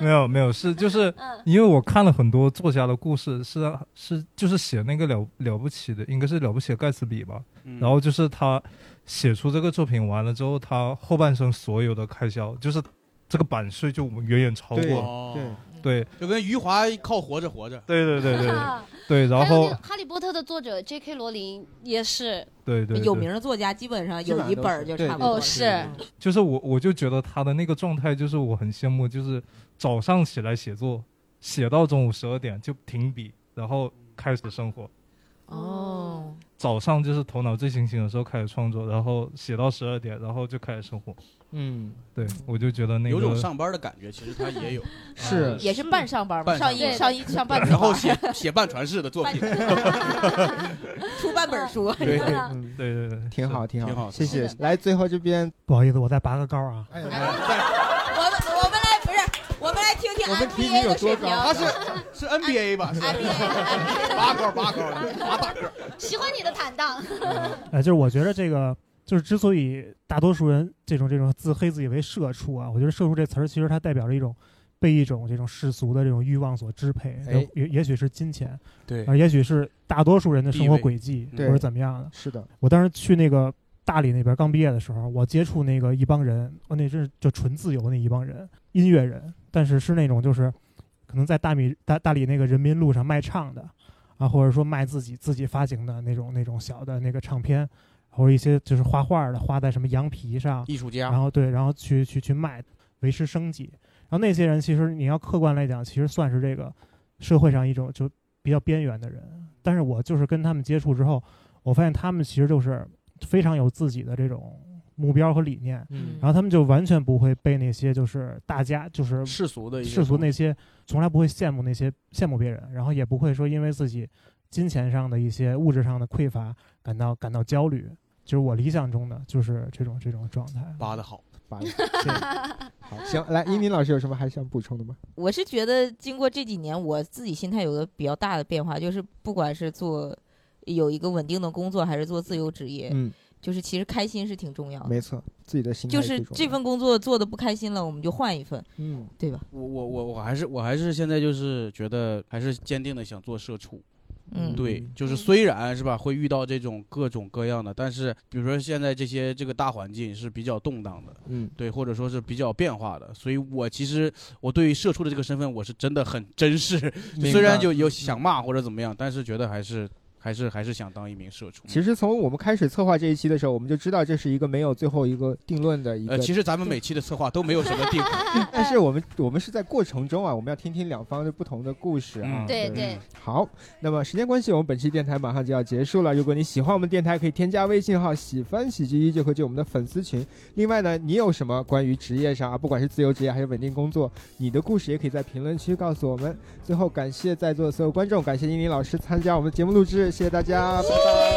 Speaker 17: 没有没有，是就是
Speaker 13: 嗯
Speaker 17: 因为我看了很多作家的故事，是啊是就是写那个了了不起的，应该是了不起的盖茨比吧。
Speaker 2: 嗯
Speaker 17: 然后就是他写出这个作品完了之后，他后半生所有的开销，就是这个版税就远远超
Speaker 2: 对
Speaker 17: 过。对对
Speaker 2: 哦就跟余华靠活着活着。
Speaker 17: 对对对对对，然
Speaker 13: 哎啊还有那
Speaker 17: 后
Speaker 13: 个《哈利波特》的作者 J.K. 罗琳也是，
Speaker 17: 对对对
Speaker 4: 有名的作家基本上有一本儿就差不多了。
Speaker 13: 哦，是，
Speaker 17: 就是我我就觉得他的那个状态，就是我很羡慕，就是早上起来写作，写到中午十二点就停笔，然后开始生活。
Speaker 4: 哦，
Speaker 17: 早上就是头脑最清醒的时候开始创作，然后写到十二点，然后就开始生活。
Speaker 2: 嗯，
Speaker 17: 对，我就觉得呃那个
Speaker 2: 有种上班的感觉，其实他也有，
Speaker 17: 是
Speaker 2: 啊
Speaker 4: 也是半上班嘛，
Speaker 2: 半
Speaker 4: 上一上一上半
Speaker 2: 然后写写半传世的作 品，
Speaker 4: 出半本 书，
Speaker 2: 对
Speaker 17: 嗯对对对，
Speaker 3: 挺好挺
Speaker 2: 挺好
Speaker 3: 谢谢
Speaker 2: 是。
Speaker 3: 来，最后这边
Speaker 14: 不好意思，我再拔个高啊。
Speaker 4: 我们我们来不是，我们来听听 NBA 的水 平。
Speaker 2: 他是是 NBA 吧？是 NBA，八高八高，八大个。
Speaker 13: 喜欢你的坦荡。
Speaker 14: 呃，就是我觉得这个就是之所以大多数人这种这种自黑自以为社畜啊，我觉得“社畜”这词儿其实它代表着一种被一种这种世俗的这种欲望所支配，
Speaker 3: 哎
Speaker 14: 也也许是金钱，
Speaker 2: 对
Speaker 14: 啊，也许是大多数人的生
Speaker 3: 地
Speaker 14: 活
Speaker 3: 位嗯
Speaker 14: 轨迹或
Speaker 3: 对
Speaker 14: 者怎么样的。
Speaker 3: 是的，
Speaker 14: 我当时去那个大理那边刚毕业的时候，我接触那个一帮人，我那真是就纯自由那一帮人，音乐人，但是是那种就是可能在大米大大理那个人民路上卖唱的啊，或者说卖自己自己发行的那种那种小的那个唱片，或者一些就是画画的，画在什么羊皮上，
Speaker 2: 艺术家
Speaker 14: 然后对，然后去去去卖，维持生计。然后那些人其实你要客观来讲，其实算是这个社会上一种就比较边缘的人。但是我就是跟他们接触之后，我发现他们其实就是非常有自己的这种目标和理念，
Speaker 2: 嗯
Speaker 14: 然后他们就完全不会被那些就是大家就是
Speaker 2: 世俗的一些
Speaker 14: 世俗那些从来不会羡慕那些羡慕别人，然后也不会说因为自己金钱上的一些物质上的匮乏感到感到焦虑。就是我理想中的就是这种这种状态。
Speaker 2: 扒的好，
Speaker 3: 扒的好。行，来，一鸣老师有什么还想补充的吗？
Speaker 4: 我是觉得经过这几年，我自己心态有个比较大的变化，就是不管是做有一个稳定的工作，还是做自由职业，
Speaker 3: 嗯，
Speaker 4: 就是其实开心是挺重要的。
Speaker 3: 没错，自己的心态
Speaker 4: 就是
Speaker 3: 最重要
Speaker 4: 这份工作做的不开心了，我们就换一份，
Speaker 3: 嗯，
Speaker 4: 对吧？
Speaker 2: 我我我我还是我还是现在就是觉得还是坚定的想做社畜。
Speaker 4: 嗯
Speaker 2: 对，就是虽然是吧，会遇到这种各种各样的，但是比如说现在这些这个大环境是比较动荡的，
Speaker 3: 嗯，
Speaker 2: 对，或者说是比较变化的，所以我其实我对于社畜的这个身份，我是真的很 珍视，
Speaker 3: 明白嗯
Speaker 2: 虽然就有想骂或者怎么样，但是觉得还是还是还是想当一名社畜。
Speaker 3: 其实从我们开始策划这一期的时候，我们就知道这是一个没有最后一个定论的一个。
Speaker 2: 呃，其实咱们每期的策划都没有什么定，
Speaker 3: 但是我们我们是在过程中啊，我们要听听两方的不同的故事啊。
Speaker 2: 嗯对
Speaker 3: 对
Speaker 2: 对。
Speaker 3: 好，那么时间关系，我们本期电台马上就要结束了。如果你喜欢我们电台，可以添加微信号“喜欢喜剧一”就可以进我们的粉丝群。另外呢，你有什么关于职业上啊，不管是自由职业还是稳定工作，你的故事也可以在评论区告诉我们。最后，感谢在座的所有观众，感谢英林老师参加我们的节目录制，谢谢大家，拜拜。